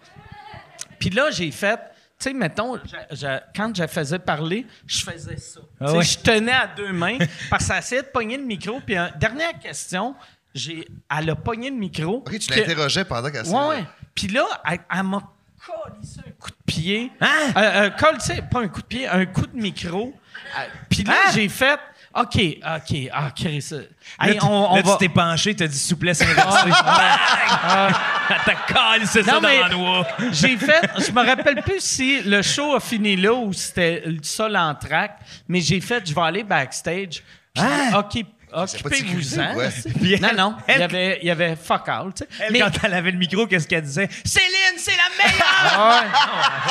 S4: Puis là, j'ai fait... Tu sais, mettons, je- je- quand je faisais parler, je faisais ça. Tu sais,
S7: Ah ouais.
S4: Je tenais à deux mains parce qu'elle essayait de pogner le micro. Puis, euh, dernière question, j'ai, elle a pogné le micro.
S6: OK, tu
S4: que-
S6: l'interrogeais pendant qu'elle
S4: Ouais, ouais. Puis là, elle, elle m'a collé un coup de pied.
S7: Hein?
S4: Euh, euh, colle, tu sais, pas un coup de pied, un coup de micro. Euh, Puis là,
S7: Hein?
S4: j'ai fait OK, OK, ah, Chris. euh,
S7: Là,
S4: hey,
S7: tu-
S4: on, on
S7: là,
S4: va- Ah.
S7: tu t'es penché, t'as dit souplesse inversée. Bang! T'as calé, c'est ça
S4: Non, mais-
S7: dans l'endroit.
S4: J'ai fait, je me rappelle plus si le show a fini là ou c'était ça l'entracte, mais j'ai fait, je vais aller backstage. Puis,
S7: Hein?
S4: OK,
S6: C'est pas sécurisé,
S4: occupez-vous-en.
S6: ouais.
S7: Puis
S4: Non,
S7: elle-
S4: non, il
S7: elle-
S4: y avait, il y avait fuck out. tu sais.
S7: Elle,
S4: Mais-
S7: quand elle avait le micro, qu'est-ce qu'elle disait? Céline, c'est la meilleure!
S4: Ah ouais.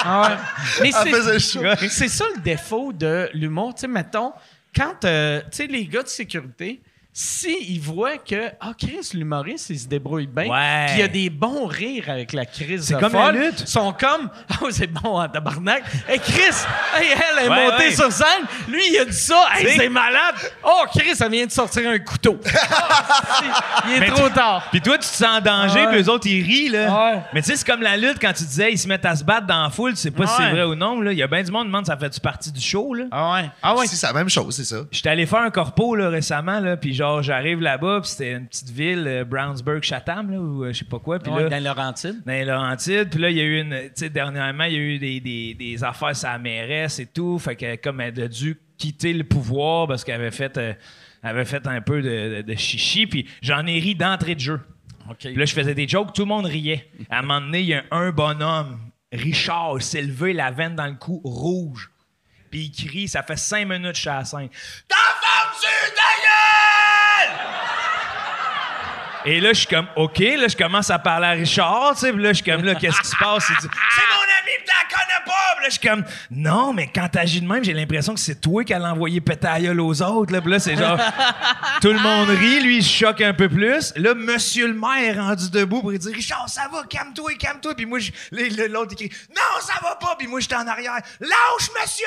S4: Ah ouais. Mais
S6: Elle faisait
S4: c'est-
S6: chaud.
S4: c'est ça le défaut de l'humour. Tu sais, mettons, quand euh, tu sais, les gars de sécurité, s'ils voient que ah Chris, l'humoriste, il se débrouille bien,
S7: Ouais.
S4: puis il y a des bons rires avec la crise
S7: C'est
S4: de
S7: comme la
S4: folle,
S7: lutte.
S4: ils sont comme « Oh, c'est bon, en tabarnak! Hey, Chris, hey, elle est
S7: Ouais,
S4: montée
S7: ouais.
S4: sur scène! Lui, il a dit ça! Hey,
S7: C'est-
S4: c'est malade! Oh, Chris, ça vient de sortir un couteau! Oh, il est
S7: Mais
S4: trop
S7: tu-
S4: tard!
S7: Puis toi, tu te sens en danger,
S4: Ouais.
S7: puis eux autres, ils rient, là.
S4: Ouais.
S7: Mais tu sais, c'est comme la lutte quand tu disais, ils se mettent à se battre dans la foule, tu sais pas si
S4: Ouais.
S7: c'est vrai ou non, là. Il y a bien du monde qui demande, ça fait-tu partie du show, là? »
S4: Ah ouais, ah ouais.
S6: Si, c'est la même chose, c'est ça.
S7: J'étais allé faire un corpo là, récemment, là, puis genre j'arrive là-bas, puis c'était une petite ville, euh, Brownsburg-Chatham, là, ou euh, je sais pas quoi, puis
S4: Ouais,
S7: là,
S4: dans Laurentide.
S7: dans les Laurentides. Puis là, il y a eu une. Tu sais, dernièrement, il y a eu des, des- des affaires sur la mairesse et tout. Fait que comme elle a dû quitter le pouvoir parce qu'elle avait fait. euh, elle avait fait un peu de, de- de chichi, puis j'en ai ri d'entrée de jeu. Puis là, je faisais des jokes, tout le monde riait. À un moment donné, il y a un bonhomme, Richard, s'est levé la veine dans le cou rouge. Puis il crie, ça fait cinq minutes que je suis à la scène. Ta femme sur ta gueule! Et là, je suis comme, OK, là, je commence à parler à Richard, tu sais, puis là, je suis comme, là, qu'est-ce qui se passe? Il dit, c'est mon ami, pis t'en connais pas! Puis là, je suis comme, non, mais quand t'agis de même, j'ai l'impression que c'est toi qui as envoyé péter la gueule aux autres. Là, Puis là, c'est genre, tout le monde rit, lui, il se choque un peu plus. Là, monsieur le maire est rendu debout pour lui dire, Richard, ça va, calme-toi, calme-toi. Puis moi, je- là, là, l'autre, il crie, non, ça va pas. Puis moi, j'étais en arrière, lâche, monsieur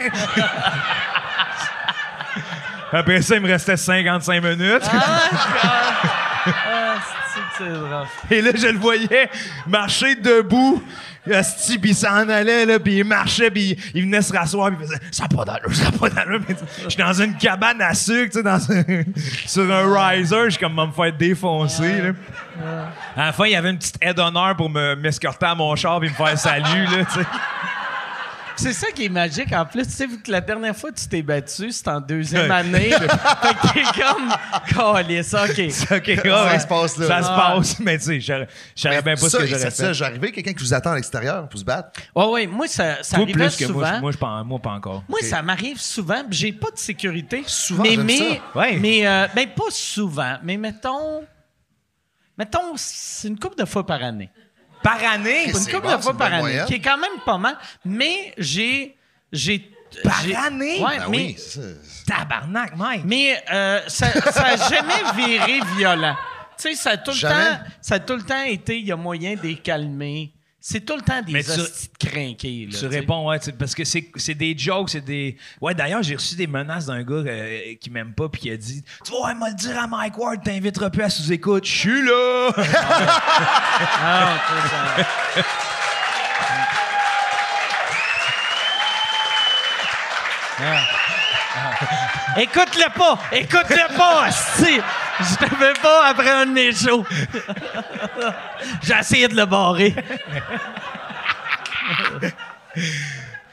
S7: le maire! Après ça, il me restait 55 minutes.
S4: Ah, c'est- c'est drôle.
S7: Et là, je le voyais marcher debout. Asti, puis il s'en allait, là, puis il marchait, puis il- il venait se rasseoir, puis il faisait « Ça a pas d'allure, ça a pas d'allure. » Mais Je suis dans une cabane à sucre, tu sais, dans un- sur un riser, je suis comme « Va me faire défoncer, là. À la fin, il y avait une petite aide d'honneur pour me- m'escorter à mon char puis me faire « Salut », là, tu sais.
S4: C'est ça qui est magique. En plus, tu sais, vu que la dernière fois que tu t'es battu, c'était en deuxième année. fait que t'es comme, calisse, OK.
S7: OK,
S6: Ça
S7: ouais.
S6: se passe, là.
S7: Ça se
S6: Ah.
S7: passe, mais tu sais, je je savais bien pas Ah, ben, ce
S6: ça,
S7: que j'aurais
S6: c'est
S7: fait.
S6: ça, j'arrive, quelqu'un qui vous attend à l'extérieur pour se battre.
S4: Oui, oui, moi, ça, ça
S7: Toi,
S4: arrivait
S7: plus que
S4: souvent.
S7: moi,
S4: moi,
S7: je- moi, je pas, moi, pas encore.
S4: ça m'arrive souvent. puis J'ai pas de sécurité.
S6: Souvent,
S4: mais,
S6: j'aime
S4: mais,
S6: ça.
S7: Ouais.
S4: mais euh, ben, pas souvent. Mais mettons, mettons, c'est une couple de fois par année.
S7: Par année?
S6: Qu'est-ce
S4: Une
S6: C'est
S4: couple
S6: bon,
S4: de
S6: c'est
S4: fois
S6: une
S4: par
S6: bonne
S4: année,
S6: moyenne.
S4: qui est quand même pas mal. Mais j'ai, j'ai.
S7: Par
S4: j'ai-
S7: année?
S4: Ouais,
S6: Ah
S4: mais
S6: oui, c'est ça.
S7: Tabarnak, Mike!
S4: Mais euh, ça n'a jamais viré violent. Tu sais, ça a tout le
S6: Jamais?
S4: temps, ça a tout le temps été, il y a moyen de les calmer. C'est tout le temps des
S7: Mais tu-
S4: hosties de crinqués, là,
S7: Tu
S4: sais.
S7: réponds, ouais, tu- parce que c'est c'est des jokes, c'est des. Ouais, d'ailleurs, j'ai reçu des menaces d'un gars euh, qui m'aime pas, puis qui a dit Tu vas, elle m'a le dire à Mike Ward, t'inviteras plus à sous-écoute, je suis là!
S4: Ah, ok, ça- Écoute-le pas! Écoute-le pas, hostie! Je t'avais pas après un de mes shows. J'ai essayé de le barrer.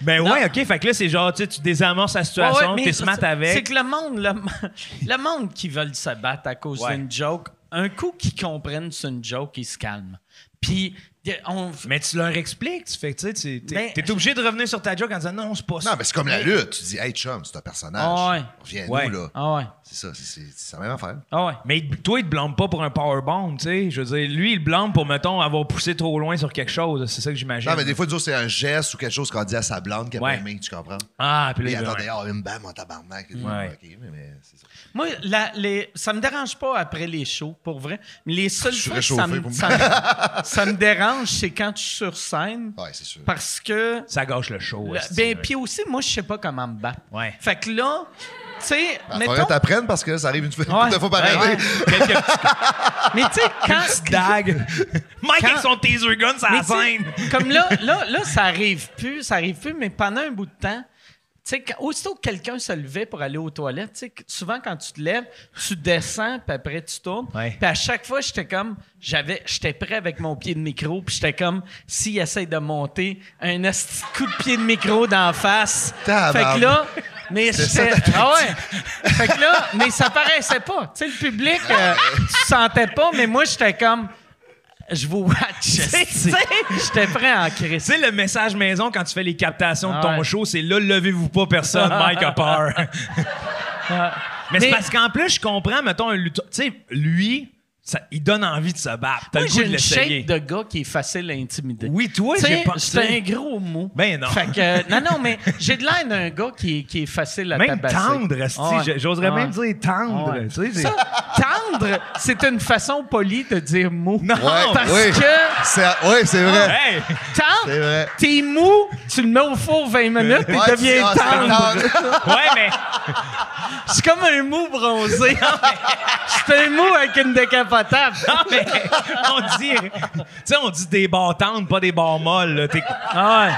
S7: ben ouais, ok, fait que là, c'est genre, tu sais, tu désamorces la situation,
S4: Ouais, ouais,
S7: t'es
S4: mais
S7: smart
S4: c'est- C'est
S7: avec.
S4: que le monde, le, mo- le monde qui veulent se battre à cause
S7: Ouais.
S4: d'une joke, un coup qu'ils comprennent c'est une joke, ils se calment. Puis, y a- on.
S7: Mais tu leur expliques, tu fais, que, tu sais, tu- t'es
S4: Ben,
S7: t'es obligé de revenir sur ta joke en disant Non, c'est pas ça.
S6: Non, mais c'est comme la lutte. Tu dis, hey chum, c'est un
S4: Ah
S6: personnage.
S4: ouais.
S6: Reviens-nous,
S7: Ouais.
S6: là.
S4: Ah ouais.
S6: C'est ça, c'est- c'est c'est la même affaire.
S4: Ah ouais.
S7: Mais il- toi, il te blâme pas pour un powerbomb, tu sais. Je veux dire, lui, il te blâme pour, mettons, avoir poussé trop loin sur quelque chose. C'est ça que j'imagine.
S6: Non, mais des fois, disons, c'est un geste ou quelque chose qu'on dit à sa blonde qu'elle
S7: Ouais.
S6: a aimé, tu comprends?
S7: Ah, puis là,
S6: Et
S7: il-
S6: attendez, oh, une bam en tabarnak.
S7: Ouais.
S6: Ok, mais, mais c'est ça.
S4: Moi, la- les, ça me dérange pas après les shows, pour vrai. Mais les seules
S6: suis
S4: fois que ça me,
S6: réchauffé pour me-
S4: ça me- ça me dérange, c'est quand je suis sur scène.
S6: Ouais, c'est sûr.
S4: Parce que.
S7: ça gâche le show.
S4: le-
S7: esti,
S4: ben,
S7: ouais.
S4: puis aussi, moi, je sais pas comment me battre.
S7: Ouais.
S4: Fait que là, tu sais,
S6: Il faudrait
S4: mettons.
S6: que t'apprennes parce que ça arrive une fois,
S4: Ouais.
S6: deux fois par
S4: Ouais,
S6: année.
S7: Quelques petits
S4: Mais tu sais, quand.
S7: dague. Mike
S4: Quand-
S7: avec son taser gun, ça
S4: Mais
S7: la scène.
S4: tu sais, Comme là, là, là, ça arrive plus, ça arrive plus, mais pendant un bout de temps, tu sais, quand- aussitôt que quelqu'un se levait pour aller aux toilettes, tu sais, que souvent quand tu te lèves, tu descends, puis après tu tournes.
S7: Ouais.
S4: Puis à chaque fois, j'étais comme, j'avais, j'étais prêt avec mon pied de micro, puis j'étais comme, s'il essaye de monter, un esti de coup de pied de micro d'en face.
S6: Tabarnak.
S4: Fait que là, mais
S6: ça,
S4: j'étais. Ah ouais! Fait que là, mais ça paraissait pas. Tu sais, le public, euh, tu sentais pas, mais moi, j'étais comme. Je vous watch. esti. J'étais prêt à en crise.
S7: Tu sais, le message maison quand tu fais les captations de
S4: Ah
S7: ton
S4: ouais.
S7: show, c'est là, levez-vous pas, personne, Mike a peur. Mais, c'est
S4: Mais-
S7: parce qu'en plus, je comprends, mettons, un lutteur. Tu sais, lui, ça- il donne envie de se battre. T'as
S4: Moi,
S7: le goût
S4: j'ai
S7: de
S4: une
S7: l'essayer.
S4: shape de gars qui est facile à intimider.
S7: Oui, toi,
S4: Tu
S7: j'ai
S4: sais,
S7: pas.
S4: j'étais un gros mot.
S7: Ben non.
S4: Fait que, euh, non, non, mais j'ai de l'air d'un gars qui est, qui est facile à
S7: Même
S4: tabasser.
S7: tendre, esti,
S4: Ah ouais.
S7: j'ai- j'oserais
S4: Ah ouais.
S7: même dire tendre.
S4: Ouais.
S7: tu sais, c'est-
S4: Ça, tendre, c'est une façon polie de dire mou.
S7: Non, Ah,
S6: Ouais,
S4: parce
S6: oui.
S4: que
S6: C'est- Ouais, c'est vrai.
S7: Hey!
S6: C'est
S4: tendre,
S6: vrai.
S4: t'es mou, tu le mets au four 20 minutes, il
S6: Ouais, tu-
S4: devient
S6: ah, c'est
S4: tendre.
S6: tendre.
S7: Ouais, mais.
S4: C'est comme un mou bronzé. C'est un mou avec une décapotable.
S7: Non, mais. On dit. Tu sais, on dit des bars tendres, pas des bars molles. là. T'es-
S4: Ah ouais.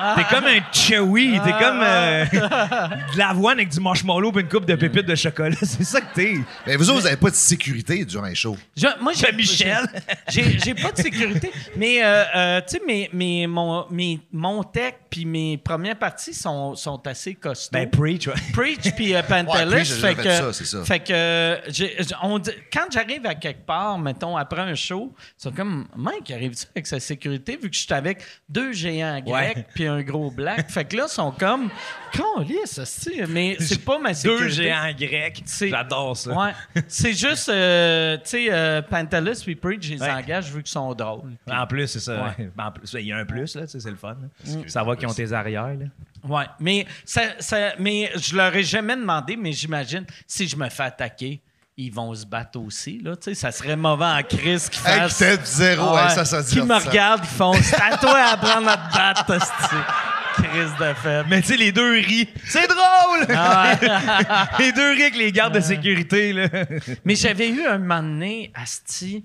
S4: Ah.
S7: T'es comme un chewy, t'es comme euh, de l'avoine avec du marshmallow et une coupe de pépites de chocolat. C'est ça que t'es.
S6: Mais vous autres, vous n'avez pas de sécurité durant les shows.
S4: Je- moi, j'ai,
S7: Michel.
S4: J'ai, j'ai pas de sécurité. Mais, euh, euh, tu sais, mes, mes, mon, mes, mon tech puis mes premières parties sont, sont assez costauds.
S7: Ben, preach, ouais.
S4: Preach puis euh,
S6: Ouais, Preach,
S4: Pantelis.
S6: j'ai
S4: fait,
S6: déjà
S4: que,
S6: fait ça, c'est ça.
S4: fait que euh, j'ai- j'- on dit- quand j'arrive à quelque part, mettons, après un show, ils sont comme Mike, arrive-tu avec sa sécurité vu que je suis avec deux géants
S7: Ouais.
S4: grecs puis un gros black. fait que là, ils sont comme, ça c'est mais c'est pas ma sécurité.
S7: Deux géants grecs.
S4: C'est-
S7: J'adore ça.
S4: Ouais. C'est juste, euh, tu sais, euh, Pantelis puis Preach, je les
S7: Ouais.
S4: engage vu qu'ils sont drôles.
S7: En plus, c'est ça.
S4: Ouais. Mm.
S7: En plus, il y a un plus, là, tu sais, c'est le fun. Ça va qu'ils ont tes arrières. Là.
S4: Ouais. Mais, ça, ça- mais je leur ai jamais demandé, mais j'imagine, si je me fais attaquer, ils vont se battre aussi, là. Tu sais, ça serait mauvais en crise qu'ils
S6: Hey,
S4: fassent.
S6: peut-être zéro,
S4: Ah
S6: hey,
S4: ouais.
S6: ça, ça
S4: Qui me
S6: divertissant.
S4: regardent, ils font, c'est à toi à apprendre à te battre, hostie. Crise de faible.
S7: Mais tu sais, les deux rient. C'est drôle!
S4: Ah ouais.
S7: les deux rient avec les gardes de sécurité. Là.
S4: Mais j'avais eu un moment donné, Asti,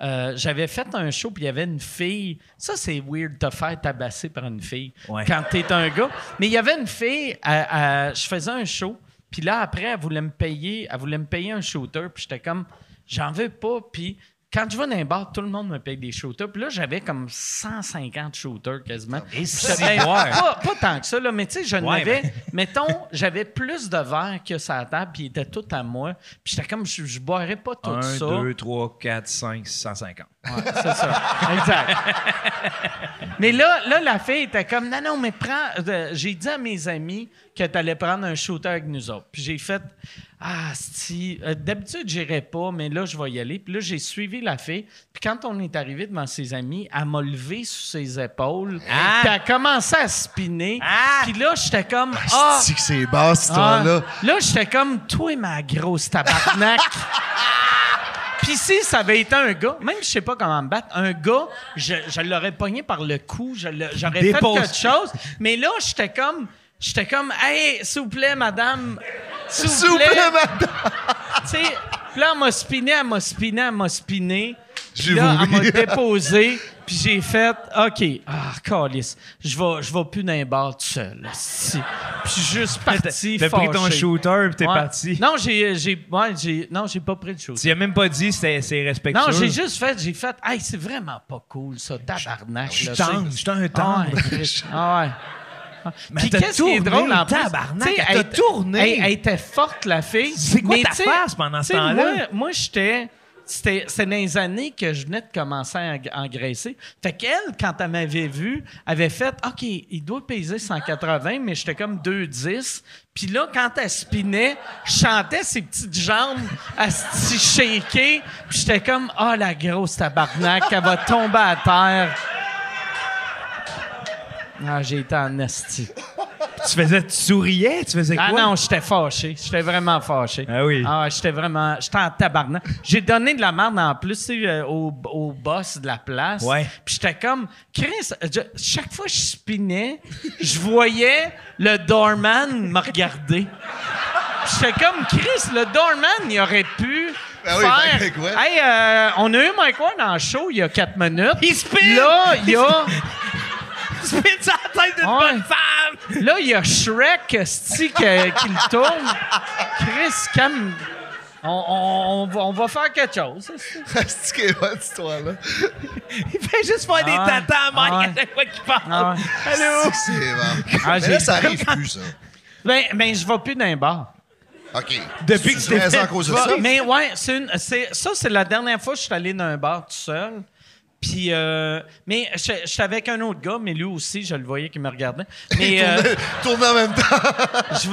S4: euh, j'avais fait un show, puis il y avait une fille. Ça, c'est weird de faire tabasser par une fille
S7: Ouais.
S4: quand t'es un gars. Mais il y avait une fille, elle- elle- je faisais un show, puis là, après, elle voulait me payer, elle voulait me payer un shooter, puis j'étais comme, j'en veux pas, puis. Quand je vais dans un bar, tout le monde me paye des shooters. Puis là, j'avais comme 150 shooters quasiment. Puis j'étais
S7: si,
S4: bien-
S7: ouais.
S4: pas, pas tant que ça, là, mais tu sais, je
S7: Ouais,
S4: n'avais mettons, j'avais plus de verre que sa table, puis il était tout à moi. Puis j'étais comme, je, je boirais pas tout
S7: Un,
S4: ça.
S7: deux, trois, quatre, cinq, 150.
S4: C'est ça. Exact. mais là, là, la fille était comme, non, non, mais prends. euh, j'ai dit à mes amis que t'allais prendre un shooter avec nous autres. Puis j'ai fait, ah, si. euh, D'habitude, j'irais pas, mais là, je vais y aller. Puis là, j'ai suivi la fille. Puis quand on est arrivé devant ses amis, elle m'a levé sur ses épaules.
S7: Ah!
S4: Puis elle a commencé à spinner.
S7: Ah!
S4: Puis là, j'étais comme, ah!
S6: Si que c'est bas, cette histoire-là.
S4: Ah, là, j'étais comme, toi, ma grosse tabarnak. Puis si ça avait été un gars, même je sais pas comment me battre, un gars, je, je l'aurais pogné par le cou, je le- j'aurais fait
S7: Dépose.
S4: quelque chose. Mais là, j'étais comme, j'étais comme, hey, s'il vous plaît, madame, s'il
S6: S'il
S4: vous
S6: vous
S4: plaît.
S6: plaît, madame.
S4: Tu sais, puis là, elle m'a spiné, elle m'a spiné, elle m'a spiné. Puis
S6: J'ai
S4: là, elle
S6: vomi.
S4: m'a déposé, puis j'ai fait OK, ah, calice, je vais, je vais plus dans les bars tout seul. esti. Puis je suis juste parti.
S7: T'as pris ton
S4: fâché.
S7: shooter puis t'es
S4: Ouais.
S7: parti.
S4: Non, j'ai, euh, j'ai, ouais, j'ai, non, j'ai pas pris de choses.
S7: Tu as même pas dit c'était- c'est respectueux.
S4: Non, j'ai juste fait, j'ai fait, hey, c'est vraiment pas cool ça, tabarnak.
S7: Je
S4: là,
S7: suis tendre,
S4: tu sais.
S7: je suis un
S4: Ah
S7: tendre.
S4: ouais, Chris. Ah ouais.
S7: Mais
S4: Puis
S7: t'as
S4: qu'est-ce qui est
S7: tourné,
S4: drôle en plus?
S7: tabarnak,
S4: tu sais,
S7: elle t'a
S4: était-
S7: tourné.
S4: Elle, elle était forte, la fille.
S7: C'est quoi
S4: mais
S7: ta
S4: tu sais-
S7: face pendant
S4: tu
S7: ce
S4: sais,
S7: temps-là?
S4: Moi, moi j'étais. C'était c'était dans les années que je venais de commencer à eng- engraisser. Fait qu'elle, quand elle m'avait vu, avait fait OK, il doit peser 180, mais j'étais comme 210. Puis là, quand elle spinait, je chantais ses petites jambes à se shaker. Puis j'étais comme Ah, la grosse tabarnak, elle va tomber à terre. Ah, j'ai été en esti.
S7: Tu faisais, tu souriais, tu faisais
S4: Ah
S7: quoi?
S4: non, j'étais fâché. J'étais vraiment fâché.
S7: Ah oui.
S4: Ah, j'étais vraiment. J'étais en tabarnak. J'ai donné de la merde en plus tu sais, euh, au, au boss de la place.
S7: Ouais.
S4: Puis j'étais comme. Chris, euh, je- chaque fois que je spinais, je voyais le doorman me regarder. Puis J'étais comme Chris, le doorman, il aurait pu.
S6: Ben oui,
S4: faire,
S6: fait que quoi?
S4: Hey, euh, on a eu Mike Ward en show il y a quatre minutes.
S7: Il spin!
S4: Là, il y a.
S7: Tu fais ça à la tête d'une
S4: Ouais.
S7: bonne femme!
S4: Là, il y a Shrek esti, que- qui le tourne. Chris, calme. On, on- on va- on va faire quelque chose. esti.
S6: C'est que bonne, cette histoire-là.
S7: Il fait juste faire des
S4: Ah ouais.
S7: tatas à Mike
S4: Ah
S7: à chaque fois qu'il parle.
S4: Ah ouais.
S6: Si que C'est bon.
S4: Ah,
S6: Mais
S4: j'ai-
S6: là, ça arrive plus, ça.
S4: Ben, ben, je vais plus dans les bars.
S6: OK.
S7: Depuis que
S6: Tu
S7: tu t'es
S6: raisons
S7: fait-
S6: à cause de
S4: Ça,
S6: ça.
S4: mais ouais, c'est une- c'est- ça, c'est la dernière fois que je suis allé dans un bar tout seul. Puis, euh, mais je- j'étais avec un autre gars, mais lui aussi, je le voyais qui me regardait. Mais euh,
S6: Tourner en même temps.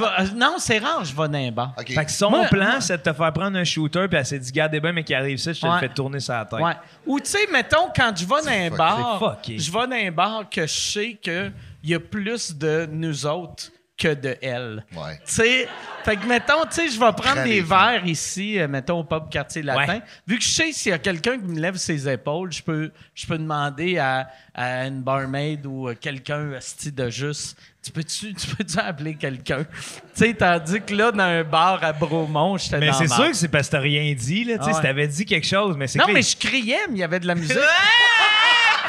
S4: je vais- euh, non, c'est rare, je vais dans un bar.
S6: OK.
S7: Fait que son
S4: Moi-
S7: plan, c'est de te faire prendre un shooter, puis elle s'est dit, garde des bains, mais qui arrive ça, je te
S4: Ouais.
S7: le fais tourner sur la tête.
S4: Ouais. Ou tu sais, mettons, quand je vais dans un bar,
S7: fucké.
S4: je vais dans un bar que je sais qu'il y a plus de nous autres que de elle.
S6: Ouais.
S4: Tu sais, fait que mettons, tu sais, je vais prendre
S6: Prends
S4: des
S6: les
S4: verres ici, euh, mettons, au pub quartier latin.
S7: Ouais.
S4: Vu que je sais s'il y a quelqu'un qui me lève ses épaules, je peux, je peux demander à, à une barmaid ou à quelqu'un asti de juste. Tu peux-tu tu peux-tu appeler quelqu'un? Tu sais, tandis que là, dans un bar à Bromont, j'étais
S7: Mais
S4: dans
S7: c'est
S4: la
S7: sûr que c'est parce que t'as rien dit, là. Tu sais,
S4: Ah ouais.
S7: si t'avais dit quelque chose, mais c'est
S4: non,
S7: que-
S4: mais je criais, mais il y avait de la musique.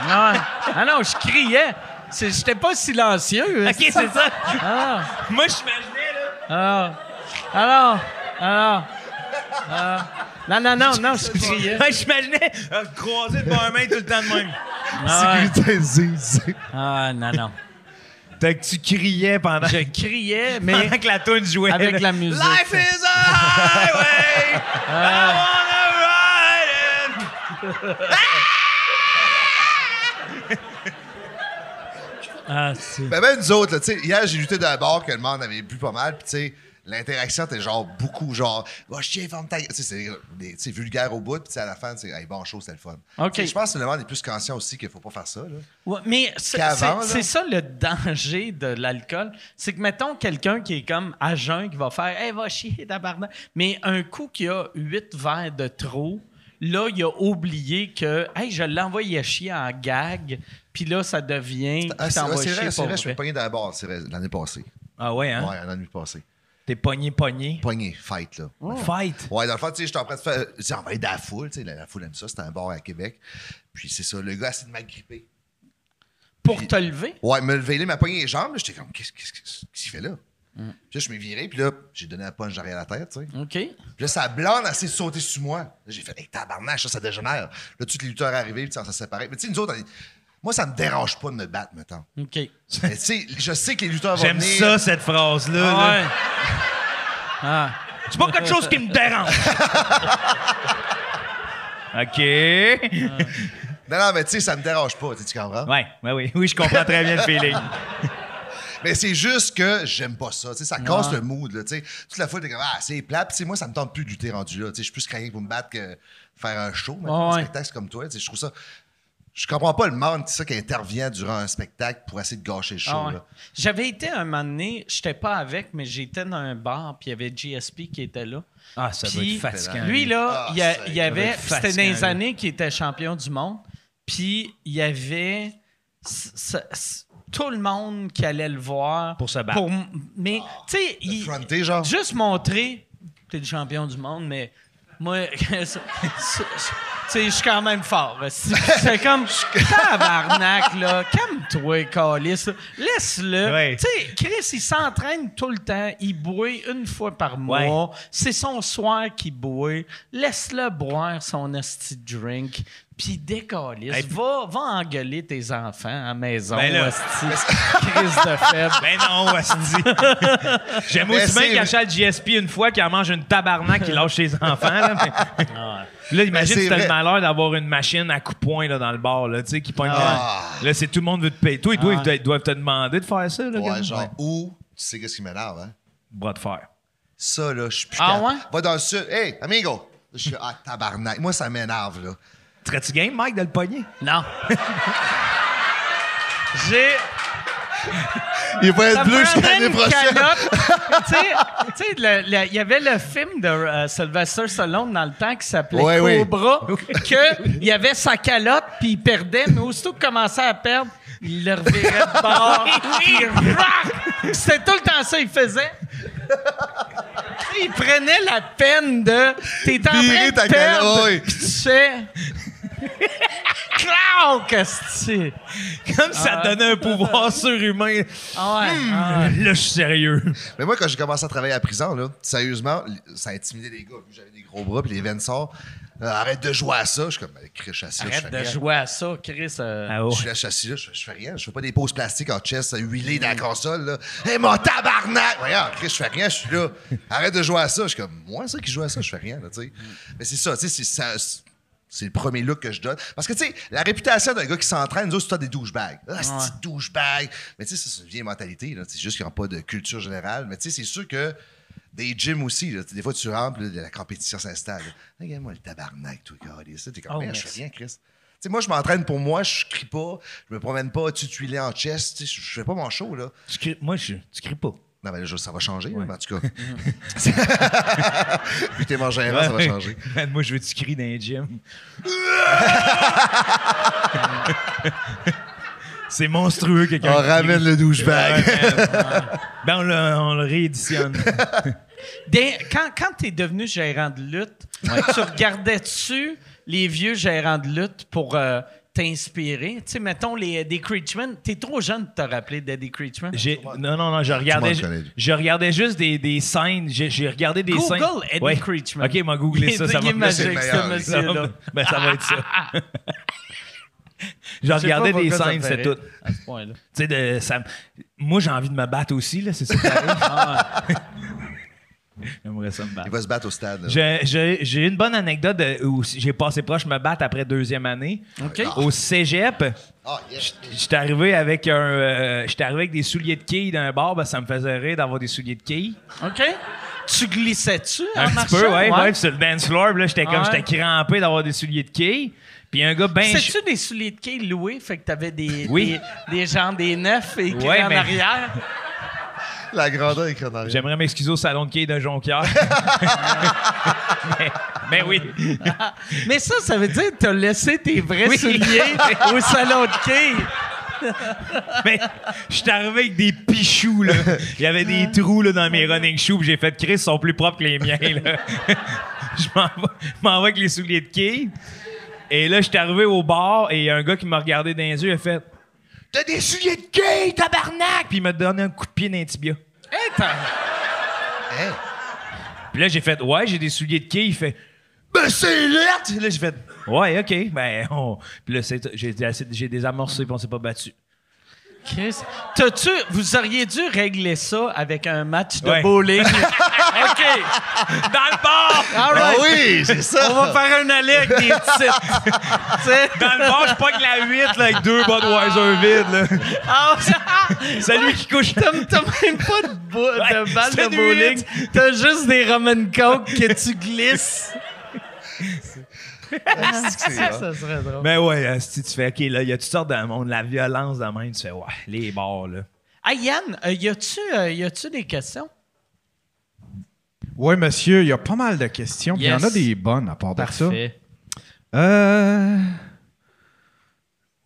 S4: Ah, ouais. ah non, je criais. C'est- J'étais pas silencieux. hein.
S7: Ok, c'est ça.
S4: Ah,
S7: Moi, j'imaginais, là.
S4: ah, alors, alors, ah. Non, non, non, non, je criais.
S7: Ouais, J'imaginais euh, croiser devant un main tout le temps de même.
S4: Ah, ouais.
S6: Sécurité
S4: Ah, non, non.
S7: Fait que tu criais pendant,
S4: Je criais, mais
S7: pendant que la toune jouait.
S4: avec
S7: là. Ah
S4: la musique.
S7: Life is a highway! I wanna ride it!
S11: Ah, c'est...
S6: Ben même nous autres, là, tu sais, hier, j'ai lutté d'un bord que le monde avait bu pas mal, puis tu sais, l'interaction était genre beaucoup, genre, va chier, ferme ta gueule. Tu sais, c'est des- tu sais, vulgaire au bout, puis tu sais, à la fin, tu sais, hey, bon, chaud, c'était le fun.
S4: OK.
S6: Tu sais, Je pense que le monde est plus conscient aussi qu'il faut pas faire ça, là.
S4: Ouais, mais c'est
S6: Qu'avant,
S4: c'est-
S6: là.
S4: c'est ça le danger de l'alcool. C'est que, mettons, quelqu'un qui est comme à jeun, qui va faire Hey, va chier, tabarnak. Mais un coup qui a huit verres de trop, là, il a oublié que Hey, je l'envoyais chier en gag, puis là, ça devient.
S6: Ah,
S4: qu'il
S6: c'est
S4: t'envoie
S6: ouais, c'est
S4: chier
S6: vrai, c'est
S4: pour
S6: vrai, je suis
S4: vrai.
S6: pogné d'un bord, c'est vrai, l'année passée.
S7: Ah ouais, hein?
S6: Ouais, l'année passée.
S7: T'es pogné-pogné.
S6: Pogné, fight, là.
S7: Fight.
S6: Ouais, dans le fond, tu sais, j'étais en train de faire. Tu sais, on va être dans la foule, tu sais, la, la foule aime ça, c'était un bar à Québec. Puis c'est ça, le gars a essayé de m'agripper.
S4: Pour te lever.
S6: Ouais, me lever, là, il m'a pogné les jambes, là, j'étais comme, qu'est-ce qu'est-ce- qu'est-ce qu'il fait là?
S7: Mm.
S6: Puis là, je me viré, puis là, j'ai donné un punch derrière la tête, tu sais.
S4: OK.
S6: Puis là, sa blonde a essayé de sauter sur moi. Là, j'ai fait, hey, tabarnache, ça, ça dégénère. Là, tous les lutteurs arrivés, puis ça, ça séparait. Mais tu sais, nous autres, on est- moi, ça me dérange pas de me battre, mettons.
S4: OK.
S6: Mais tu sais, je sais que les lutteurs vont
S7: J'aime
S6: venir.
S7: ça, cette phrase-là. là.
S4: Ouais. Ah.
S7: C'est pas quelque chose qui me dérange. OK.
S6: Non, non, mais tu sais, ça me dérange pas, tu sais, tu comprends?
S7: Ouais, ouais, oui. Oui, je comprends très bien le feeling.
S6: Mais c'est juste que j'aime pas ça. tu sais, Ça casse le mood. Là, tu sais. Toute la foule, t'es comme, ah, c'est plat. Puis tu sais, moi, ça me tente plus de lutter rendu là. Tu sais, Je suis plus craigné pour me battre que faire un show. mais
S4: Ouais.
S6: Un spectacle comme toi. tu sais, Je trouve ça. Je comprends pas le monde c'est ça, qui intervient durant un spectacle pour essayer de gâcher le show.
S4: Ah ouais.
S6: là.
S4: J'avais été un moment donné, j'étais pas avec, mais j'étais dans un bar, puis il y avait GSP qui était là.
S7: Ah, ça doit
S4: Puis,
S7: être fatigant.
S4: Lui, là,
S6: Ah,
S4: il y a-
S6: ça,
S4: il y
S6: ça
S7: doit
S4: avait.
S7: être
S4: C'était dans
S7: fatigant,
S4: les
S7: là.
S4: années qu'il était champion du monde. Puis il y avait s- s- s- tout le monde qui allait le voir.
S7: Pour se battre.
S4: m- mais, tu sais, il-
S6: fronter, genre.
S4: juste montrer t'es le champion du monde, mais moi, ça- ça- ça- tu sais, je suis quand même fort. C'est c'est comme, tabarnak, là, calme-toi, Calis. Laisse-le.
S7: Ouais.
S4: Tu sais, Chris, il s'entraîne tout le temps. Il boit une fois par mois. C'est son soir qu'il boit. Laisse-le boire son asti de drink. Puis décalisse.
S7: Hey, puis-
S4: va, va engueuler tes enfants à la maison,
S7: Ben là.
S4: asti. Chris de faible.
S7: Ben non, Wasti. J'aime
S6: Mais
S7: aussi bien
S6: c'est-
S7: qu'il achète GSP une fois, qu'il en mange une tabarnak, qu'il lâche ses enfants. Là, mais- Là, imagine
S6: Mais
S7: si
S6: Ben, c'est
S7: t'as le
S6: vrai.
S7: malheur d'avoir une machine à coup de poing là, dans le bar, là, tu sais, qui pointe.
S6: Ah.
S7: Là, c'est tout le monde veut te payer. Toi, ils doivent, ils doivent te demander de faire ça, là, gars.
S6: Ouais, genre.
S7: Ouais.
S6: Ou, tu sais, qu'est-ce qui m'énerve, hein?
S7: Bras de fer.
S6: Ça, là, je suis plus
S4: Ah
S6: capable.
S4: ouais?
S6: Va dans le sud. Hey, amigo! Je suis, ah, tabarnak. Moi, ça m'énerve, là.
S7: Serais-tu game, Mike, de le pogner?
S4: Non. J'ai.
S6: Il va
S4: Ça
S6: être bleu jusqu'à
S4: prendrait
S6: l'année
S4: une
S6: prochaine.
S4: calotte. tu sais- tu sais, le- le- il y avait le film de euh, Sylvester Stallone dans le temps qui s'appelait
S6: Ouais, oui.
S4: Cobra, que il y avait sa calotte, puis il perdait, mais aussitôt qu'il commençait à perdre, il le revirait de bord, puis rac! C'était tout le temps ça qu'il faisait. Tu sais, Il prenait la peine de. T'es en train
S6: Virer ta
S4: de perdre,
S6: calotte, oui.
S4: puis tu sais. Claude, qu'est-ce que c'est?
S7: Comme ça te donnait un pouvoir surhumain.
S4: Ah ouais, ah ouais.
S7: Là, je suis sérieux.
S6: Mais moi, quand j'ai commencé à travailler à la prison, là, sérieusement, ça intimidait les gars. J'avais des gros bras, puis les veines sortent. Euh, arrête de jouer à ça. Je suis comme, Ben, Chris, je suis assis là, je
S4: Arrête
S6: fais
S4: de
S6: rien.
S4: jouer à ça, Chris. euh,
S7: Ah ouais.
S6: Je suis là, je suis assis là, je fais, je fais rien. Je fais pas des pauses plastiques en chest euh, huilées dans la console. Là. Hey, mon tabarnak! Voyons, Chris, je fais rien, je suis là. Arrête de jouer à ça. Je suis comme, moi, ça qui joue à ça, je fais rien. Là, tu sais. Mais c'est ça, tu sais, c'est ça- c'est- C'est le premier look que je donne. Parce que, tu sais, la réputation d'un gars qui s'entraîne, nous autres, c'est des douchebags. Ah, c'est des douchebags. Mais tu sais, ça, c'est une vieille mentalité. là. C'est juste qu'ils n'ont pas de culture générale. Mais tu sais, c'est sûr que des gyms aussi, là, tu sais, des fois, tu rentres, puis là, la compétition s'installe. là. Regarde-moi le tabarnak, toi, Carlis. T'es comme, Merde, je fais rien, Chris. Tu sais, moi, je m'entraîne pour moi, je crie pas, je me promène pas, tu tuilé en chest, tu sais, je je fais pas mon show, là.
S7: Tu cries- Moi, je, tu cries pas.
S6: Non, mais là, je- ça va changer, là, mais en tout cas. Vu que t'es mon gérant, ça va changer.
S7: Man, Moi, je veux que tu cries dans les gym. C'est monstrueux, quelqu'un.
S6: On
S7: qui crie.
S6: ramène le douchebag.
S7: Ben, on le, on le rééditionne.
S4: Des- quand quand tu es devenu gérant de lutte, tu regardais-tu les vieux gérants de lutte pour euh, t'inspirer? Tu sais, mettons, les Eddie Creechman. Tu es trop jeune de te rappeler d'Eddie Creechman.
S7: J'ai- non, non, non, je regardais,
S6: Tout le monde connaît.
S7: ju- je regardais juste des, des scènes. J'ai, j'ai regardé des
S4: Google
S7: scènes.
S4: Eddie
S7: Ouais.
S4: Creechman.
S7: Ok, m'a googlé ça. ça
S4: Il est
S7: va me laisser-
S6: le
S4: magique,
S6: meilleur,
S4: ce
S6: lui.
S7: ça va-
S4: monsieur-là.
S7: ben, ça va être ça. je
S4: Je sais pas
S7: regardais des
S4: pourquoi ça me
S7: scènes,
S4: fait
S7: c'est
S4: rire
S7: tout. Tu
S4: À ce point-là.
S7: sais, Ah. de- ça- moi, j'ai envie de me battre aussi, là, c'est ça. qui arrive. J'aimerais ça me battre.
S6: Il va se battre au stade. là.
S7: J'ai- J'ai j'ai une bonne anecdote de- où j'ai passé proche me battre après deuxième année.
S4: OK.
S7: Au cégep,
S6: Ah, yes.
S7: j- j'étais arrivé avec un, euh, j'étais arrivé avec des souliers de quilles d'un bar, parce que ça me faisait rire d'avoir des souliers de quilles.
S4: OK. Tu glissais-tu en
S7: Un petit
S4: marchant?
S7: peu, ouais, ouais. puis sur le dance floor, puis là j'étais comme,
S4: Ah, Ouais.
S7: j'étais crampé d'avoir des souliers de quilles. Puis un gars ben, ch-
S4: C'est-tu des souliers de quai loués? Fait que t'avais des,
S7: Oui.
S4: des, des gens des neufs et qui
S7: Ouais,
S4: en
S7: mais-
S4: arrière.
S6: La grandeur est en arrière.
S7: j'aimerais m'excuser au salon de quilles de Jonquière. mais, mais oui.
S4: Mais ça, ça veut dire que t'as laissé tes vrais
S7: Oui.
S4: souliers au salon de quai.
S7: Mais je suis arrivé avec des pichous, là. Il y avait des trous là, dans mes running shoes, puis j'ai fait Chris, ils sont plus propres que les miens, là. Je m'en vais- je m'en vais avec les souliers de quilles. Et là, je suis arrivé au bar et il y a un gars qui m'a regardé dans les yeux, il a fait T'as des souliers de quilles, tabarnak! Puis il m'a donné un coup de pied dans les tibias.
S6: Hey.
S7: Puis là, j'ai fait Ouais, j'ai des souliers de quilles. Il fait Ben c'est l'erte! Là, j'ai fait Ouais, OK. Ben, on. Puis là, c'est- j'ai j'ai désamorcé, puis on s'est pas battu.
S4: Chris, t'as-tu, vous auriez dû régler ça avec un match de
S7: Ouais.
S4: bowling.
S7: OK! Dans le bar!
S4: All
S6: Ah
S4: right.
S6: oui, c'est
S4: On
S6: ça.
S4: va faire un aller avec des titres. Tu sais?
S7: Dans le bar, je pogne la 8 là, avec deux Budweiser vides. Là.
S4: Ah, ça-
S7: Celui qui couche.
S4: T'as t'as même pas de, bo- de
S7: Ouais,
S4: balle
S7: c'est
S4: de
S7: une
S4: bowling.
S7: huit.
S4: T'as juste des Roman Coke que tu glisses.
S6: Ah, C'est hot.
S4: ça serait drôle.
S7: Mais ouais, euh, si tu fais, OK, là, il y a toutes sortes de monde, la violence de même, tu fais, ouais, les bars, là.
S4: Ah, Yann, euh, y a-tu euh, y a-tu des questions?
S3: Oui, monsieur, il y a pas mal de questions. puis Il
S4: Yes.
S3: y en a des bonnes à part de ça. Euh,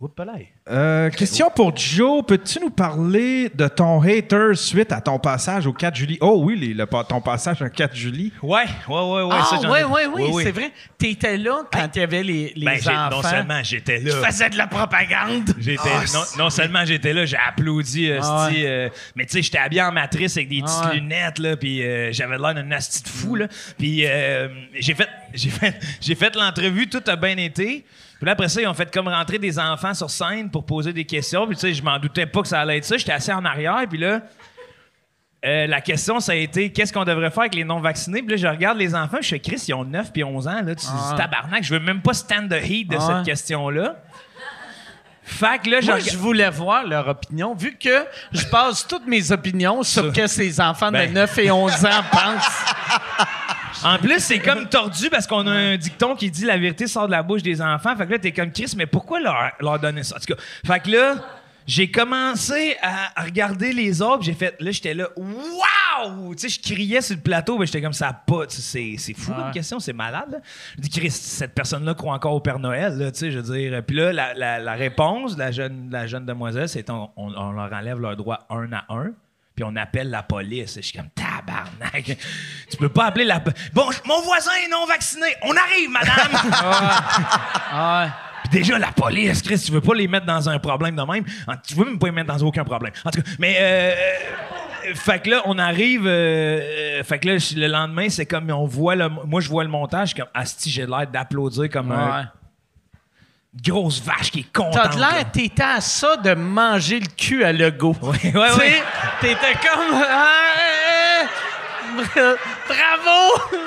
S7: Oups, là.
S3: euh, question pour Joe. Peux-tu nous parler de ton hater suite à ton passage au 4 juillet? Oh oui, les- le, pa- ton passage au 4 juillet.
S7: Ouais, ouais, ouais, ouais.
S4: ah,
S7: ça, j'en
S4: ouais,
S7: ai-
S4: ouais, oui, c'est vrai. T'étais là quand il y avait les, les
S7: Ben, j'ai-
S4: enfants.
S7: non seulement j'étais
S4: Tu
S7: là.
S4: faisais de la propagande.
S7: J'étais,
S6: Ah,
S7: non, non seulement j'étais là, j'ai applaudi, euh,
S4: Ah
S7: c'ti, euh, mais tu sais, j'étais habillé en matrice avec des petites
S4: Ah ouais. Mm.
S7: lunettes, là, puis euh, j'avais l'air d'un asti de fou, là. Puis euh, j'ai fait, j'ai fait, j'ai fait l'entrevue, tout a bien été. Puis là, après ça, ils ont fait comme rentrer des enfants sur scène pour poser des questions. Puis tu sais, je m'en doutais pas que ça allait être ça. J'étais assis en arrière, puis là, euh, la question, ça a été qu'est-ce qu'on devrait faire avec les non-vaccinés? Puis là, je regarde les enfants, je fais Chris, ils ont 9 puis 11 ans. Là, tu dis tabarnak, je veux même pas stand the heat de
S4: Ah ouais.
S7: cette question-là. Fait que là, je
S4: Moi,
S7: rega-
S4: je voulais voir leur opinion, vu que je passe toutes mes opinions sur ce que ces enfants
S7: Ben.
S4: de 9 et 11 ans pensent.
S7: En plus, c'est comme tordu parce qu'on a un dicton qui dit la vérité sort de la bouche des enfants. Fait que là, t'es comme Chris, mais pourquoi leur, leur donner ça? En tout cas, fait que là, j'ai commencé à à regarder les autres. puis J'ai fait, là, j'étais là, waouh! Tu sais, je criais sur le plateau, mais j'étais comme ça, a pas. tu sais, C'est c'est fou comme question, c'est malade. là. Je dis, Chris, cette personne-là croit encore au Père Noël, là, tu sais, je veux dire. Puis là, la, la- la réponse de la jeune, de la jeune demoiselle, c'est on, on- on leur enlève leurs droits un à un puis on appelle la police. Je suis comme tabarnak. Tu peux pas appeler la. po- Bon, je- mon voisin est non vacciné. On arrive, madame.
S4: Ah,
S7: Puis déjà la police, Chris, tu veux pas les mettre dans un problème de même. En- Tu veux même pas les mettre dans aucun problème. En tout cas, mais. euh, euh, fait que là, on arrive. euh, euh, fait que là, je- le lendemain, c'est comme on voit le. Moi, je vois le montage. je suis comme Asti, j'ai l'air d'applaudir comme une grosse vache qui est contente.
S4: T'as de l'air, t'étais à ça de manger le cul à Lego.
S7: Ouais, ouais,
S4: Tu sais,
S7: ouais.
S4: T'étais comme. Ah, eh, eh, bra- bravo!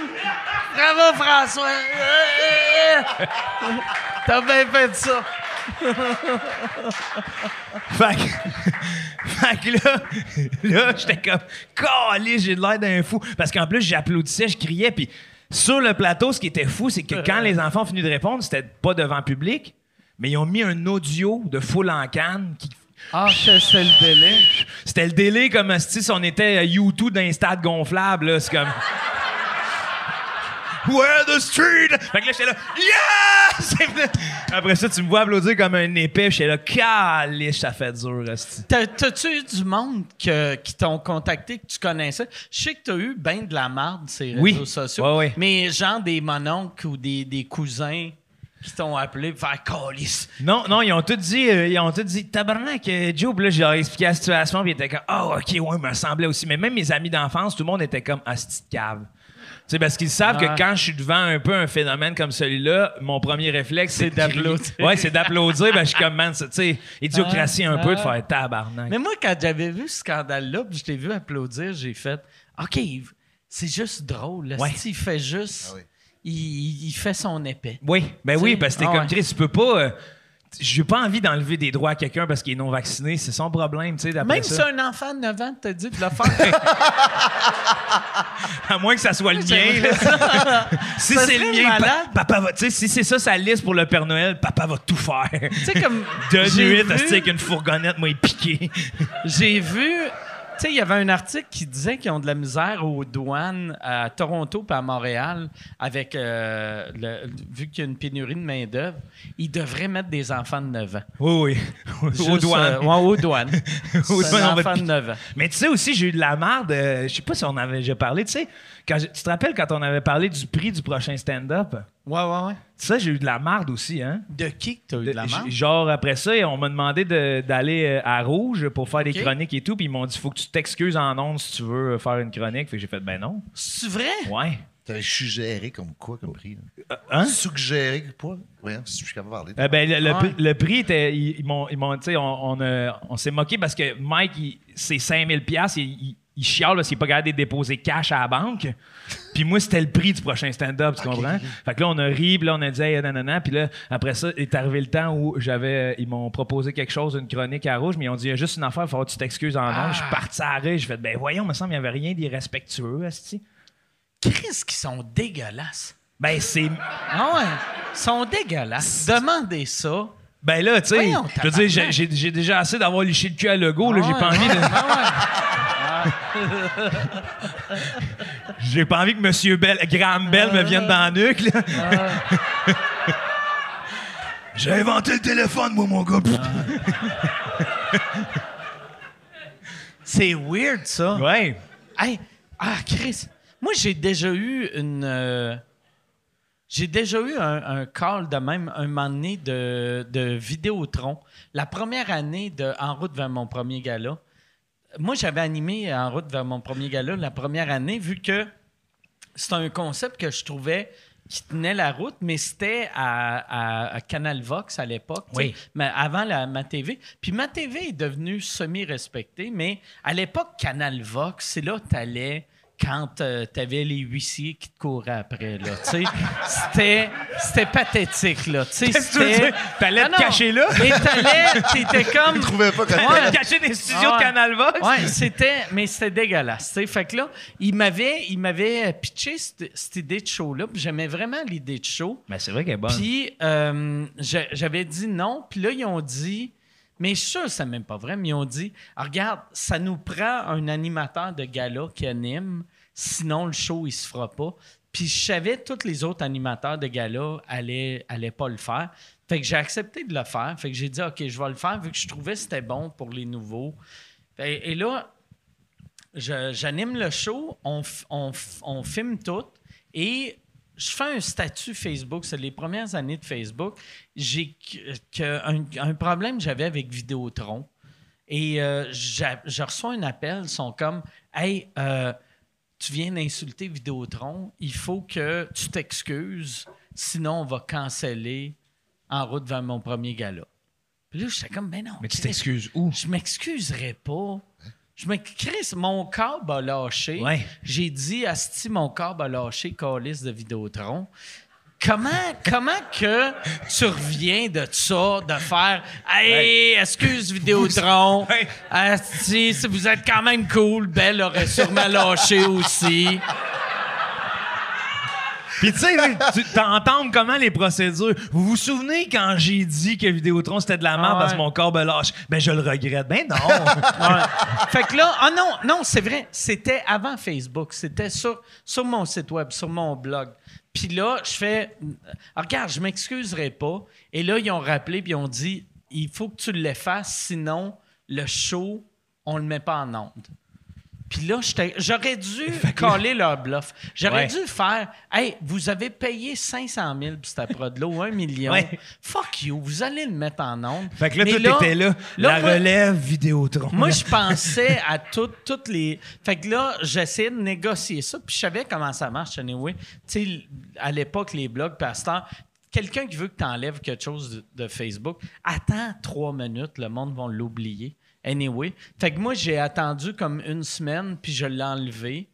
S4: Bravo, François! Eh, eh, eh. T'as bien fait ça.
S7: Fait que, fait que là, là j'étais comme, calé, j'ai de l'air d'un fou. Parce qu'en plus, j'applaudissais, je criais. Puis sur le plateau, ce qui était fou, c'est que quand les enfants ont fini de répondre, c'était pas devant public, mais ils ont mis un audio de full en canne qui
S4: Ah, c'est le délai.
S7: c'était le délai comme si on était YouTube d'un stade gonflable. là. C'est comme. Where the street! Fait que là, j'étais là, yeah! Après ça, tu me vois applaudir comme un épais. J'étais là, calice, ça fait dur, Asti.
S4: T'as- T'as-tu eu du monde que- qui t'ont contacté, que tu connaissais? Je sais que t'as eu ben de la marde ces réseaux
S7: Oui.
S4: sociaux.
S7: Ouais, ouais.
S4: Mais genre des mononcles ou des, des cousins qui t'ont appelé pour faire calice.
S7: Non, non, ils ont tout dit, euh, ils ont tout dit, tabarnak, euh, Joe. Puis là, j'ai leur expliqué la situation, puis ils étaient comme, oh, ok, ouais, me semblait aussi. Mais même mes amis d'enfance, tout le monde était comme, asti de cave. Tu sais, parce qu'ils savent
S4: Ouais.
S7: que quand je suis devant un peu un phénomène comme celui-là, mon premier réflexe, c'est
S4: C'est
S7: de crier.
S4: d'applaudir.
S7: Ouais, c'est d'applaudir. ben, je suis comme, man, c'est- tu sais, idiocratie un peu de faire tabarnak.
S4: Mais moi, quand j'avais vu ce scandale-là, puis je t'ai vu applaudir, j'ai fait OK,
S12: C'est juste
S4: Oh,
S12: drôle. là.
S7: Ouais.
S12: S'il fait juste.
S6: Ah oui.
S12: il, il fait son épée.
S7: Oui, ben
S12: Tu
S7: oui,
S12: sais,
S7: parce que t'es
S12: ah
S7: comme
S12: ouais.
S7: Chris, tu peux pas. euh, t- J'ai pas envie d'enlever des droits à quelqu'un parce qu'il est non vacciné, c'est son problème, tu sais, d'après
S12: Même
S7: ça.
S12: si un enfant de 9 ans te dit de le faire,
S7: À moins que ça soit le mien. là. si
S12: Ça
S7: c'est
S12: serait
S7: le mien, pa-
S12: malade.
S7: papa va. Tu sais, si c'est ça sa liste pour le Père Noël, papa va tout faire.
S12: tu sais, comme.
S7: De
S12: j'ai
S7: nuit,
S12: vu-
S7: hostie, avec une fourgonnette, moi, il piqué.
S12: J'ai vu, tu sais, il y avait un article qui disait qu'ils ont de la misère aux douanes à Toronto et à Montréal avec, euh, le- vu qu'il y a une pénurie de main-d'œuvre, ils devraient mettre des enfants de 9 ans.
S7: Oui, oui. Aux
S12: Juste,
S7: douanes.
S12: euh, ouais, aux douanes.
S7: Aux
S12: C'est
S7: douanes, on
S12: un
S7: va te
S12: enfant de
S7: piquer.
S12: 9 ans.
S7: Mais tu sais aussi, j'ai eu de la marde. euh, je sais pas si on avait déjà parlé. Tu sais, quand je- tu te rappelles quand on avait parlé du prix du prochain stand-up?
S12: Ouais, ouais, ouais.
S7: Tu sais, j'ai eu de la marde aussi, hein?
S12: De qui tu as eu de, la
S7: J-
S12: marque?
S7: Genre, après ça, on m'a demandé de- d'aller euh, à Rouge pour faire des
S12: Ok.
S7: chroniques et tout. Puis ils m'ont dit, faut que tu t'excuses en ondes si tu veux euh, faire une chronique. Fait que j'ai fait, ben non.
S12: C'est vrai?
S7: Ouais.
S6: T'avais suggéré comme quoi, comme prix? là?
S7: Hein?
S6: Suggéré comme quoi? Voyons, si je suis capable de parler.
S7: Euh, ben, le, le
S12: Ouais.
S7: prix- le prix était. Ils, ils m'ont. ils m'ont- tu sais, on, on, euh, on s'est moqué parce que Mike, il- c'est 5000$. Il, il, il chiale parce qu'il n'est pas capable de déposer cash à la banque. Puis moi, c'était le prix du prochain stand-up, tu comprends? Fait que là, on a ri, puis là, on a dit, hey, nanana. Puis là, après ça, est arrivé le temps où j'avais. euh, Ils m'ont proposé quelque chose, une chronique à rouge, mais ils ont dit, il y a juste une affaire, il faut que tu t'excuses en nom. Je suis parti à rire. J'ai fait, ben voyons, me semble, il n'y avait rien d'irrespectueux, esti.
S12: Chris, qui sont dégueulasses.
S7: Ben, c'est.
S12: Ah ouais, ils sont dégueulasses. Demandez ça.
S7: Ben là, tu sais,
S12: Voyons,
S7: je veux dire, j'ai-
S12: tabarnak.
S7: j'ai j'ai déjà assez d'avoir liché le cul à Lego, là,
S12: Ah
S7: j'ai
S12: ouais,
S7: pas envie de.
S12: ah
S7: J'ai pas envie que Monsieur Bell, Graham Bell me vienne dans la nuque. là. J'ai inventé le téléphone, moi, mon gars.
S12: ouais. C'est weird, ça.
S7: Ouais.
S12: Hey, ah, Chris, moi, j'ai déjà eu une. euh, j'ai déjà eu un, un call de même un moment donné de, de Vidéotron. La première année de En route vers mon premier gala. Moi, j'avais animé En route vers mon premier gala la première année, vu que c'est un concept que je trouvais qui tenait la route, mais c'était à, à- à Canal Vox à l'époque, tu sais,
S7: Oui.
S12: mais avant la, ma TV. Puis ma TV est devenue semi-respectée, mais à l'époque, Canal Vox, c'est là que t'allais quand tu avais les huissiers qui te couraient après, là, tu sais. C'était, c'était pathétique, là, tu sais.
S7: Qu'est-ce que tu veux
S12: c'était-
S7: dire? T'allais te
S12: Ah non.
S7: cacher là?
S12: Mais t'allais, t'étais comme...
S6: Je trouvais pas que
S12: Ouais.
S7: Caché dans les studios
S12: Ah ouais.
S7: de Canal Vox.
S12: Ouais, c'était, mais c'était dégueulasse. tu sais. Fait que là, il m'avait, il m'avait pitché cette, cette idée de show-là, puis j'aimais vraiment l'idée de show.
S7: Mais Ben, c'est vrai qu'elle est bonne.
S12: Puis euh, j'a- j'avais dit non, puis là, ils ont dit, mais je suis sûr que c'est même pas vrai, mais ils ont dit, Ah, regarde, ça nous prend un animateur de gala qui anime, sinon le show, il se fera pas. Puis je savais que tous les autres animateurs de gala allaient, allaient pas le faire. Fait que j'ai accepté de le faire. Fait que j'ai dit, OK, je vais le faire, vu que je trouvais que c'était bon pour les nouveaux. Et, et là, je- j'anime le show, on, f- on f- on filme tout et je fais un statut Facebook. C'est les premières années de Facebook. J'ai que- que un, un problème que j'avais avec Vidéotron. Et euh, j'a- je reçois un appel, ils sont comme Hey, euh, tu viens d'insulter Vidéotron, il faut que tu t'excuses, sinon on va canceller en route vers mon premier gala. Puis là, j'étais comme, ben non.
S7: Mais tu
S12: Chris,
S7: t'excuses où?
S12: je m'excuserais pas. Je me Chris, mon câble a lâché.
S7: Ouais.
S12: J'ai dit Asti, mon câble a lâché, calice de Vidéotron. Comment, comment que tu reviens de ça, de faire Hey, excuse Vidéotron.
S7: Hey.
S12: Asti, si vous êtes quand même cool, Belle aurait sûrement lâché aussi.
S7: Puis tu sais, tu t'entends comment les procédures. Vous vous souvenez quand j'ai dit que Vidéotron c'était de la merde
S12: Ah ouais.
S7: parce que mon corps me lâche? Ben je le regrette. Ben non!
S12: Ouais. Fait que là, ah non, non, c'est vrai, c'était avant Facebook, c'était sur, sur mon site web, sur mon blog. Puis là, je fais, Ah, regarde, je m'excuserai pas. Et là, ils ont rappelé, puis ils ont dit, il faut que tu l'effaces, sinon le show, on le met pas en onde. Puis là, j'étais- j'aurais dû coller leur bluff.
S7: Ouais.
S12: J'aurais dû faire Hey, vous avez payé 500 000 pour cette prod-là ou 1 million.
S7: Ouais.
S12: Fuck you, vous allez le mettre en onde.
S7: Fait que là,
S12: Mais
S7: tout était là. la
S12: moi-
S7: relève Vidéotron.
S12: moi, je pensais à tout- toutes les. Fait que là, j'essayais de négocier ça, puis je savais comment ça marche, anyway. Tu sais, l- à l'époque, les blogs, puis à ce temps, quelqu'un qui veut que tu enlèves quelque chose de, de Facebook, attends trois minutes, le monde va l'oublier. Anyway. Fait que moi, j'ai attendu comme une semaine, puis je l'ai enlevé.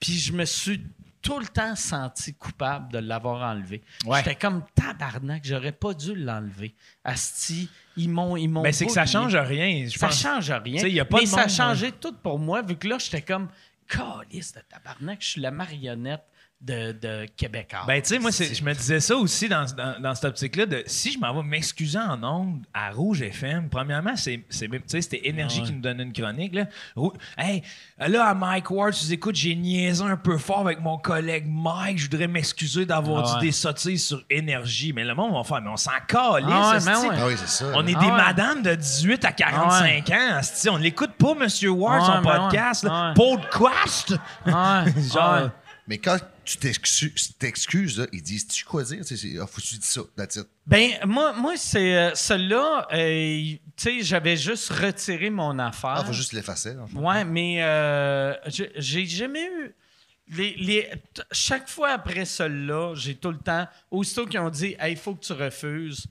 S4: Puis je me suis tout le temps senti coupable de l'avoir enlevé.
S7: Ouais.
S4: J'étais comme tabarnak, j'aurais pas dû l'enlever. Asti, ils m'ont ils m'ont
S7: Mais Ben, c'est que ça
S4: oublié.
S7: change rien. Je
S4: Ça
S7: pense.
S4: change rien.
S7: Tu sais, y a pas
S4: mais
S7: de
S4: ça
S7: monde, hein.
S4: changeait tout pour moi, vu que là, j'étais comme, calice de tabarnak, je suis la marionnette de, de Ah, Québécois.
S7: Ben, tu sais, moi, c'est- je me disais ça aussi dans, dans, dans cette optique-là de si je m'en vais m'excuser en ondes à Rouge FM, premièrement, c'est, c'est, tu sais, c'était
S4: Ah,
S7: Énergie qui nous donnait une chronique. Là. Rou- Hey, là, à Mike Ward, tu écoutes, j'ai niaisé un peu fort avec mon collègue Mike, je voudrais m'excuser d'avoir
S4: Ah
S7: dit
S4: ouais.
S7: des sottises sur Énergie. Mais le monde va faire, mais on s'en calisse,
S4: Ah ouais,
S7: esti.
S4: mais ouais.
S6: Ah oui, c'est ça.
S7: On
S6: là.
S7: est
S4: Ah
S7: des
S4: ouais.
S7: madames de 18 à 45 ans. esti. On l'écoute pas, Monsieur Ward,
S4: Ah ouais,
S7: son
S4: mais ouais.
S7: podcast. là.
S4: Ah
S7: Podcast! Genre,
S4: Genre,
S6: Mais quand tu t'excuses, t'excuses, là, ils disent Tu quoi dire Tu sais, c'est- Ah, faut que tu dis ça, that's it.
S4: Ben, moi, moi c'est euh, celui-là, euh, tu sais, j'avais juste retiré mon affaire.
S6: Ah, faut juste l'effacer. en fait.
S4: Ouais, mais euh, j'ai- j'ai jamais eu. Les, les- t- chaque fois après celle-là, j'ai tout le temps. Aussitôt qu'ils ont dit, il faut que tu refuses,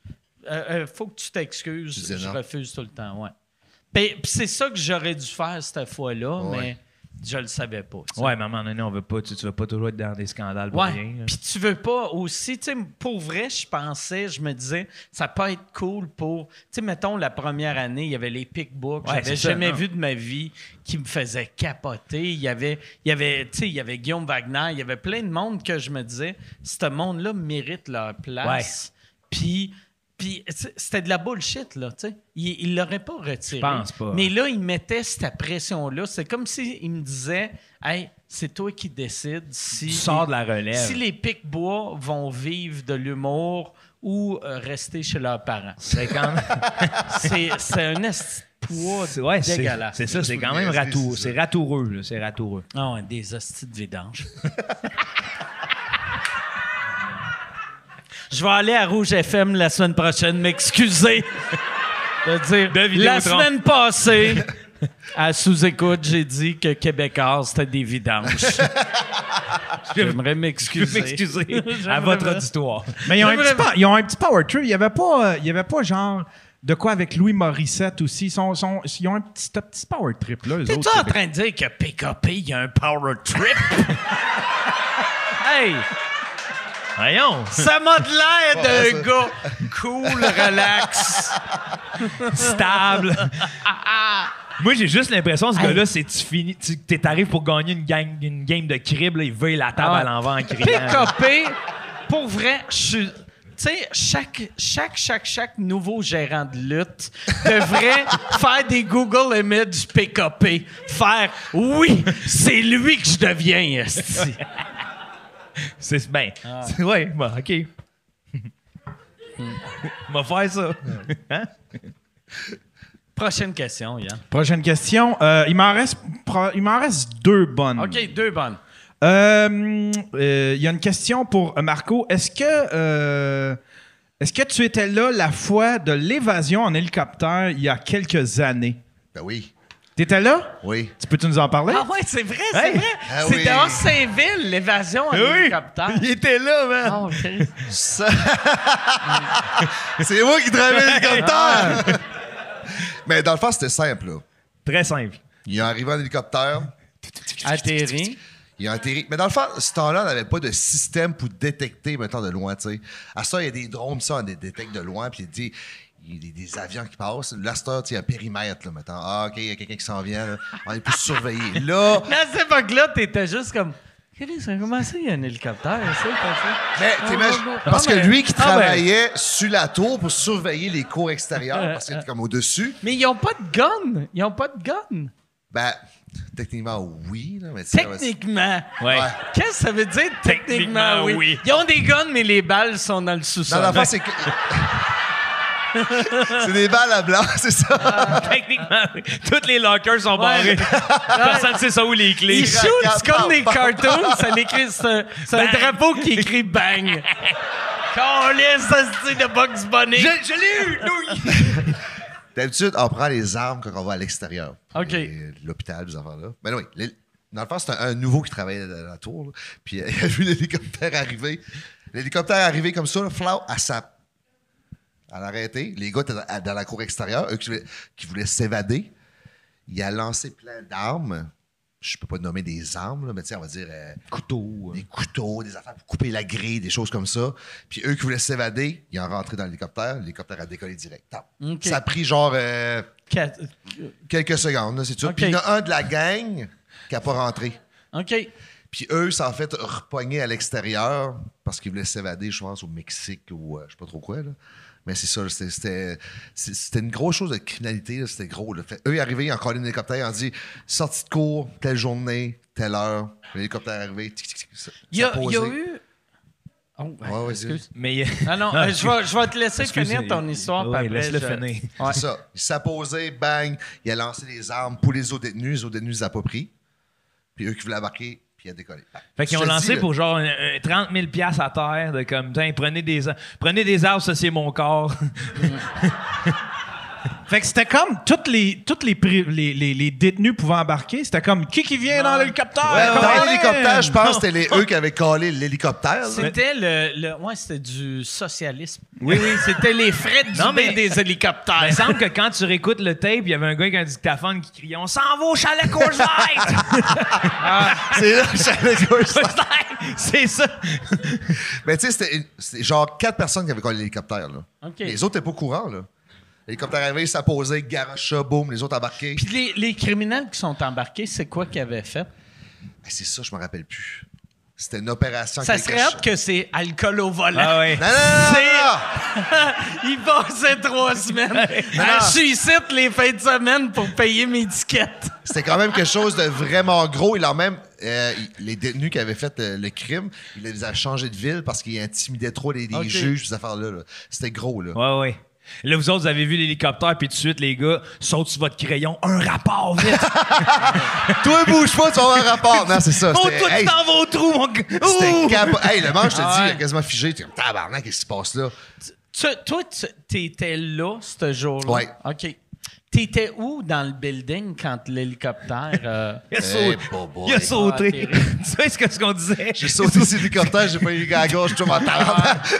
S4: euh, euh, faut que tu
S6: Tu
S4: t'excuses,
S6: disais
S4: je
S6: non.
S4: refuse tout le temps, ouais. Ben, Puis puis c'est ça que j'aurais dû faire cette fois-là,
S6: Ouais.
S4: mais je le savais pas. tu sais.
S7: Ouais, maman, non, non, on veut pas, tu, tu veux pas toujours être dans des scandales pour
S4: Ouais.
S7: rien, là.
S4: Puis tu veux pas aussi, tu sais, pour vrai, je pensais, je me disais, ça peut être cool pour, tu sais, mettons la première année, il y avait les pickbooks,
S7: Ouais,
S4: j'avais
S7: c'est ça,
S4: jamais
S7: non.
S4: vu de ma vie qui me faisait capoter. Il y avait, il y avait, tu sais, il y avait Guillaume Wagner, il y avait plein de monde que je me disais, ce monde-là mérite leur place. Puis puis c- c'était de la bullshit, là, tu sais. Il, il l'aurait pas retiré.
S7: pense pas.
S4: Mais là, il mettait cette pression-là. C'est comme s'il me disait, « Hey, c'est toi qui décides si...
S7: Tu sors de la relève.
S4: Si les Pic-Bois vont vivre de l'humour ou euh, rester chez leurs parents.
S7: C'est quand même.
S4: C'est c'est un esti de poids
S7: c'est- ouais, c'est-
S4: dégueulasse.
S7: C'est ça, c'est quand même
S6: C'est-
S7: ratou,
S6: c'est
S7: c'est ratoureux, là, c'est ratoureux.
S4: Ah ouais, des hosties de vidange. Je vais aller à Rouge FM la semaine prochaine, m'excuser. De dire,
S7: De
S4: la
S7: Vidéotron.
S4: semaine passée, à sous-écoute, j'ai dit que Québécois, c'était des vidanges. J'aimerais
S7: Je
S4: m'excuser.
S7: vais m'excuser à
S4: J'aimerais
S7: votre
S4: bien.
S7: auditoire.
S3: Mais ils ont, un
S4: J'aimerais-
S3: petit pa- ils ont un petit power trip. Il n'y avait, pas, euh, il y avait pas genre de quoi avec Louis Morissette aussi. Ils, sont- sont- ils ont un petit, un petit power trip là, eux
S4: T'es-tu
S3: autres.
S4: en train de dire que PKP, il y a un power trip? hey!
S7: Voyons!
S4: Ça m'a de l'air
S6: Ah, Ouais,
S4: d'un
S6: ça.
S4: gars cool, relax. ah.
S7: Stable! Moi, j'ai juste l'impression, ce gars-là, c'est tu finis, tu t'es- t'arrives pour gagner une, gang- une game de crib, là, il veut la table
S4: Ah.
S7: à l'envers en criant. là.
S4: PKP, pour vrai, je suis. Tu sais, chaque, chaque, chaque, chaque nouveau gérant de lutte devrait faire des Google Images PKP. Faire oui, c'est lui que je deviens, esti.
S7: C'est ben,
S4: Ah.
S7: c'est- ouais, bon, ok. On va faire ça. Hein?
S4: Prochaine question, Yann.
S3: Prochaine question. Euh, il m'en reste, pro- il m'en reste deux bonnes.
S4: OK, deux bonnes.
S3: Euh, hum, euh, Il y a une question pour euh, Marco. Est-ce que, euh, est-ce que tu étais là la fois de l'évasion en hélicoptère il y a quelques années?
S6: Ben oui,
S3: T'étais là?
S6: oui.
S3: Tu peux-tu nous en parler?
S4: Ah ouais, c'est vrai, c'est
S7: Hey.
S4: vrai.
S6: Ah
S4: C'était
S6: oui.
S4: en Saint-Ville, l'évasion en hélicoptère.
S7: il était là, man!
S4: Ah, ok.
S6: Ça- c'est moi qui travaille l'hélicoptère! Mais dans le fond, c'était simple. Là.
S7: Très simple.
S6: Il est arrivé en hélicoptère,
S4: Atterri.
S6: il a atterri. Mais dans le fond, ce temps-là, on n'avait pas de système pour détecter maintenant de loin. tu sais. À ça, il y a des drones, ça, on les détecte de loin, puis il dit. Il y a des, des avions qui passent. Là, à cette heure, tu sais, il y a un périmètre, là, maintenant. Ah, OK, il y a quelqu'un qui s'en vient, là. On est plus surveillé. Là,
S4: À cette époque-là, t'étais juste comme. Chris, Comment ça, il y a un hélicoptère? Ça, comme ça?
S6: Mais
S4: Ah,
S6: t'imagines-
S4: ah, ah.
S6: parce
S4: Ah,
S6: que
S4: mais-
S6: lui qui
S4: ah,
S6: travaillait sur la tour pour surveiller les cours extérieurs, parce qu'il était comme au-dessus,
S4: Mais ils ont pas de gun! Ils ont pas de gun!
S6: ben, techniquement, oui. Là, mais tu sais,
S4: Techniquement!
S7: Ouais.
S6: Ouais.
S4: Qu'est-ce que ça veut dire techniquement,
S7: Techniquement,
S4: oui.
S7: oui.
S4: Ils ont des guns, mais les balles sont dans le
S6: Non,
S4: sous-sol.
S6: l'enfant, c'est que. c'est des balles à blanc, c'est ça?
S7: Techniquement, oui. Toutes les lockers sont barrés. Personne ne sait ça où les clés.
S4: ils shootent c'est comme des
S6: Bang,
S4: cartoons, ça l'écrit, c'est un, c'est un
S7: Bang.
S4: drapeau qui écrit bang. Quand on laisse ça se dit de Bugs Bunny.
S7: l'ai eu! nous.
S6: D'habitude, on prend les armes quand on va à l'extérieur. pour
S4: OK.
S6: les- L'hôpital, ces affaires-là. Mais oui, les- dans le fond, c'est un, un nouveau qui travaillait dans la tour, là, puis euh, il a vu l'hélicoptère arriver. L'hélicoptère arriver comme ça, là, flau, à sa. À l'arrêter, les gars étaient dans- à- dans la cour extérieure, eux qui voulaient- qui voulaient s'évader. Il a lancé plein d'armes. je peux pas nommer des armes, là, mais tu sais, on va dire euh,
S3: Couteau.
S6: des couteaux, des affaires pour couper la grille, des choses comme ça. Puis eux qui voulaient s'évader, ils ont rentré dans l'hélicoptère, l'hélicoptère a décollé direct. Tap.
S4: Ok.
S6: Ça a pris genre euh,
S4: Quatre-
S6: quelques secondes, là, c'est tout. Puis il y en a un de la gang qui a pas rentré.
S4: OK.
S6: Puis eux, ça en fait repogner à l'extérieur parce qu'ils voulaient s'évader, je pense, au Mexique ou euh, je sais pas trop quoi. Là. Mais c'est ça, c'était- c'était c'est- c'était une grosse chose de criminalité, là, c'était gros. Là. Fait, eux, arrivés, ils ont collé un hélicoptère, ils ont dit sortie de cours, telle journée, telle heure, l'hélicoptère est arrivé. tic, tic, tic, ça-
S4: Il y a,
S6: ça
S4: il y a
S6: posé.
S4: eu. Oh,
S6: Ouais, ouais,
S4: excuse.
S7: Mais euh,
S4: Ah non,
S7: Non,
S4: euh, je, vais, je vais te laisser
S7: excusez.
S4: finir ton histoire.
S7: Oui,
S4: puis après,
S7: laisse-le
S4: je-
S7: finir.
S4: Ouais.
S6: C'est ça. Il s'est posé, bang, il a lancé des armes pour les autres détenus, les autres détenus les ont pas pris. Puis eux qui voulaient embarquer, puis il a décollé. Bang.
S7: Fait qu'ils
S6: Je
S7: ont
S6: te
S7: lancé
S6: dis,
S7: pour genre un- un 30 000 piastres à terre, de comme, tiens, prenez des, ar- prenez des arbres, ça c'est mon corps.
S3: Fait que c'était comme toutes les, toutes les, pri- les, les, les détenus pouvaient embarquer. C'était comme qui qui vient dans l'hélicoptère?
S6: là. Ouais,
S3: Colin!
S6: dans l'hélicoptère, je pense que c'était les- eux qui avaient collé l'hélicoptère. là.
S4: C'était le, le- Ouais, c'était du socialisme. Oui, oui, c'était les frais du
S7: Non, mais-
S4: bain des hélicoptères.
S7: Il me semble que quand tu réécoutes le tape, il y avait un gars avec un dictaphone qui criait On s'en va au chalet Coors Light!
S6: C'est là que j'allais dire ça.
S7: Coors Light! C'est ça!
S6: Mais tu sais, c'était une- c'était genre quatre personnes qui avaient collé l'hélicoptère. là.
S4: OK.
S6: Les autres n'étaient pas au courant. là. L'hélicoptère est arrivé, ça posait, garoche ça, boum, les autres embarqués.
S4: Puis les, les criminels qui sont embarqués, c'est quoi qu'ils avaient fait?
S6: Ben, c'est ça, je me rappelle plus. C'était une opération.
S4: Ça
S6: avec les
S4: serait
S6: cachets.
S4: hâte que c'est alcool au volant.
S7: Ah ouais.
S6: Non, non, non, non, non.
S4: Il passait trois semaines. Ah, Je suis ici les fins de semaine pour payer mes tickets.
S6: C'était quand même quelque chose de vraiment gros. Et leur même, euh, il- les détenus qui avaient fait euh, le crime, il les a changés de ville parce qu'ils intimidaient trop les, les juges, ces affaires-là. là. C'était gros, là.
S7: Ouais, ouais. Là, vous autres, vous avez vu l'hélicoptère, puis tout de suite, les gars, sautent sur votre crayon, un rapport, vite!
S6: Toi, bouge pas, tu vas avoir un rapport. Non, c'est ça.
S7: Oh,
S6: C'était
S7: toi, tu
S6: hey,
S7: t'en vas au trou, mon gars!
S6: c'était
S7: Ouh!
S6: capo- Hey, le manche, je te dis, il a
S4: ouais.
S6: quasiment figé. T'es comme, tabarnak, qu'est-ce qui se passe là?
S4: Tu- toi, tu t'étais là ce jour-là?
S6: Ouais.
S4: OK. T'étais où dans le building quand l'hélicoptère... euh,
S7: Il a
S6: Hey,
S7: sauté!
S6: Eh, bon boy.
S7: Il a sauté!
S4: Ah, terrible.
S7: tu sais ce que- ce qu'on disait?
S6: J'ai sauté sur l'hélicoptère, j'ai pas eu le gars à gauche, tout mon tabarnak.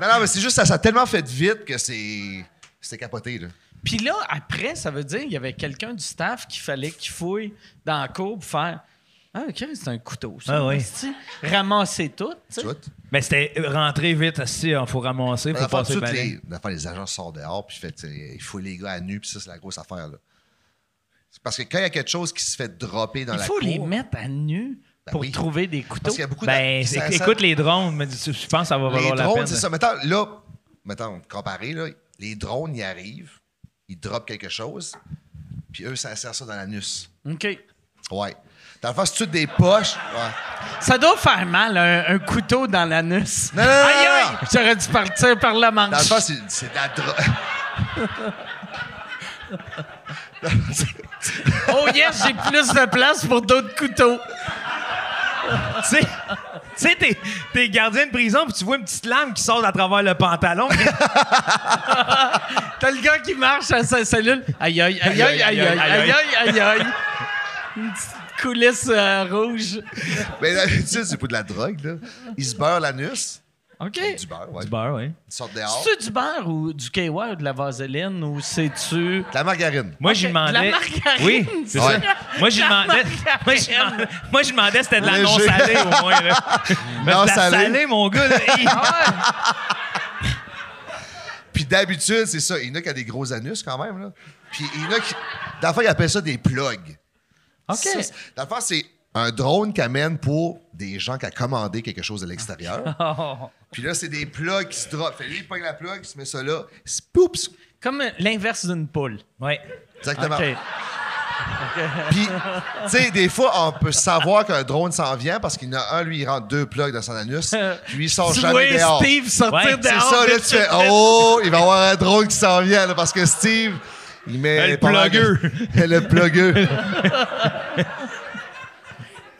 S6: Non, non, mais c'est juste, ça, ça a tellement fait vite que c'est. C'était capoté, là.
S4: Puis là, après, ça veut dire qu'il y avait quelqu'un du staff qui fallait qu'il fouille dans la cour pour faire... Ah, OK, c'est un couteau, ça.
S7: Ah oui.
S4: Esti. Ramasser tout. tu sais.
S6: Tu vois? t-
S7: Mais c'était rentrer vite, il faut ramasser, faut
S6: L'affaire,
S7: passer
S6: toutes
S7: par
S6: les, l'affaire, les agents sortent dehors, puis fait, il faut les gars à nu, puis ça, c'est la grosse affaire. Là. C'est Parce que quand il y a quelque chose qui se fait dropper dans
S4: Il
S6: la
S4: faut
S6: cour...
S4: les mettre à nu
S6: Ben
S4: pour
S6: oui.
S4: trouver des couteaux.
S6: Parce qu'il y a beaucoup
S7: Ben,
S6: de... ça-
S7: éc-
S6: ça-
S7: écoute les drones, mais tu- je pense que ça va
S6: les
S7: valoir la peine.
S6: drones, c'est ça. Mettons, là, mettons, comparé, là, les drones, ils arrivent, ils droppent quelque chose, puis eux, ça insère ça dans l'anus.
S4: OK.
S6: Ouais. Dans le fond, c'est-tu des poches... Ouais.
S4: Ça doit faire mal, un, un couteau dans l'anus.
S6: Non, non, non, non,
S4: Aïe, aïe!
S6: non.
S4: J'aurais dû partir par la manche.
S6: Dans le fond, c'est, c'est de la drogue.
S4: Oh yes, j'ai plus de place pour d'autres couteaux.
S7: Tu sais- tu sais, t'es, t'es gardien de prison, puis tu vois une petite lame qui sort à travers le pantalon.
S4: T'as le gars qui marche à sa cellule. Aïe aïe aïe aïe aïe aïe aïe aïe aïe aïe. Une petite coulisse euh, rouge.
S6: Mais d'habitude, c'est pas de la drogue, là. Ils se beurrent l'anus.
S4: OK.
S6: Du beurre, ouais.
S7: beurre, oui.
S6: Ils sortent dehors.
S4: C'est-tu du beurre ou du KY ou de la vaseline ou c'est-tu...
S6: De la margarine.
S7: Moi, j'ai
S4: Ok,
S7: demandé.
S4: de la margarine,
S7: Oui, c'est ça.
S6: Ouais.
S7: Moi, j'ai
S4: La
S7: demandé. Moi, j'ai
S4: margarine.
S7: demandé- Moi, j'ai demandé, c'était de la
S6: Léger.
S7: non salée, au moins. Là.
S6: Non
S7: Parce que la
S6: salée.
S7: salée, mon gars. là, il-
S6: Puis d'habitude, c'est ça. Il y en a qui ont des gros anus quand même. Là. Puis il y en a qui. Dans le fond, ils appellent ça des plugs.
S4: OK.
S6: Ça, c'est- dans le fond, c'est un drone qui amène pour des gens qui ont commandé quelque chose à l'extérieur. Puis là, c'est des plugs qui se drop. Fait que lui, il pogne la plug, il se met ça là. Spoups!
S4: Comme l'inverse d'une poule.
S7: Ouais.
S6: Exactement.
S4: OK.
S6: Puis, tu sais, des fois, on peut savoir qu'un drone s'en vient parce qu'il y en a un, lui, il rentre deux plugs dans son anus. Puis lui, il sort
S4: Tu
S6: jamais
S4: vois
S6: dehors. Ben,
S4: Steve sortir
S7: Ouais,
S4: dehors.
S6: C'est ça,
S4: de
S6: là, tu fais Oh, il va y avoir un drone qui s'en vient, là, parce que Steve, il met.
S7: Le
S6: pas mal de- le plugueux.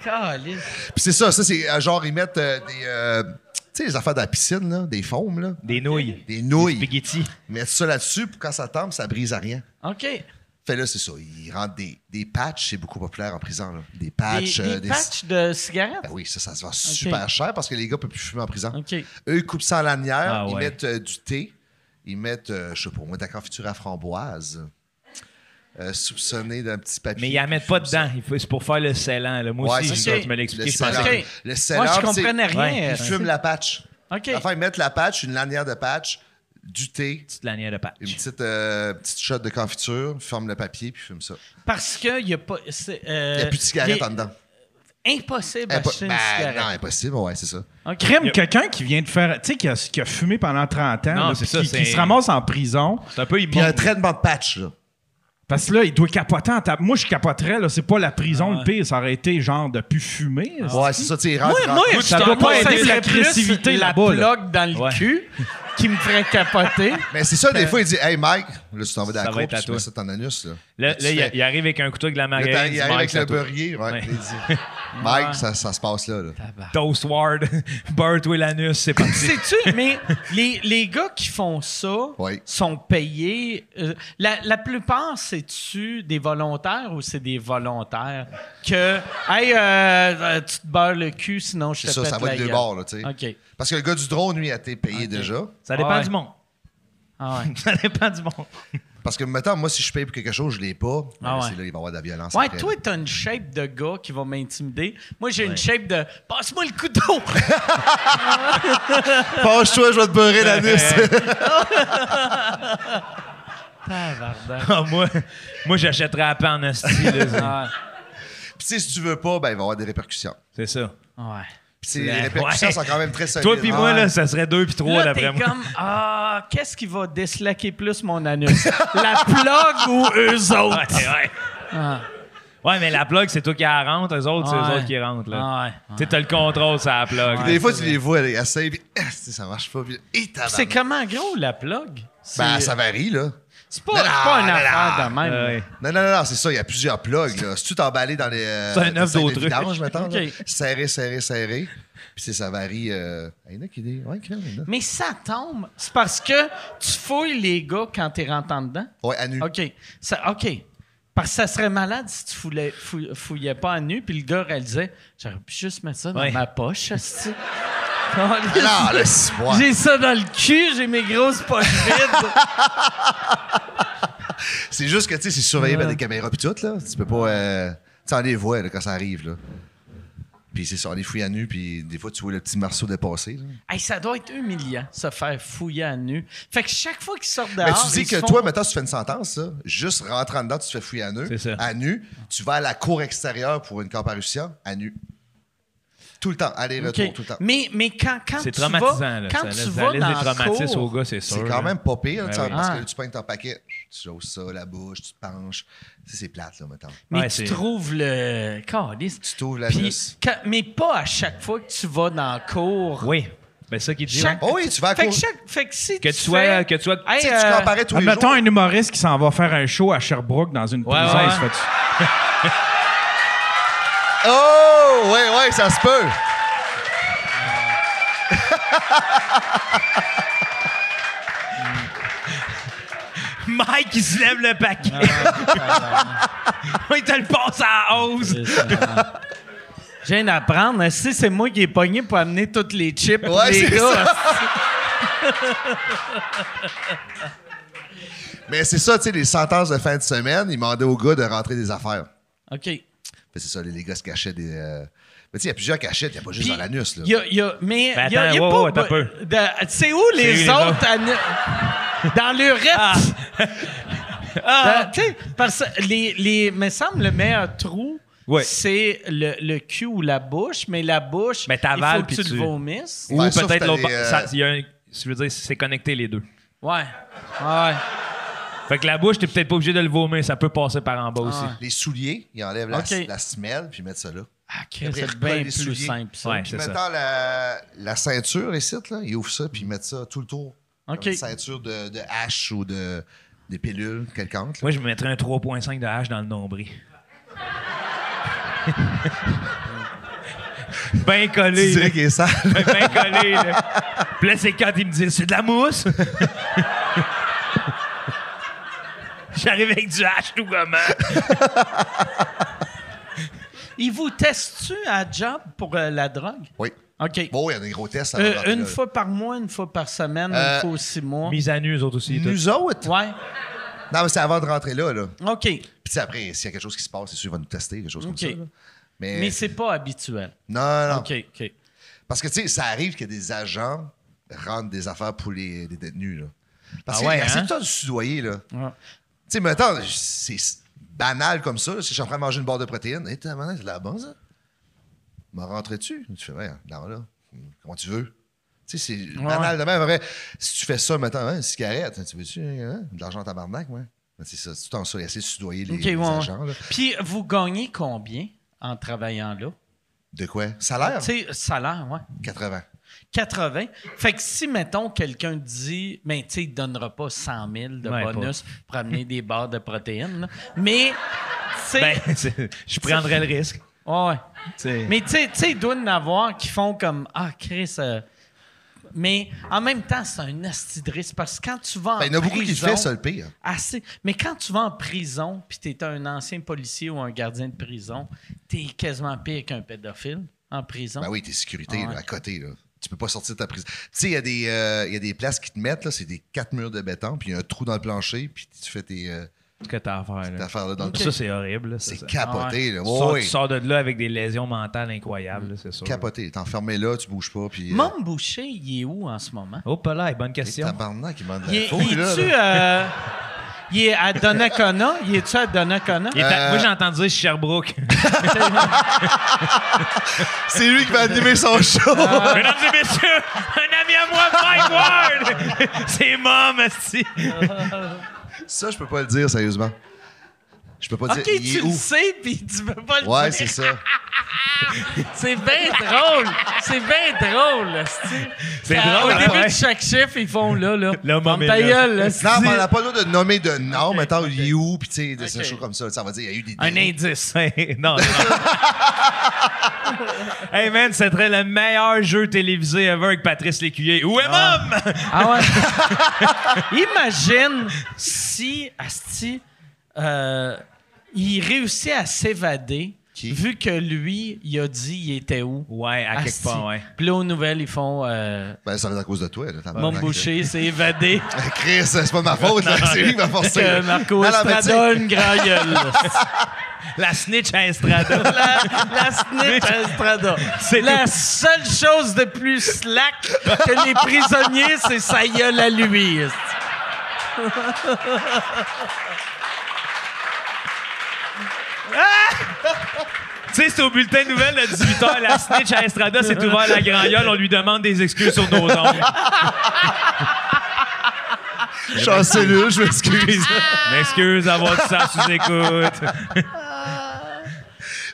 S4: Calice.
S6: Puis c'est ça, ça, c'est euh, genre, ils mettent euh, des. euh, tu sais, les affaires de la piscine, là, des foams, là,
S7: Des nouilles.
S6: des nouilles.
S7: Spaghetti.
S6: Ils mettent ça là-dessus, puis quand ça tombe, ça brise à rien.
S4: OK.
S6: Fait là, c'est ça. Ils rentrent des, des patchs, c'est beaucoup populaire en prison, là. Des patchs.
S4: des,
S6: euh,
S4: des patchs de cigarettes?
S6: Ben oui, ça, ça se vend super cher parce que les gars peuvent plus fumer en prison.
S4: OK.
S6: Eux, ils coupent ça en lanière,
S7: Ah
S6: ils
S7: ouais.
S6: mettent euh, du thé, ils mettent, euh, je sais pas, moi, de la confiture à framboise. euh, soupçonné d'un petit papier.
S7: Mais ils la mettent pas dedans. Il faut- C'est pour faire le scellant. là. Moi
S6: Ouais,
S7: aussi,
S6: c'est
S7: je-
S6: ça.
S7: tu me l'as expliqué.
S6: Le
S7: je pensais-
S6: scellant.
S4: Ok.
S6: Le
S4: Moi,
S6: scellant,
S4: je
S6: tu sais,
S4: comprenais rien.
S6: Ils fument la patch.
S4: OK.
S6: Enfin, ils mettent la patch, une lanière de patch, du thé,
S7: Petite lanière de patch.
S6: une petite, euh, petite shot de confiture, forment le papier, puis fument ça.
S4: Parce qu'il n'y a pas. c'est, euh,
S6: Il n'y a plus de cigarette
S4: les-
S6: en dedans.
S4: Impossible
S6: Impo-
S4: d'acheter une
S6: Ben, non,
S4: cigarette.
S6: impossible, ouais, c'est ça.
S4: OK.
S3: Crème, quelqu'un qui vient de faire. Tu sais, qui a, qui a fumé pendant 30 ans,
S7: Non,
S3: là,
S7: c'est
S3: puis
S7: ça,
S3: qui,
S7: c'est-
S3: qui se ramasse en prison.
S7: C'est un peu
S6: Puis il y a un
S7: immonde.
S6: traitement de patch, là.
S3: Parce que là, il doit capoter en tape. Moi, je capoterais, là. C'est pas la prison
S7: Ah ouais.
S3: le pire. Ça aurait été genre de plus fumer. là.
S6: Ah. Ouais, c'est ça, tu sais, il rentre, il
S4: Moi,
S6: rentre.
S4: moi,
S3: Ça
S4: je
S3: doit
S4: t'en
S3: pas
S4: conseille
S3: aider
S4: plus
S3: l'agressivité
S4: la
S3: là-bas, là.
S4: plaque dans le
S7: Ouais.
S4: cul qui me ferait capoter.
S6: Mais c'est ça, des fois, il dit Hey Mike, là, tu t'en vas dans
S7: Ben,
S6: la
S7: Ça va
S6: cour,
S7: être
S6: puis
S7: à
S6: tu
S7: toi.
S6: mets ça dans ton anus. Là,
S7: Là,
S6: Là, tu
S7: là, il,
S6: fais-
S7: il arrive avec un couteau avec de la
S6: Là,
S7: margarine.
S6: t'as- il
S7: du
S6: arrive avec
S7: Mike's
S6: le
S7: à toi.
S6: beurrier, ouais.
S7: Ouais.
S6: il dit, Mike, ça, ça se passe là. là.
S7: Toast Ward, Burt l'anus, c'est parti.
S4: Sais-tu, mais les, les gars qui font ça
S6: Oui.
S4: sont payés. euh, la, la plupart, c'est-tu des volontaires ou c'est des volontaires que, hey, euh, euh, tu te beurres le cul, sinon je
S6: C'est
S4: te
S6: ça,
S4: pète
S6: ça va
S4: la
S6: être deux
S4: gueule.
S6: bords, là, tu sais.
S4: OK.
S6: Parce que le gars du drone, lui, a été payé déjà.
S7: Ça dépend
S4: Ah ouais.
S7: du monde.
S4: Ah ouais.
S7: Ça dépend du monde.
S6: Parce que maintenant, moi, si je paye pour quelque chose, je l'ai pas.
S4: Ah
S6: ben,
S4: ouais.
S6: C'est là, il va y avoir de la violence.
S4: Ouais,
S6: après.
S4: toi, t'as une shape de gars qui va m'intimider. Moi, j'ai une shape de passe-moi le couteau.
S6: Penche-toi, je vais te beurrer l'anus.
S4: Tabarnak.
S7: Ah, moi, moi j'achèterais à pain en esti, là, ça.
S4: Ah,
S6: Puis, tu sais, si tu veux pas, ben, il va y avoir des répercussions.
S7: C'est ça.
S4: ouais.
S6: Puis, tu sais,
S7: Ben, Ouais.
S6: les répercussions sont quand même très
S4: Ah.
S6: solides.
S7: Toi puis
S6: hein.
S7: moi, là, ça serait deux puis trois,
S4: Là, t'es
S7: d'après moi.
S4: comme, ah, qu'est-ce qui va déslaquer plus mon anus? la plug ou eux autres?
S7: Ouais, ouais. Ouais, mais la plug, c'est toi qui la rentre, eux autres, c'est
S4: Ah. Ouais.
S7: eux autres qui rentrent. Là.
S6: ben
S4: Ah ouais.
S7: Tu sais, t'as le contrôle sur la plug.
S6: Puis des fois, tu les vois, elle essaye, puis Ah, tu sais, ça marche pas. Puis, et
S4: C'est
S6: tabarnak.
S4: comment gros la plug?
S6: Ben,
S4: C'est-
S6: ça Ah, varie, là.
S4: C'est pas,
S6: Non,
S4: c'est pas une
S6: non,
S4: affaire de
S7: Ouais,
S4: même.
S7: Ah, ouais.
S6: Non, non, non, non, c'est ça, il y a plusieurs plugs. Là. Si tu t'emballes dans les. euh,
S7: C'est un œuf
S6: dans les
S7: d'autruche.
S6: vidanges, mettons. là.
S4: Ok.
S6: Serré, serré, serré. Puis c'est- ça varie. euh, Il y en a qui disent. Ouais, crème, il y en a.
S4: Mais ça tombe. C'est parce que tu fouilles les gars quand t'es rentrant dedans?
S6: Ouais, à nu.
S4: OK. Ça, OK. Parce que ça serait malade si tu foulais- fou- fouillais pas à nu, puis le gars réalisait J'aurais pu juste mettre ça dans
S7: Ouais.
S4: ma poche, hostie.
S6: Ah Non, le six mois.
S4: J'ai ça dans le cul, j'ai mes grosses poches vides.
S6: C'est juste que, tu sais, c'est surveillé par des caméras, puis tout, là. Tu peux pas. euh, Tu sais, on les voit, là, quand ça arrive, là. Puis c'est ça, on les fouille à nu, puis des fois, tu vois le petit morceau dépasser. là.
S4: Hey, ça doit être humiliant, se faire fouiller à nu. Fait que chaque fois qu'ils sortent dehors.
S6: Mais tu dis
S4: ils
S6: que
S4: se font-
S6: toi, maintenant, tu fais une sentence, là. Juste rentrant dedans, tu te fais fouiller à nu.
S7: C'est ça.
S6: À nu. Tu vas à la cour extérieure pour une comparution, à nu. Tout le temps, aller-retour,
S4: OK.
S6: tout le temps.
S4: Mais, mais quand, quand
S7: C'est
S4: tu
S7: traumatisant.
S4: vas,
S7: là.
S4: Quand
S7: ça
S4: tu
S7: laisse, ça
S4: vas
S7: laisse
S4: dans
S7: des
S4: la
S7: traumatismes
S4: cour,
S7: au gars, c'est sûr.
S6: C'est quand
S7: là.
S6: même pas pire, tu sais,
S7: Ben oui.
S6: parce
S4: Ah.
S6: que tu peignes ton paquet, tu oses ça, la bouche, tu te penches. Tu sais, c'est plate, là, mettons.
S4: Mais
S7: Ouais,
S4: tu
S7: c'est-
S4: trouves le. Câlisse.
S6: Tu t'ouvres la
S4: Puis, quand- mais pas à chaque fois que tu vas dans la cour.
S7: Oui. Ben, ça qui dit.
S4: Chaque-
S6: Oh oui, tu vas à
S4: fait
S6: cour.
S4: que chaque- fait que si
S7: Que
S4: tu
S7: tu sois.
S4: fais-
S7: euh, Que tu sois...
S4: Hey,
S6: Tu sais,
S4: euh,
S6: tu comparais tous les
S3: Admettons
S6: jours.
S3: un humoriste qui s'en va faire un show à Sherbrooke dans une prison.
S7: ouais.
S3: il se fait tuer.
S6: Oh, ouais, ouais, ça se peut.
S7: Mike, il se lève le paquet.
S4: Ah,
S7: il te le passe à la hausse.
S4: Je viens d'apprendre. Si c'est moi qui ai pogné pour amener toutes les chips, pour
S6: Ouais,
S4: les
S6: c'est
S4: gars.
S6: Mais c'est ça, tu sais, les sentences de fin de semaine, ils demandaient aux gars de rentrer des affaires.
S4: OK.
S6: Fait que c'est ça, les, les gars se cachaient des. euh, Mais tu sais, il y a plusieurs cachettes, il n'y a pas juste
S4: Puis,
S6: dans l'anus, là.
S4: y a- y a- mais
S7: Ben,
S4: y a-
S7: attends,
S4: y a
S7: wow,
S4: pas-
S7: wow, attends un peu.
S4: de- C'est où les
S7: où les Ah.
S4: autres
S7: autres?
S4: années- Dans l'urette. Ben, tu sais, parce que les, les, me semble le meilleur trou,
S7: Ouais.
S4: c'est le, le cul ou la bouche, mais la bouche,
S7: Mais
S4: il
S7: t'avales,
S4: faut que
S7: puis
S4: tu,
S7: tu-
S4: le vomisses.
S7: Ou
S6: Ouais, sauf
S7: peut-être
S6: t'as
S7: l'autre.
S6: des, euh,
S7: ça- il y a un- Je veux dire, c'est connecté les deux.
S4: Ouais. Ouais.
S7: Fait que la bouche, t'es peut-être pas obligé de le vomir. Ça peut passer par en
S6: Ah,
S7: bas aussi.
S6: Les souliers, ils enlèvent la,
S4: Ok.
S6: la semelle, puis ils mettent ça là.
S4: Ah, Chris,
S6: Après,
S4: c'est
S6: ils recollent
S4: bien
S6: les
S4: plus
S6: souliers.
S4: simple, ça.
S7: Ouais,
S6: Puis
S7: c'est ça.
S6: mettant la, la ceinture, les sites, là, ils ouvrent ça, puis ils mettent ça tout le tour.
S4: Ok.
S6: Comme Une ceinture de, de hache ou de, de pilule quelconque. là.
S7: Moi, je me mettrais un 3.5 de hache dans le nombril. ben
S6: Tu
S7: collé. là.
S6: dirais qu'il est sale.
S7: Ben collé. Là. Puis là, c'est quand ils me disent c'est de la mousse. J'arrive avec du hache tout comment.
S4: Ils vous testent-tu à job pour euh, la drogue?
S6: Oui.
S4: OK.
S6: Bon, il y a des gros tests. avant
S4: Euh,
S6: d'arriver
S4: une
S6: là.
S4: fois par mois, une fois par semaine,
S6: Euh,
S4: une fois aux six mois.
S7: Mise à nu, eux autres aussi. tout.
S6: Nous autres,
S4: Ouais.
S6: Non, mais c'est avant de rentrer là, là.
S4: OK.
S6: Puis tu sais, après, s'il y a quelque chose qui se passe, c'est sûr, il va nous tester, quelque chose
S4: OK.
S6: comme ça. là. Mais,
S4: Mais c'est pas habituel.
S6: non, non.
S4: OK, OK.
S6: Parce que, tu sais, ça arrive que des agents rentrent des affaires pour les, les détenus, là. Parce
S4: Ah
S6: que
S4: ouais,
S6: c'est
S4: hein?
S6: tout de soudoyer, là.
S4: Ouais.
S6: Tu sais, mais attends, c'est banal comme ça. là. Si je suis en train de manger une barre de protéines, hey, t'as c'est de la bonne, ça. M'en rentrais-tu? Tu fais, ouais, non, là, comment tu veux? Tu sais, c'est banal de même. Après, si tu fais ça maintenant, hein, une cigarette, hein, tu veux-tu hein, de l'argent en tabarnak, ouais? Ben, c'est ça, tu t'en souviens, c'est de soudoyer les,
S4: OK,
S6: les
S4: ouais, ouais.
S6: agents. là.
S4: Puis vous gagnez combien en travaillant là?
S6: De quoi? Salaire?
S4: Tu sais, salaire, ouais.
S6: 80.
S4: 80. Fait que si, mettons, quelqu'un dit, ben, tu sais, il ne donnera pas 100 000 de
S7: Ouais,
S4: bonus pour amener des barres de protéines, là. Mais, tu sais,
S7: Ben, c'est- je prendrais le risque.
S4: ouais.
S7: C'est-
S4: Mais, tu sais- tu sais, il doit y en avoir qui font comme, ah, Chris. euh, mais en même temps, c'est un asti de risque parce que quand tu vas en
S6: Ben, il y en a beaucoup qui le
S4: prison-
S6: fait, ça, le pire.
S4: assez. Mais quand tu vas en prison, puis tu es un ancien policier ou un gardien de prison, tu es quasiment pire qu'un pédophile en prison.
S6: Ben oui, t'es sécurité
S4: Ah ouais.
S6: là, à côté. Là. Tu peux pas sortir de ta prison. Tu sais, il y, a des, euh, il y a des places qui te mettent, là, c'est des quatre murs de béton, puis il y a un trou dans le plancher, puis tu fais tes euh,
S7: ce que t'as à faire.
S6: tes
S7: là.
S6: affaires là, dans le
S7: Ça, c'est horrible. là,
S6: C'est
S7: ça.
S4: Ah,
S6: capoté, là.
S7: Tu,
S6: Ouais,
S7: sors,
S6: ouais.
S7: tu sors de là avec des lésions mentales incroyables, là, c'est sûr.
S6: Capoté. T'es enfermé là, tu bouges pas, puis. euh,
S4: Mom Boucher, il est où en ce moment?
S7: Oh, pas là, bonne
S6: hey,
S7: question.
S6: tabarnak, il manque de
S4: Il
S6: la
S4: est,
S6: fouille,
S4: il
S6: là,
S4: est-tu,
S6: là.
S4: euh, il est à Donnacona? Il est-tu à Donnacona?
S7: Il est à-
S6: Euh,
S7: Moi, j'ai entendu dire Sherbrooke.
S6: C'est lui qui va animer son show.
S4: Ah.
S7: Mesdames et messieurs, un ami à moi, Mike Ward! c'est mom, aussi.
S6: ça, je peux pas le dire, sérieusement. Je peux pas
S4: OK,
S6: dire. Il est
S4: tu le
S6: où?
S4: sais, puis tu peux pas le
S6: Ouais,
S4: dire.
S6: c'est ça.
S4: C'est bien drôle. C'est bien drôle, hostie.
S7: C'est
S4: Ah,
S7: drôle,
S4: Au début
S7: ouais.
S4: de chaque chiffre, ils font là, là.
S7: Le
S4: Ferme
S7: moment
S4: ta
S7: est là.
S4: gueule, hostie.
S6: Non, mais on n'a pas le droit de nommer de nom, mais attends, il est où, puis tu sais, de ces
S4: Ok.
S6: choses comme ça. Ça va dire, il y a eu des.
S4: Un
S6: délits.
S4: indice.
S7: Ouais, non, non. hey man, ce serait le meilleur jeu télévisé ever avec Patrice Lécuyer. Où est mom?
S4: Ah ouais? Imagine si Asti euh, il réussit à s'évader
S6: Qui?
S4: vu que lui, il a dit il était où.
S7: Ouais, à quelque
S4: Asti.
S7: part, ouais.
S4: Puis là, aux nouvelles, ils font euh,
S6: Ben, ça va être à cause de toi, là.
S4: Mon
S6: tabarnak, là.
S4: boucher s'est évadé.
S6: Ah, Chris, c'est pas de ma faute, là. c'est lui qui m'a forcé.
S4: Que
S6: là.
S4: Marco
S6: Non, non, mais tu sais-
S4: Estrada, une grand gueule.
S7: La snitch à Estrada.
S4: la, la snitch Estrada.
S7: C'est
S4: la seule chose de plus slack que les prisonniers, c'est sa gueule à lui. esti.
S7: Tu sais, c'est au bulletin de nouvelles de 18h. La snitch à Estrada s'est ouvert la grand gueule. On lui demande des excuses sur nos ondes.
S6: Je suis en cellule, je m'excuse.
S7: M'excuse d'avoir dit ça sous écoute.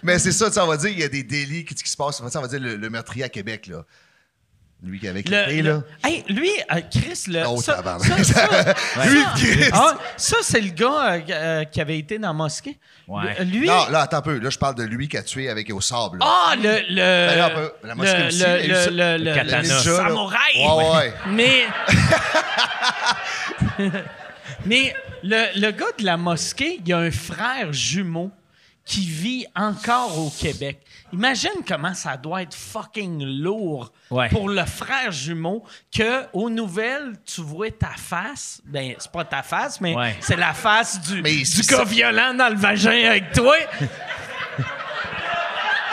S6: Mais c'est ça, tu sais, on va dire, il y a des délits qui, qui se passent. On va dire le, le meurtrier à Québec, là. Lui qui est avec
S4: Le-
S6: l'épée,
S4: le-
S6: là.
S4: Hey, lui, euh, Chris, le.
S6: Oh,
S4: ça,
S6: tabarnak.
S4: ça- ça-
S6: Lui,
S4: ça-
S6: Chris.
S4: Ah, ça, c'est le gars euh, euh, qui avait été dans la mosquée.
S7: Ouais.
S4: Le- Lui.
S6: Non, là, attends un peu. Là, je parle de lui qui a tué avec au sable. là.
S4: Ah, le. le
S6: Ben, non, pas- la mosquée
S4: le-
S6: aussi,
S4: le-
S6: il y a eu ça.
S4: le- le- le-
S6: Le
S7: katana.
S4: le-
S6: ninja, là.
S4: Samouraï.
S6: Ouais, ouais.
S4: Mais. Mais le, le gars de la mosquée, il a un frère jumeau qui vit encore au Québec. Imagine comment ça doit être fucking lourd
S7: Ouais.
S4: pour le frère jumeau que aux nouvelles, tu vois ta face. Ben, c'est pas ta face, mais
S7: Ouais.
S4: c'est la face du,
S6: Mais il
S4: du
S6: suit
S4: gars
S6: ça.
S4: violent dans le vagin avec toi.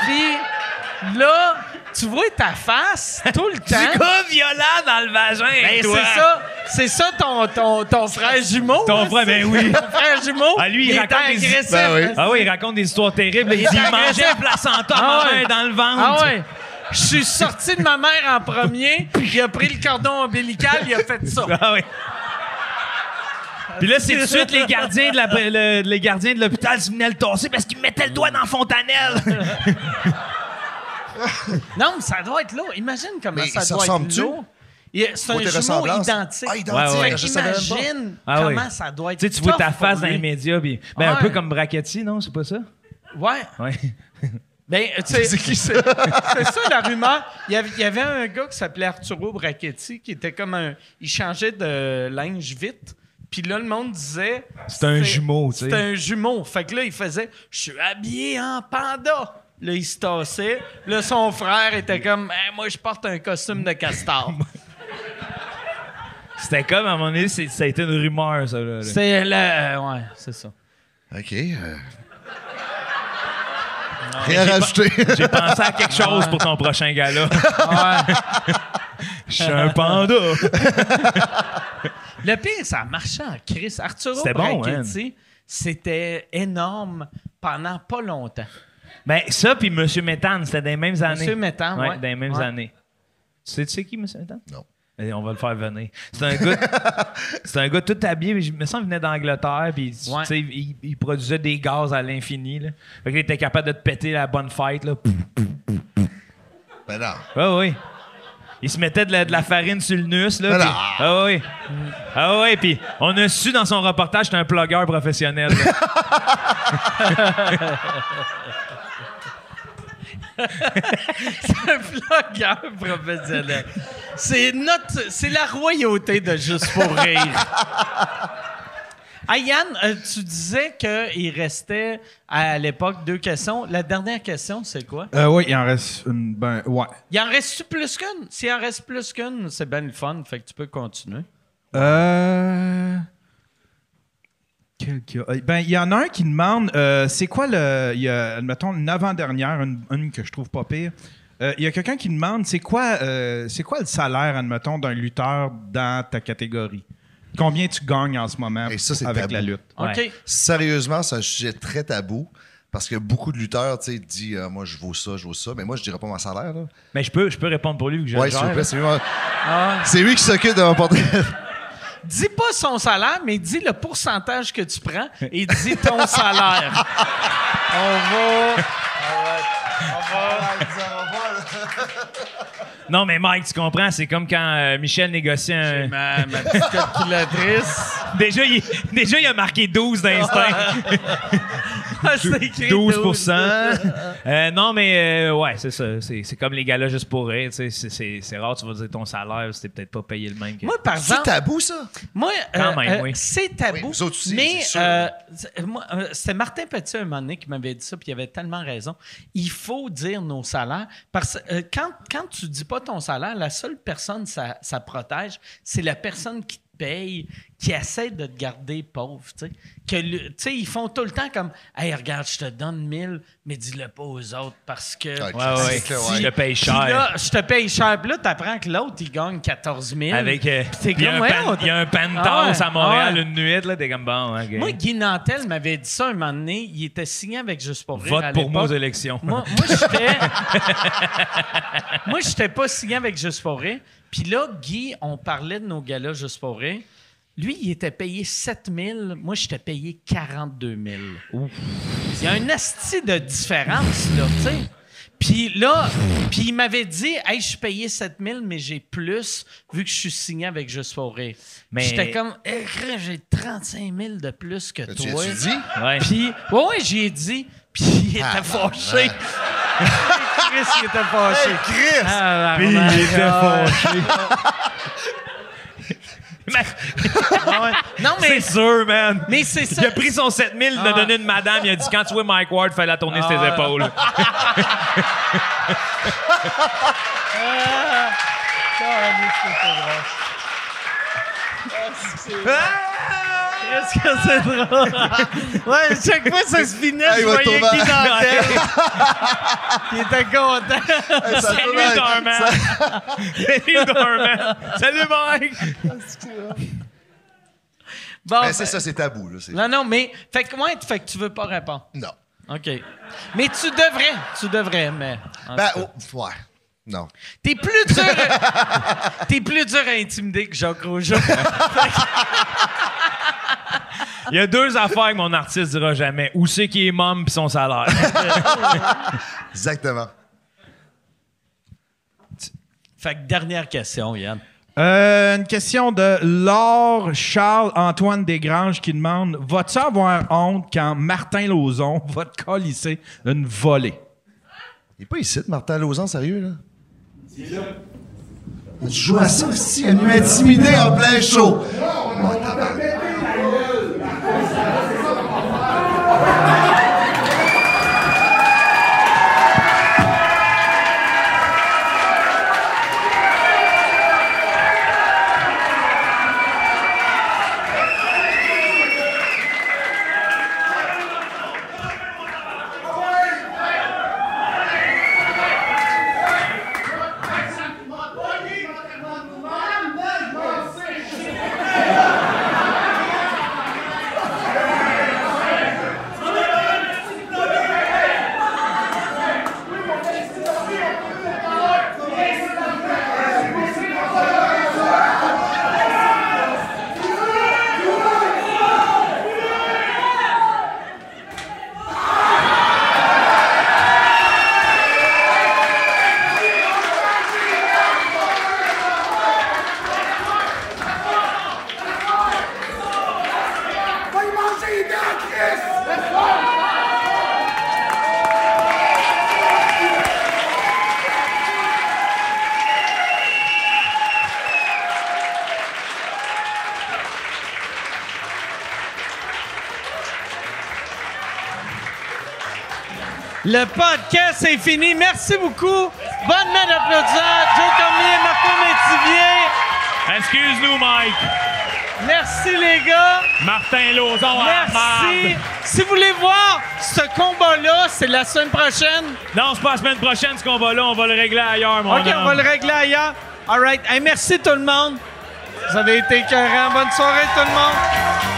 S4: Puis là, tu vois ta face tout le temps.
S7: Du gars violent dans le vagin.
S4: Ben,
S7: avec toi.
S4: c'est ça, c'est ça ton, ton, ton frère jumeau.
S7: Ton
S4: hein,
S7: frère,
S4: c'est-
S7: ben oui.
S4: Ton frère jumeau.
S7: Ah, lui, il
S4: est
S7: raconte des-
S4: agressif.
S6: Ben oui.
S7: Ah oui, il raconte des histoires terribles. Il, dit
S4: est
S7: il mangeait
S4: agressif.
S7: un placenta
S4: Ah
S7: marin
S4: ouais.
S7: dans le ventre.
S4: Ah ouais. Je suis sorti de ma mère en premier, puis il a pris le cordon ombilical, il a fait ça.
S7: Ah oui. Puis là, c'est tout de suite les gardiens de, la- le- les gardiens de l'hôpital qui venaient le tasser parce qu'ils mettaient le doigt dans Fontanelle.
S4: Non, mais ça doit être lourd. Imagine comment
S6: Mais
S4: ça
S6: ça
S4: doit être
S6: ressemble-tu?
S4: lourd. Il- C'est un
S6: Côté
S4: jumeau
S6: ressemblance.
S4: identique.
S6: Ah, identique,
S7: Ouais, ouais.
S6: je savais même pas.
S4: Imagine
S7: Ah
S4: comment
S7: oui.
S4: ça doit être
S7: tu sais, tu vois ta
S4: tough pour
S7: face dans les
S4: lui.
S7: médias. Puis, ben, Un
S4: Ouais.
S7: peu comme Brachetti, non? C'est pas ça?
S4: Ouais.
S7: Ouais.
S4: Ben, tu sais, c'est ça la rumeur. Il y avait, il y avait un gars qui s'appelait Arturo Brachetti qui était comme un. Il changeait de linge vite. Puis là, le monde disait.
S7: C'est un jumeau, tu sais.
S4: C'est un jumeau. Fait que là, il faisait Je suis habillé en panda. Là, il se tassait. Là, son Eh, frère était comme Hey, Moi, je porte un costume de castor.
S7: C'était comme, à un moment donné, c'est- ça a été une rumeur, ça. là, là.
S4: C'est le. euh, Ouais, c'est ça.
S6: OK. euh. Rien à rajouter.
S7: J'ai pensé à quelque chose pour ton prochain gala. Je suis un panda.
S4: Le pire, ça marchait en crise. Arturo
S7: C'était bon,
S4: Brachetti, c'était énorme pendant pas longtemps.
S7: Ben, ça, puis Monsieur Métan, c'était des mêmes années.
S4: Monsieur Métan, ouais.
S7: des mêmes
S4: Ouais.
S7: années. Tu sais, tu sais qui, Monsieur Métan?
S6: Non.
S7: Eh, on va le faire venir. C'est un gars, c'est un gars tout habillé. mais Je me sens qu'il venait d'Angleterre, puis tu
S4: Ouais.
S7: sais, il, il produisait des gaz à l'infini. là. Fait qu'il était capable de te péter la bonne fête. Là. Pouf.
S6: Ben non.
S7: Ah oui. Il se mettait de la, de la farine sur le nus. Là,
S6: Ben
S7: puis-
S6: non.
S7: ah oui. Ah oui, puis on a su dans son reportage, c'est un plugueur professionnel. là.
S4: un vlogueur professionnel. C'est notre, c'est la royauté de Juste pour rire. Ah, Yann, euh, tu disais qu'il restait à l'époque deux questions. La dernière question, c'est quoi?
S3: Euh, oui, il en reste une. Ben, ouais.
S4: Il en reste-tu plus qu'une? S'il en reste plus qu'une, c'est bien le fun, fait que tu peux continuer.
S3: Euh. quel qu'il y a? Euh, Ben, il y en a un qui demande euh, c'est quoi le. Il y a, admettons, l'avant-dernière, une, une que je trouve pas pire. Euh, Il y a quelqu'un qui demande c'est quoi, euh, c'est quoi le salaire, admettons, d'un lutteur dans ta catégorie Combien tu gagnes en ce moment
S6: Et ça, c'est
S3: avec
S6: tabou.
S3: la lutte
S7: Ouais.
S4: OK.
S6: Sérieusement, c'est un sujet très tabou parce que beaucoup de lutteurs, tu sais, disent euh, moi je vaux ça, je vaux ça, mais moi je dirais pas mon salaire là.
S7: Mais je peux, je peux répondre pour lui, vu que je
S6: Ouais,
S7: le
S6: s'il
S7: gère,
S6: vous
S7: là.
S6: plaît, c'est lui. mon-
S4: Ah
S6: C'est lui qui s'occupe de mon portefeuille.
S4: Dis pas son salaire, mais dis le pourcentage que tu prends et dis ton salaire. On va.
S7: Non, mais Mike, tu comprends, c'est comme quand euh, Michel négocie un.
S4: Ah, Ma, ma petite calculatrice.
S7: Déjà il, déjà, il a marqué 12 d'instinct.
S4: Ah, c'est écrit
S7: 12 Euh, Non, mais euh, ouais, c'est ça. C'est c'est comme les gars-là juste pour rire. tu sais, C'est c'est- c'est rare, tu vas dire ton salaire, c'était peut-être pas payé le même. que-
S4: Moi, par
S6: C'est
S4: exemple,
S6: tabou ça.
S4: moi,
S7: Quand
S4: euh,
S7: même,
S4: euh,
S7: oui.
S4: c'est tabou.
S6: Oui, vous autres aussi,
S4: mais
S6: c'est sûr.
S4: euh, c'est- moi, euh, c'était Martin Petit un moment donné qui m'avait dit ça, puis il avait tellement raison. Il faut dire nos salaires parce que euh, quand quand tu dis pas ton salaire, la seule personne ça ça protège, c'est la personne qui te paye, qui essaie de te garder pauvre. tu sais. Que le- tu sais, ils font tout le temps comme, hey, regarde, je te donne 1000, mais dis-le pas aux autres parce que.
S6: Ah,
S7: Ouais, ouais.
S6: c'est que,
S7: Je te
S6: ouais.
S7: paye
S4: Puis
S7: cher.
S4: là, je te paye cher. Puis là, t'apprends que l'autre, il gagne 14 000.
S7: avec. euh,
S4: Puis t'es
S7: il y a
S4: comme,
S7: un
S4: voyons,
S7: pan- il y a un
S4: Ah ouais,
S7: penthouse à
S4: ah
S7: Montréal
S4: ouais.
S7: une nuit, là. T'es comme bon, ok.
S4: Moi, Guy Nantel m'avait dit ça un moment donné. Il était signé avec Juste pour rire. à
S7: Vote pour moi aux
S4: l'époque.
S7: élections.
S4: Moi, moi, j'étais. moi, j'étais pas signé avec Juste pour rire. Puis là, Guy, on parlait de nos gars-là Juste pour rire. Lui, il était payé 7 000. Moi, j'étais payé 42 000. Il y a un asti de différence, là, tu sais. Puis là, puis il m'avait dit, hey, je suis payé 7 000, mais j'ai plus vu que je suis signé avec Juste pour rire.
S7: Mais-
S4: J'étais comme, Eh, crée, j'ai 35 000 de plus que
S6: Tu
S4: toi.
S6: tu dis
S7: Ouais.
S4: Puis, ouais, ouais, j'y ai dit. Puis, il était
S6: Ah,
S4: fâché. Chris, il était fâché.
S6: Hey, Chris!
S4: Ah,
S7: Puis
S4: vraiment.
S7: il était fâché.
S4: Ah, ouais. Non, mais,
S7: C'est sûr, man.
S4: mais c'est ça.
S7: Il a pris son 7000,
S4: Ah.
S7: il l'a donné à une madame, il a dit quand tu vois Mike Ward, fais la tourner sur tes épaules. Ah,
S4: Qu'est-ce que Ah, c'est drôle? ouais, chaque fois que ça se finit,
S6: Hey,
S4: je
S6: il va
S4: voyais
S6: tomber.
S4: Guy Nantel. il était content.
S6: Hey, ça
S7: Salut
S6: tourne.
S7: Dorman! Salut Dorman! Salut Mike!
S4: Bon,
S6: Ben, c'est ça, c'est tabou. Là, c'est-
S4: Non, non, mais... Fait que, ouais, fait que tu veux pas répondre.
S6: Non.
S4: OK. Mais tu devrais. Tu devrais, mais... en
S6: Ben,
S4: tout cas.
S6: oh, ouais. Non.
S4: T'es plus dur. T'es plus dur à intimider que Jacques Rougeau.
S7: Il y a deux affaires que mon artiste dira jamais. Où c'est qu'il est mom pis son salaire.
S6: Exactement.
S4: fait que dernière question, Yann.
S3: Euh, Une question de Laure Charles-Antoine Desgranges qui demande Vas-tu avoir honte quand Martin Lauzon va te colisser une volée
S6: Il est pas ici, de Martin Lausanne, sérieux, là? Tu joues à ça aussi, elle m'a intimidé en plein show. Oh, tabarnak.
S4: Le podcast est fini. Merci beaucoup. Bonne main d'applaudissement. Joe Cormier, Marco Métivier.
S7: Excuse-nous, Mike.
S4: Merci, les gars.
S7: Martin Lauzon à la
S4: Merci.
S7: marde.
S4: Si vous voulez voir ce combat-là, c'est la semaine prochaine.
S7: Non, c'est pas la semaine prochaine ce combat-là. On va le régler ailleurs, mon
S4: OK, on va le régler ailleurs. All right. Hey, merci, tout le monde. Vous avez été écœurants. Bonne soirée, tout le monde.